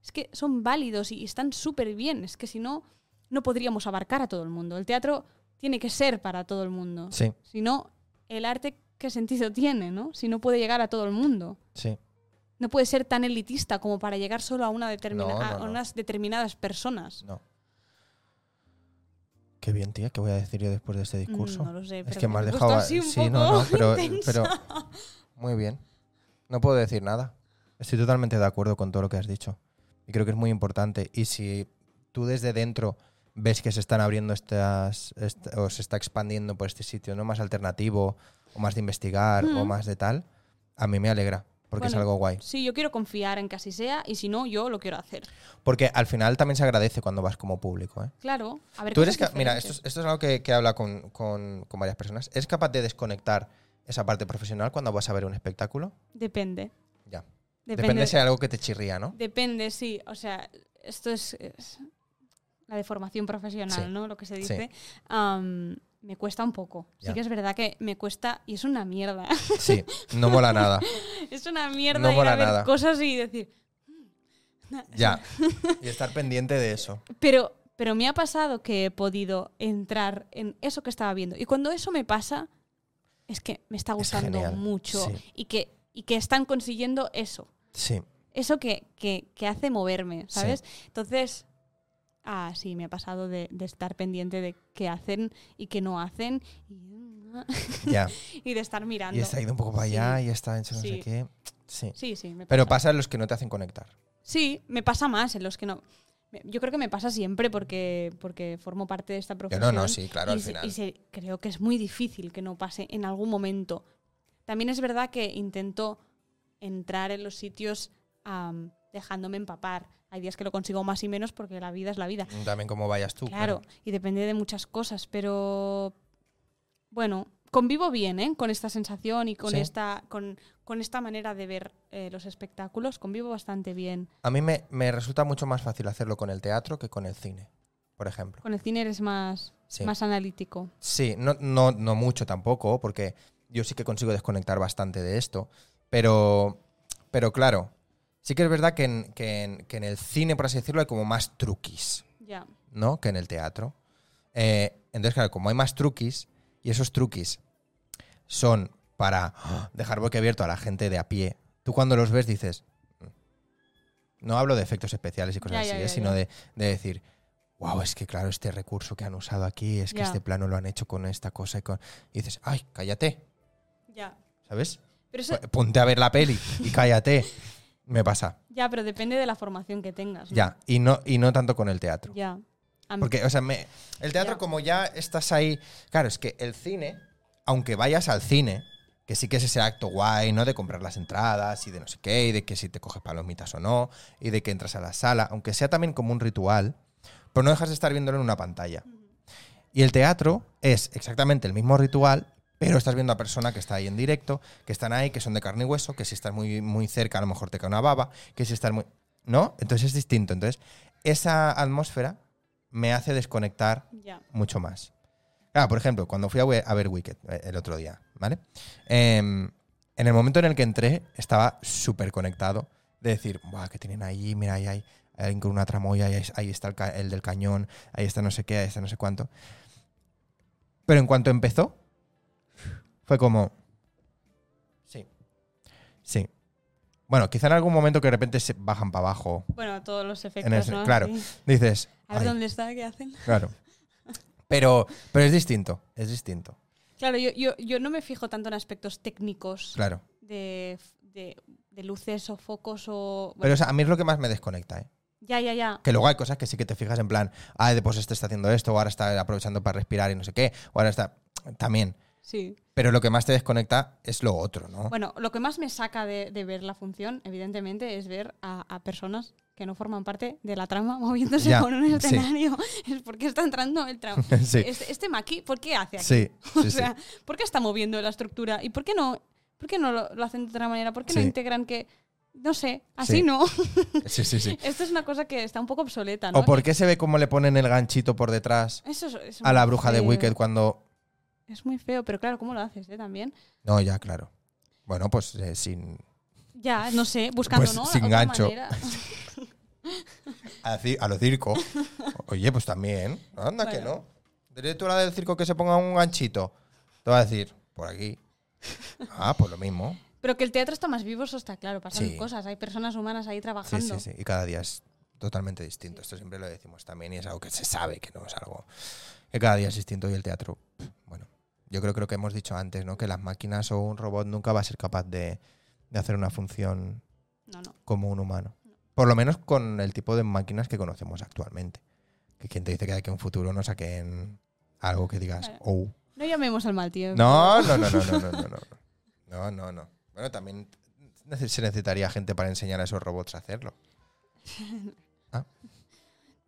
es que son válidos y están súper bien. Es que si no, no podríamos abarcar a todo el mundo. El teatro tiene que ser para todo el mundo. Sí, Si no, el arte, ¿qué sentido tiene, no? Si no puede llegar a todo el mundo. sí. No puede ser tan elitista como para llegar solo a, una determina- No, no, a no. unas determinadas personas. No. Qué bien, tía, ¿qué voy a decir yo después de este discurso? Mm, No lo sé, es pero que me has he dejado. puesto a- así un sí, no, no, poco pero, intensa. pero. Muy bien. No puedo decir nada. Estoy totalmente de acuerdo con todo lo que has dicho. Y creo que es muy importante. Y si tú desde dentro ves que se están abriendo estas. esta- o se está expandiendo por este sitio, ¿no? Más alternativo, o más de investigar, o Mm. más de tal, a mí me alegra. porque es Bueno. algo guay. Sí, yo quiero confiar en que así sea y si no, yo lo quiero hacer. Porque al final también se agradece cuando vas como público, ¿eh? Claro. A ver, Tú eres cosas ca- mira, esto, diferentes. es- esto es algo que, que he hablado con, con- con varias personas. ¿Es capaz de desconectar esa parte profesional cuando vas a ver un espectáculo? Depende. Ya. Depende, Depende, si hay algo que te chirría, ¿no? depende, sí. O sea, esto es, es la deformación profesional, Sí. ¿no? Lo que se Sí. dice. Am, me cuesta un poco. Ya. Sí que es verdad que me cuesta y es una mierda. Sí, no mola nada. es una mierda No ir mola a ver nada. cosas y decir, Ya. Y estar pendiente de eso. Pero, pero me ha pasado que he podido entrar en eso que estaba viendo. Y cuando eso me pasa, es que me está gustando genial, mucho. sí. Y, que, y que están consiguiendo eso. Sí. Eso que, que- que hace moverme, Sí. ¿sabes? Entonces, ah, sí, me ha pasado de, de estar pendiente de qué hacen y qué no hacen. Y, Ya. y de estar mirando. Y está ido un poco para Sí. allá y está hecho no sé Sí. qué. Sí. Sí, sí, me Pero pasa. pasa en los que no te hacen conectar. Sí, me pasa más en los que no. Me- Yo creo que me pasa siempre porque, porque formo parte de esta Yo profesión. no, no, sí, claro, y al se- final. y se- creo que es muy difícil que no pase en algún momento. También es verdad que intento entrar en los sitios am, dejándome empapar. Hay días que lo consigo más y menos porque la vida es la vida. mm, También cómo vayas tú. claro, y depende de muchas cosas, pero bueno, convivo bien ¿eh? con esta sensación y con, Sí. esta, con, con esta manera de ver eh, los espectáculos. Convivo bastante bien. A mí me, me resulta mucho más fácil hacerlo con el teatro que con el cine, por ejemplo. Con el cine eres más, Sí. más analítico. Sí, no, no, no mucho tampoco, porque yo sí que consigo desconectar bastante de esto. Pero, pero claro, sí que es verdad que en, que en- que en el cine, por así decirlo, hay como más truquis, Ya. ¿no? Que en el teatro. Eh, entonces, claro, como hay más truquis, y esos truquis son para ¡ah!, dejar boquiabierto a la gente de a pie, tú cuando los ves dices. "Mm". No hablo de efectos especiales y cosas Ya, ya, así, ya, eh, sino ya. De, de decir, wow, es que claro, este recurso que han usado aquí, es que Ya. este plano lo han hecho con esta cosa y con. Y dices, ay, cállate, Ya. ¿sabes? Pero eso, P- Ponte a ver la peli y cállate. Me pasa, ya, pero depende de la formación que tengas. ¿no? ya. Y no, y no tanto con el teatro. Ya. A mí- Porque, o sea, me- el teatro Ya. como ya estás ahí... Claro, es que el cine, aunque vayas al cine, que sí que es ese acto guay, ¿no? De comprar las entradas y de no sé qué, y de que si te coges palomitas o no, y de que entras a la sala, aunque sea también como un ritual, pero no dejas de estar viéndolo en una pantalla. Y el teatro es exactamente el mismo ritual, pero estás viendo a persona que está ahí en directo, que están ahí, que son de carne y hueso, que si estás muy, muy cerca a lo mejor te cae una baba, que si estás muy... ¿No? Entonces es distinto. Entonces, esa atmósfera me hace desconectar Ya. mucho más. Claro, por ejemplo, cuando fui a we- a ver Wicked eh, el otro día, ¿vale? Em, en el momento en el que entré, estaba súper conectado de decir, ¡buah, que tienen ahí! Mira, ahí hay, hay alguien con una tramoya, ahí, ahí está el, ca- el del cañón, ahí está no sé qué, ahí está no sé cuánto. Pero en cuanto empezó, fue como. Sí. Sí. Bueno, quizá en algún momento que de repente se bajan para abajo. Bueno, todos los efectos, En ese- ¿no? claro. Sí. Dices. A ver "Ay, dónde está, qué hacen. Claro. Pero, pero es distinto, es distinto. Claro, yo, yo, yo no me fijo tanto en aspectos técnicos Claro. de, de, de luces o focos o... Pero o sea, a mí es lo que más me desconecta, ¿eh? ya, ya, ya. Que luego hay cosas que sí que te fijas en plan, ah, pues este está haciendo esto, o ahora está aprovechando para respirar y no sé qué, o ahora está. También. Sí. Pero lo que más te desconecta es lo otro, ¿no? Bueno, lo que más me saca de, de ver la función, evidentemente, es ver a, a personas que no forman parte de la trama moviéndose Ya, por un sí. escenario. Es porque está entrando el tramo. sí, Este, este maqui, ¿por qué hace aquí? sí, sí, o sí. sea, ¿por qué está moviendo la estructura? ¿Y por qué no, por qué no lo, lo hacen de otra manera? ¿Por qué no Sí. integran que.? No sé, así Sí. no. Sí, sí, sí. Esto es una cosa que está un poco obsoleta, ¿no? ¿O por qué se ve cómo le ponen el ganchito por detrás Eso es, es a la muy bruja de feo. Wicked cuando. Es muy feo, pero claro, ¿cómo lo haces, eh? También. No, ya, claro. Bueno, pues eh, sin. Ya, no sé, buscando, Pues ¿no? sin Otra gancho. manera. A, ci- a lo circo. Oye, pues también. Anda que no. Bueno. Dile tú a la del circo que se ponga un ganchito. Te va a decir, por aquí. Ah, pues lo mismo. Pero que el teatro está más vivo, eso está claro. Pasan Sí. cosas, hay personas humanas ahí Sí, trabajando. sí, sí. Y cada día es totalmente distinto. Esto siempre lo decimos también y es algo que se sabe que no es algo. Que cada día es distinto y el teatro, bueno, yo creo, creo que hemos dicho antes, ¿no? Que las máquinas o un robot nunca va a ser capaz de, de hacer una función No, no. como un humano. Por lo menos con el tipo de máquinas que conocemos actualmente. Que quien te dice que de aquí a un futuro no saquen algo que digas, Claro. Em. oh. No llamemos al mal tiempo. No, no, no, no, no, no, no, no. No, no, no. Bueno, también nece- se necesitaría gente para enseñar a esos robots a hacerlo.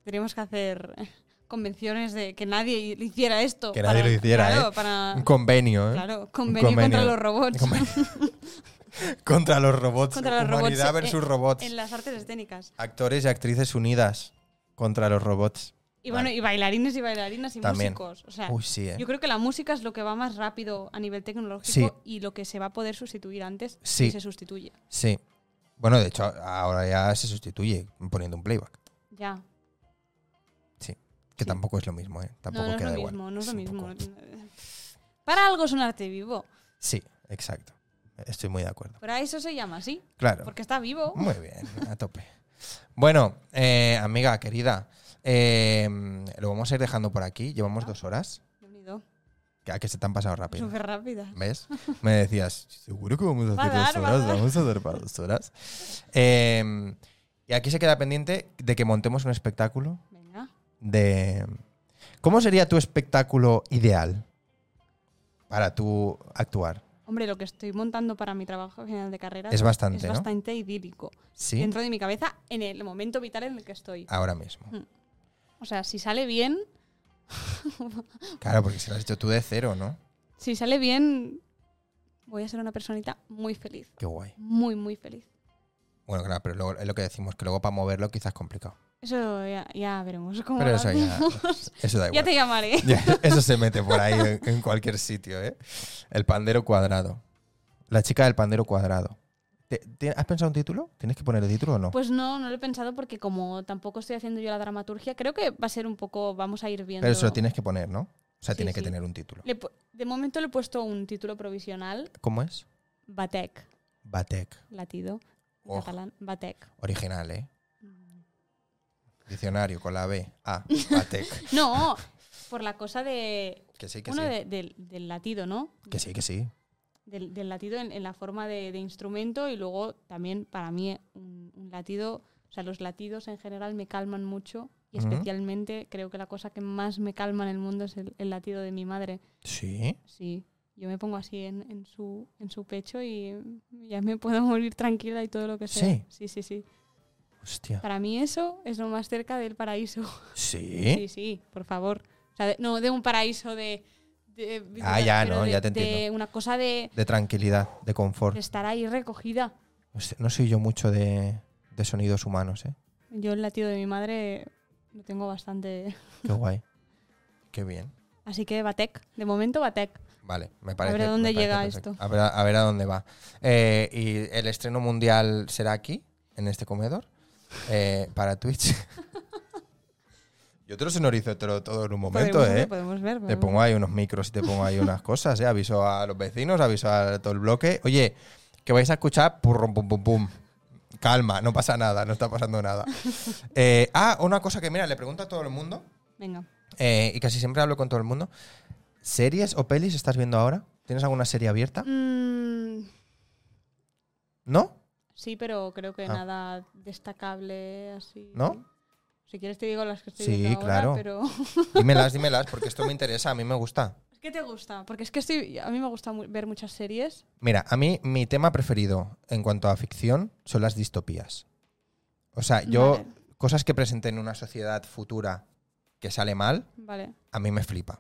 Tendríamos que hacer convenciones de que nadie hiciera esto. Que nadie lo hiciera, claro, ¿eh? Para, Un convenio, ¿eh? Ah. claro, convenio, convenio. contra los robots. Conven- Contra los robots. Contra los Humanidad robots, eh, versus robots. en las artes escénicas. Actores y actrices unidas contra los robots. Y bueno, Vale. y bailarines y bailarinas y También. músicos. O sea, Uy, sí, ¿eh? Ah. yo creo que la música es lo que va más rápido a nivel tecnológico Sí. y lo que se va a poder sustituir antes Sí. si se sustituye. Sí. Bueno, de hecho, ahora ya se sustituye poniendo un playback. Ya. Que Sí. tampoco es lo mismo, ¿eh? Tampoco no, no queda es lo igual. mismo, no es lo un mismo. poco- Para algo es un arte vivo. Sí, exacto. Estoy muy de acuerdo. Para eso se llama así, Claro. porque está vivo. Muy bien, a tope. Bueno, eh, amiga querida, eh, lo vamos a ir dejando por aquí. Llevamos dos horas. Me he unido. Que- A que se te han pasado rápido. Súper rápida. ¿Ves? Me decías, seguro que vamos a Va a hacer dar, dos va a horas, dar. vamos a hacer para dos horas. Eh, y aquí se queda pendiente de que montemos un espectáculo Venga. de... ¿Cómo sería tu espectáculo ideal para tú actuar? Hombre, lo que estoy montando para mi trabajo general de carrera Es bastante, ¿no? bastante idílico. Sí, Ah. Dentro de mi cabeza, en el momento vital en el que estoy. ahora mismo. O sea, si sale bien, Claro, porque se lo has hecho tú de cero, ¿no? si sale bien, voy a ser una personita muy feliz. Qué guay. Muy, muy feliz. Bueno, claro, pero luego, es lo que decimos, que luego para moverlo quizás es complicado. Eso ya, ya veremos cómo Pero lo eso ya, hacemos. eso da Ya igual. te llamaré. Ya, Eso se mete por ahí en, en cualquier sitio, ¿eh? El pandero cuadrado. La chica del pandero cuadrado. ¿Te- te- ¿Has pensado un título? ¿Tienes que poner el título o no? Pues no, no lo he pensado porque como tampoco estoy haciendo yo la dramaturgia, creo que va a ser un poco, vamos a ir viendo. Pero eso lo tienes que poner, ¿no? O sea, Sí, tiene que sí. tener un título. Le he pu- de momento le he puesto un título provisional, ¿Cómo es? Batec, Batec. latido, en Oj. catalán, Batec. Original, ¿eh? Mm. Diccionario con la B. A. Batec. No, por la cosa de... Que sí, que uno sí. de- del, del latido, ¿no? Que sí, que sí. Del, del latido en, en la forma de, de instrumento y luego también para mí un, un latido, o sea, los latidos en general me calman mucho y Ujú. especialmente creo que la cosa que más me calma en el mundo es el- el latido de mi madre. Sí. Sí, yo me pongo así en, en su, en su pecho y ya me puedo morir tranquila y todo lo que sea. Sí. sí, sí. sí. Hostia. Para mí eso es lo más cerca del paraíso. Sí. Sí, sí, por favor. O sea, de- no de un paraíso de... de- Ah, ya, pero no, de- ya te De entiendo. una cosa de, De tranquilidad, de confort. de estar ahí recogida. Hostia, No soy yo mucho de, de sonidos humanos, ¿eh? Yo el latido de mi madre lo tengo bastante... Qué guay. Qué bien. Así que Batec, de momento Batec. Vale, me parece. ver a me dónde parece llega perfecto. esto. A ver a, a ver a dónde va. Eh, ¿Y el estreno mundial será aquí, en este comedor? Eh, para Twitch. Yo te lo sonorizo todo, todo en un momento, podemos, ¿eh? ver, podemos ver. Te podemos- pongo ahí unos micros y te pongo ahí unas cosas, ¿eh? Aviso a los vecinos, aviso a todo el bloque. Oye, que vais a escuchar purrum, pum, pum, pum. Calma, no pasa nada, no está pasando nada. Eh, ah, una cosa que, mira, le pregunto a todo el mundo, Venga. eh, y casi siempre hablo con todo el mundo. ¿Series o pelis estás viendo ahora? ¿Tienes alguna serie abierta? Mm, ¿No? Sí, pero creo que Ah. nada destacable así. ¿No? Si quieres te digo las que estoy Sí, viendo ahora, claro. pero Dímelas, dímelas, porque esto me interesa, a mí me gusta. es que te gusta, porque es que estoy a mí me gusta mu- ver muchas series. Mira, a mí mi tema preferido en cuanto a ficción son las distopías. O sea, yo Vale. cosas que presenten una sociedad futura que sale mal, Vale, a mí me flipa.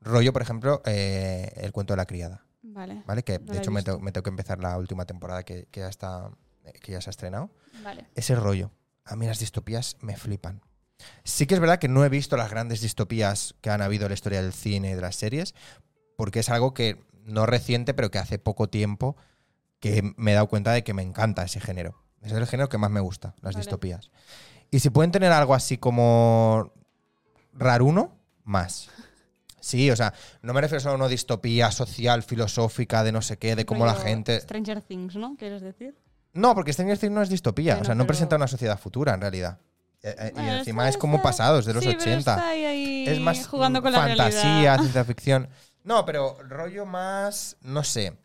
Rollo, por ejemplo, eh, el cuento de la criada, vale, ¿vale? Que No de la he hecho me, visto. tengo- me tengo que empezar la última temporada que, que ya está eh, que ya se ha estrenado. vale. ese rollo. A mí las distopías me flipan. Sí que es verdad que no he visto las grandes distopías que han habido en la historia del cine y de las series, porque es algo que no reciente, pero que hace poco tiempo que me he dado cuenta de que me encanta ese género. Ese es el género que más me gusta, las Vale. distopías. Y si pueden tener algo así como raruno, más. Sí, o sea, no me refiero solo a una distopía social, filosófica, de no sé qué, de cómo la Rollo gente... Stranger Things, ¿no? ¿Quieres decir? No, porque Stranger Things no es distopía. Bueno, o sea, no pero- presenta una sociedad futura, en realidad. Eh, eh, Bueno, y encima está- es como está- pasados, de los sí, pero 80. está ahí, ahí es más jugando mm, con la fantasía, realidad. ciencia ficción. No, pero rollo más, no sé.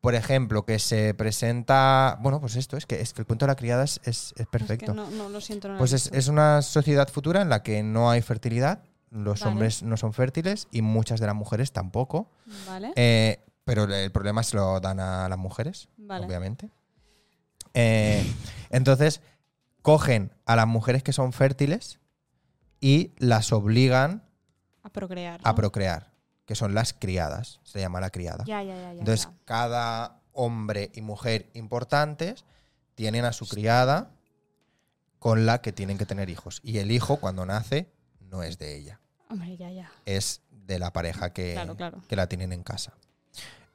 Por ejemplo, que se presenta... Bueno, pues esto, es que, es que el cuento de la criada es, es- es perfecto. Es que no, no lo siento. No lo Pues he es, visto. es una sociedad futura en la que no hay fertilidad, los Vale. hombres no son fértiles y muchas de las mujeres tampoco. Vale, Eh, pero el problema se lo dan a las mujeres, Vale. obviamente. Eh, entonces, cogen a las mujeres que son fértiles y las obligan A procrear. a ¿no? procrear, que son las criadas, se llama la criada. Ah. Ya, ya, ya. ya, Entonces, ya. cada hombre y mujer importantes tienen a su criada con la que tienen que tener hijos. Y el hijo, cuando nace, no es de ella, Hombre, ya, ya. es de la pareja que, Claro, claro. que la tienen en casa.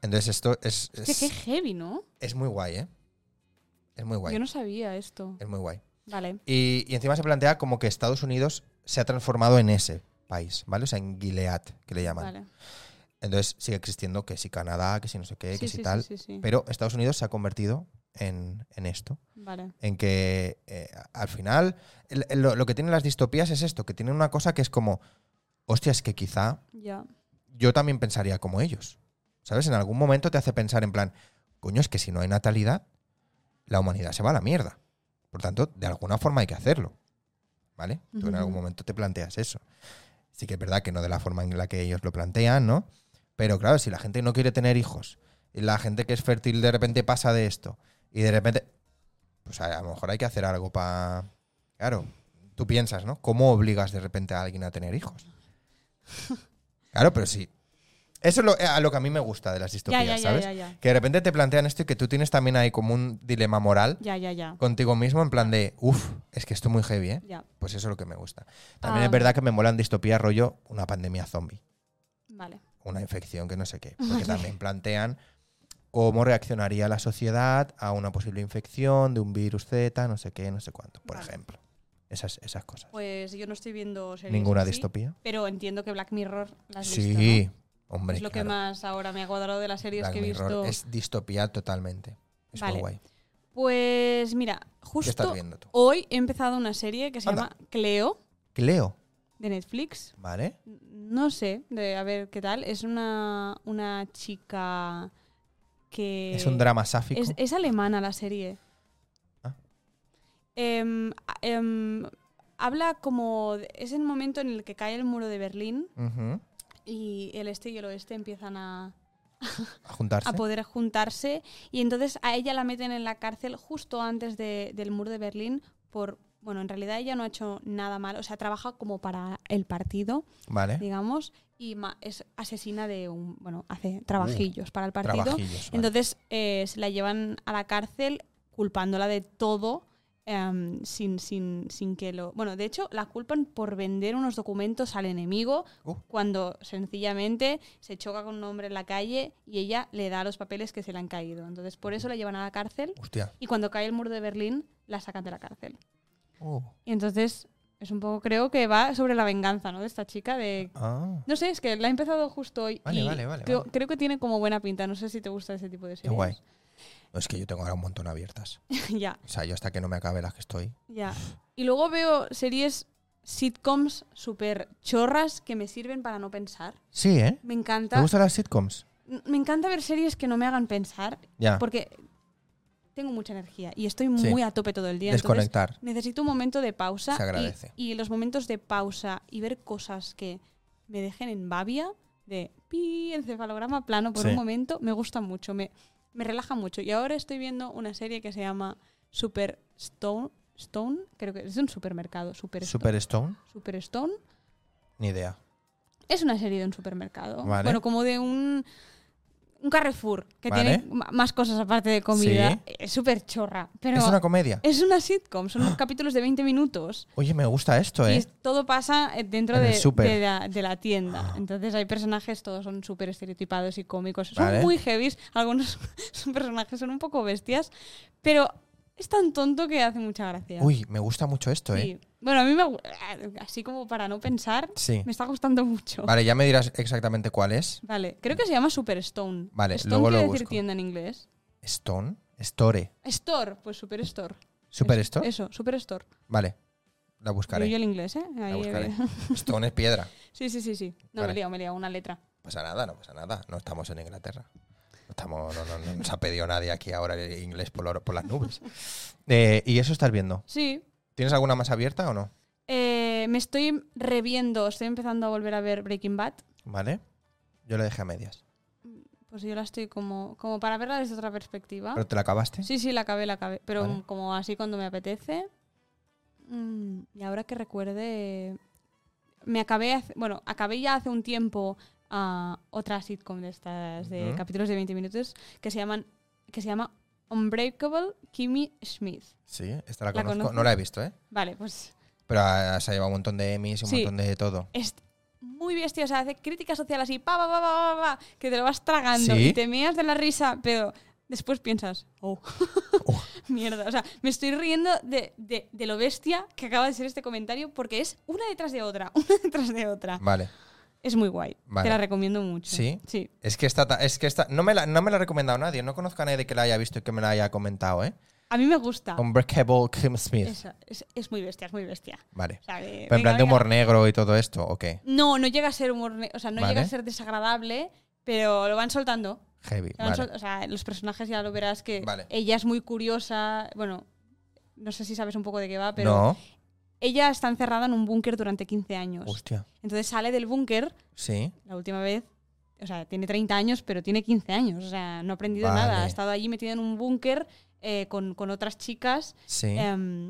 Entonces, esto es, Hostia, qué es, heavy, ¿no? es muy guay, ¿eh? Es muy guay. Yo no sabía esto. Es muy guay. Vale. Y, y encima se plantea como que Estados Unidos se ha transformado en ese país, ¿vale? O sea, en Gilead, que le llaman. Vale. Entonces sigue existiendo que si Canadá, que si no sé qué, que si Sí, sí, sí, tal. sí, sí. Pero Estados Unidos se ha convertido en, en esto, Vale. en que eh, al final el- el- lo, lo que tienen las distopías es esto, que tienen una cosa que es como, hostia, es que quizá Ya. yo también pensaría como ellos. ¿Sabes? En algún momento te hace pensar en plan, coño, es que si no hay natalidad, la humanidad se va a la mierda. Por tanto, de alguna forma hay que hacerlo. ¿Vale? Tú en Ujú. algún momento te planteas eso. Sí que es verdad que no de la forma en la que ellos lo plantean, ¿no? Pero claro, si la gente no quiere tener hijos, y la gente que es fértil de repente pasa de esto, y de repente, pues a lo mejor hay que hacer algo para... Claro, tú piensas, ¿no? ¿Cómo obligas de repente a alguien a tener hijos? Claro, pero sí. Eso es lo, a lo que a mí me gusta de las Ya, distopías, ya, ya, ¿sabes? ya, ya. Que de repente te plantean esto y que tú tienes también ahí como un dilema moral Ya, ya, ya. contigo mismo en plan de, uff, es que esto es muy heavy, ¿eh? Ya. Pues eso es lo que me gusta. También es Ah. verdad que me molan distopías rollo una pandemia zombie, Vale. una infección que no sé qué, porque también plantean cómo reaccionaría la sociedad a una posible infección de un virus Z, no sé qué, no sé cuánto, por Vale. ejemplo. Esas, esas cosas. Pues yo no estoy viendo series ¿Ninguna así, distopía? Pero entiendo que Black Mirror la has visto, sí, ¿no? hombre. Es lo que claro. más ahora me ha cuadrado de las series Black que he Mirror visto. es distopía totalmente. Es muy Vale. guay. Pues mira, ¿Qué estás justo viendo tú? hoy he empezado una serie que se Anda. llama Cleo Cleo, de Netflix. ¿vale? No sé, de, a ver qué tal. Es una, una chica que. es un drama sáfico. Eh, Es, es alemana la serie. Ah. Em, a- em, habla como. de- es el momento en el que cae el muro de Berlín Ujú. y el este y el oeste empiezan a, A juntarse. a poder juntarse. Y entonces a ella la meten en la cárcel justo antes de- del muro de Berlín por. Bueno, en realidad ella no ha hecho nada mal. O sea, trabaja como para el partido, vale. digamos, y ma- es asesina de un. Bueno, hace trabajillos para el partido. Trabajillos. vale. Entonces eh, se la llevan a la cárcel culpándola de todo em, sin, sin, sin que lo... Bueno, de hecho la culpan por vender unos documentos al enemigo Uh. cuando sencillamente se choca con un hombre en la calle y ella le da los papeles que se le han caído. Entonces por eso la llevan a la cárcel Hostia. y cuando cae el muro de Berlín la sacan de la cárcel. Uh. Y entonces es un poco, creo que va sobre la venganza, ¿no? De esta chica de... Ah, No sé, es que la he empezado justo hoy. Vale, y vale, vale, creo, vale. creo que tiene como buena pinta. No sé si te gusta ese tipo de qué series. guay. No, es que yo tengo ahora un montón abiertas. ya. O sea, yo hasta que no me acabe las que estoy. Ya. Y luego veo series sitcoms súper chorras que me sirven para no pensar. Sí, ¿eh? Me ¿Te encanta. gustan las sitcoms? N- Me encanta ver series que no me hagan pensar Ya. porque tengo mucha energía y estoy Ah. Sí. muy a tope todo el día. Entonces Desconectar. necesito un momento de pausa. Se y- agradece. Y, los momentos de pausa y ver cosas que me dejen en babia, de pi, encefalograma plano por Sí. un momento, me gusta mucho, me, me relaja mucho. Y ahora estoy viendo una serie que se llama Super Stone. Stone, creo que es de un supermercado, Super Stone. Superstone. Super Stone. Ni idea. Es una serie de un supermercado. Vale. Bueno, como de un, un Carrefour, que Vale. tiene ma- más cosas aparte de comida. Sí. Es súper chorra. Pero Es una comedia. es una sitcom, son unos capítulos de 20 minutos. Oye, me gusta esto, Y ¿eh? es- todo pasa eh, dentro En el de, súper. de la, de la tienda. Ah. Entonces hay personajes, todos son súper estereotipados y cómicos. Son Vale. muy heavies, algunos son personajes son un poco bestias, pero es tan tonto que hace mucha gracia. Uy, me gusta mucho esto, ¿eh? Sí. Bueno, a mí me gu- eh, así como para no pensar, Sí. me está gustando mucho. Vale, ya me dirás exactamente cuál es. Vale, creo que se llama Superstone. Vale, Stone luego lo quiere decir busco. tienda en inglés. Stone. Store. Store, pues Superstore. Superstone. Eso, Superstore. Vale. La Pero buscaré. yo el inglés, ¿eh? La Ahí- buscaré. Stone es piedra. Sí, sí, sí, sí. No, Vale. me he liado, me he liado una letra. pasa nada, no pasa nada. No estamos en Inglaterra. No, estamos, no, no- no nos ha pedido nadie aquí ahora el inglés por, lo- por las nubes. Eh, ¿Y eso estás viendo? Sí. ¿Tienes alguna más abierta o no? Eh, me estoy reviendo, estoy empezando a volver a ver Breaking Bad. ¿Vale? Yo lo dejé a medias. Pues yo la estoy como, como para verla desde otra perspectiva. ¿Pero te la acabaste? ¿Ah? Sí, sí, la acabé, la acabé. Pero Vale. como así cuando me apetece. Mm, y ahora que recuerde. Me acabé. hace- bueno, acabé ya hace un tiempo a otra sitcom de estas de Ujú. capítulos de 20 minutos que se llaman. que se llama Unbreakable Kimmy Schmidt. Sí, esta la La conozco. conozco. No la he visto, ¿eh? Vale, pues Pero ah, se ha llevado un montón de Emmys y un Sí. montón de todo. es muy bestia. O sea, hace crítica social así, pa, pa, pa, pa, pa, pa, que te lo vas tragando Sí. y te meas de la risa, pero después piensas, oh, Oh. mierda. O sea, me estoy riendo de, de- de lo bestia que acaba de ser este comentario porque es una detrás de otra, una detrás de otra. Vale. Es muy guay. Vale. Te la recomiendo mucho. ¿Sí? Sí. Es que esta, ta- es que esta no, me la, no me la ha recomendado nadie. No conozco a nadie que la haya visto y que me la haya comentado, ¿eh? A mí me gusta. Unbreakable Kim Smith. Esa- Ah. Es, es muy bestia, es muy bestia. Vale. O sea, que, Pero en venga, plan de venga. humor negro y todo esto, ¿o qué? No, no llega a ser humor, ne- o sea, no Vale. llega a ser desagradable, pero lo van soltando. Heavy. Lo van Vale. sol- O sea, los personajes ya lo verás que Vale. ella es muy curiosa. Bueno, no sé si sabes un poco de qué va, pero No. ella está encerrada en un búnker durante 15 años. Hostia. Entonces sale del búnker Sí. la última vez. O sea, tiene 30 años, pero tiene 15 años. O sea, no ha aprendido Vale. nada. Ha estado allí metida en un búnker eh, con, con otras chicas. Sí. em,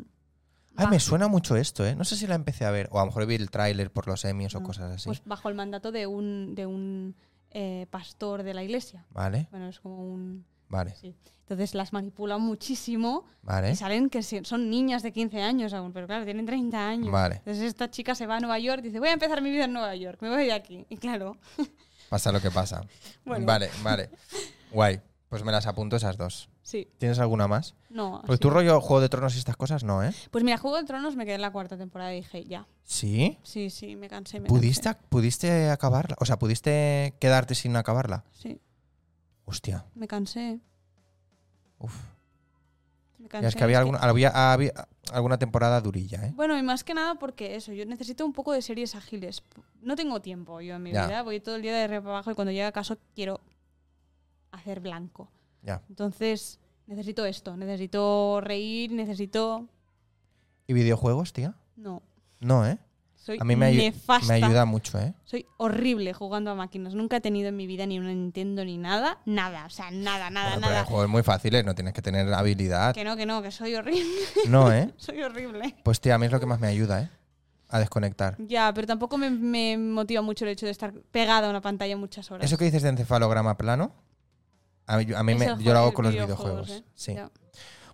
Ay, ba- me suena mucho esto, ¿eh? No sé si la empecé a ver. O a lo mejor vi el tráiler por los Emmys o no, cosas así. Pues bajo el mandato de un, de un eh, pastor de la iglesia. vale, Bueno, es como un. vale, sí. Entonces las manipula muchísimo. vale. Y salen que si- son niñas de 15 años aún, pero claro, tienen 30 años. Vale. Entonces esta chica se va a Nueva York dice, voy a empezar mi vida en Nueva York, me voy de aquí. Y claro, Pasa lo que pasa. Bueno. Vale, vale. Guay. Pues me las apunto esas dos. sí, ¿Tienes alguna más? no. Pues así. tu rollo Juego de Tronos y estas cosas no, ¿eh? Pues mira, Juego de Tronos me quedé en la cuarta temporada y dije, ya, Sí. sí, sí, me cansé. Me ¿Pudiste, ¿Pudiste acabarla? O sea, ¿pudiste quedarte sin acabarla? cansé. Sí, Hostia. me cansé. Uf. Me Ya cansé. es que había, alguna, había, había alguna temporada durilla, ¿eh? Bueno, y más que nada porque eso, yo necesito un poco de series ágiles. P- No tengo tiempo yo en mi Ya. vida, voy todo el día de arriba para abajo y cuando llega a casa quiero hacer blanco. Ya. Entonces, necesito esto, necesito reír, necesito... ¿Y videojuegos, tía? No, No, ¿eh? soy A mí me, ayu- nefasta. me ayuda mucho, ¿eh? Soy horrible jugando a máquinas. Nunca he tenido en mi vida ni una Nintendo ni nada. Nada, o sea, nada, nada, Bueno, pero hay nada. juegos muy fáciles, no tienes que tener habilidad. Que no, que no, que soy horrible. No, ¿eh? soy horrible. Pues tía, a mí es lo que más me ayuda, ¿eh? A desconectar. Ya, pero tampoco me, me motiva mucho el hecho de estar pegada a una pantalla muchas horas. Eso que dices de encefalograma plano, a mí, a mí Es me- el yo juego- lo el hago con los videojuegos, videojuegos. ¿eh? Sí. Ya.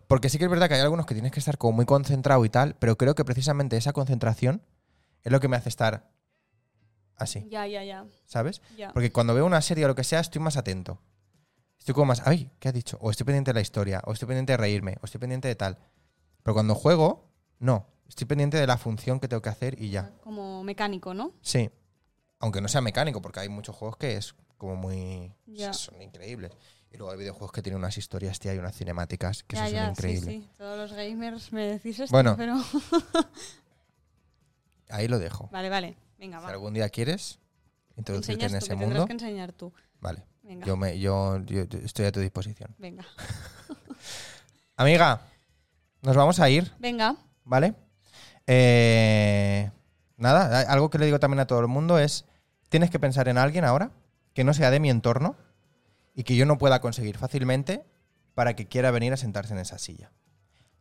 Porque sí que es verdad que hay algunos que tienes que estar como muy concentrado y tal, pero creo que precisamente esa concentración es lo que me hace estar así, ya, ya, ya. ¿sabes? ya. Porque cuando veo una serie o lo que sea, estoy más atento. Estoy como más, ay, ¿qué ha dicho? O estoy pendiente de la historia, o estoy pendiente de reírme, o estoy pendiente de tal. Pero cuando juego, no. Estoy pendiente de la función que tengo que hacer y ya. Como mecánico, ¿no? Sí. Aunque no sea mecánico, porque hay muchos juegos que es como muy. o sea, Ya. Son increíbles. Y luego hay videojuegos que tienen unas historias, tía, y unas cinemáticas que ya, eso ya, son increíbles. sí, sí. Todos los gamers me decís esto, Bueno. pero... Ahí lo dejo. vale, vale. Venga, Si va. algún día quieres Me introducirte enseñas en tú, ese me tendrás mundo, que enseñar tú. vale. Venga, Yo, me, yo, yo estoy a tu disposición. venga. Amiga, nos vamos a ir, Venga. ¿vale? Eh, nada, a- algo que le digo también a todo el mundo es: tienes que pensar en alguien ahora que no sea de mi entorno y que yo no pueda conseguir fácilmente para que quiera venir a sentarse en esa silla.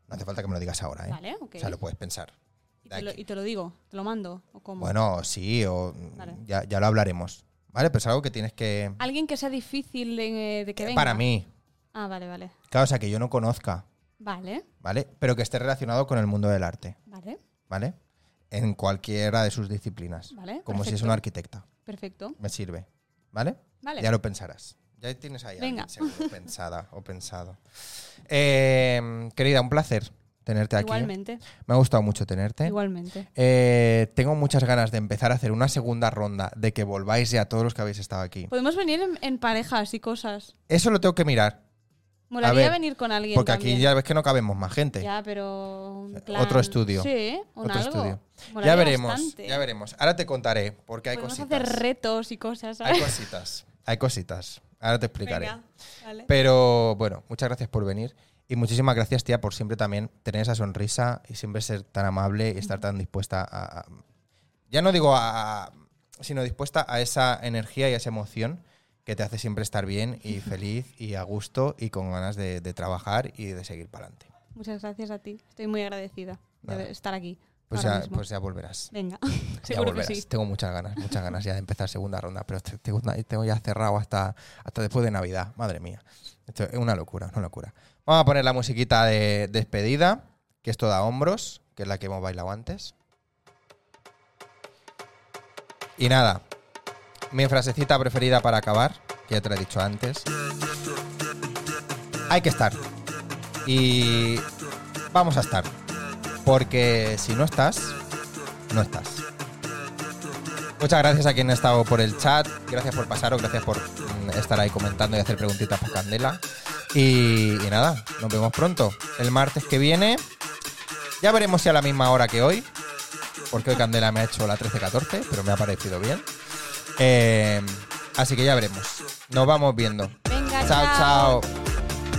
No hace falta que me lo digas ahora, ¿eh? Vale, ok. O sea, lo puedes pensar. y, te lo, y te lo digo, te lo mando. ¿o cómo? Bueno, sí, o Vale. ya, ya lo hablaremos. ¿Vale? Pero es algo que tienes que. Alguien que sea difícil eh, de, de que Ah, venga. Eh, Para mí. Ah, vale, vale. Claro, o sea, que yo no conozca, Vale, ¿vale? Pero que esté relacionado con el mundo del arte, vale, ¿vale? En cualquiera de sus disciplinas. Vale, Como si es perfecto. una arquitecta. perfecto. Me sirve. ¿Vale? Vale. Ya lo pensarás. Ya tienes ahí a Venga. alguien, seguro, pensada o pensado. Eh, querida, un placer tenerte aquí. Igualmente, Me ha gustado mucho tenerte. igualmente. Eh, tengo muchas ganas de empezar a hacer una segunda ronda de que volváis ya todos los que habéis estado aquí. Podemos venir en, en parejas y cosas. Eso lo tengo que mirar, Molaría ver, venir con alguien porque también. aquí ya ves que no cabemos más gente. Ya, pero... un Otro plan- estudio. Sí, un Otro algo. estudio. Molaría Ya veremos, bastante. ya veremos. Ahora te contaré, porque hay Podemos cositas. hacer retos y cosas, hay ¿sabes? cositas, hay cositas. Ahora te explicaré. Venga, vale. Pero bueno, muchas gracias por venir y muchísimas gracias, tía, por siempre también tener esa sonrisa y siempre ser tan amable y estar tan dispuesta a. a- ya no digo a. sino dispuesta a esa energía y a esa emoción que te hace siempre estar bien y feliz y a gusto y con ganas de, de trabajar y de seguir para adelante. Muchas gracias a ti. Estoy muy agradecida Nada. de estar aquí. Pues ahora ya, mismo. pues ya volverás. Venga, Ya seguro que volverás. sí. Tengo muchas ganas, muchas ganas ya de empezar segunda ronda, pero te- tengo, una- tengo ya cerrado hasta, hasta después de Navidad. Madre mía. Esto es una locura, una locura. Vamos a poner la musiquita de despedida, que esto da hombros, que es la que hemos bailado antes. Y nada, mi frasecita preferida para acabar, que ya te la he dicho antes. Hay que estar. Y vamos a estar. Porque si no estás, no estás. Muchas gracias a quien ha estado por el chat, gracias por pasaros, gracias por mm, estar ahí comentando y hacer preguntitas por Candela. Y, y nada, nos vemos pronto. El martes que viene, ya veremos si a la misma hora que hoy, porque hoy Candela me ha hecho la 13-14, pero me ha parecido bien. Eh, así que ya veremos. Nos vamos viendo. Venga, chao. chao.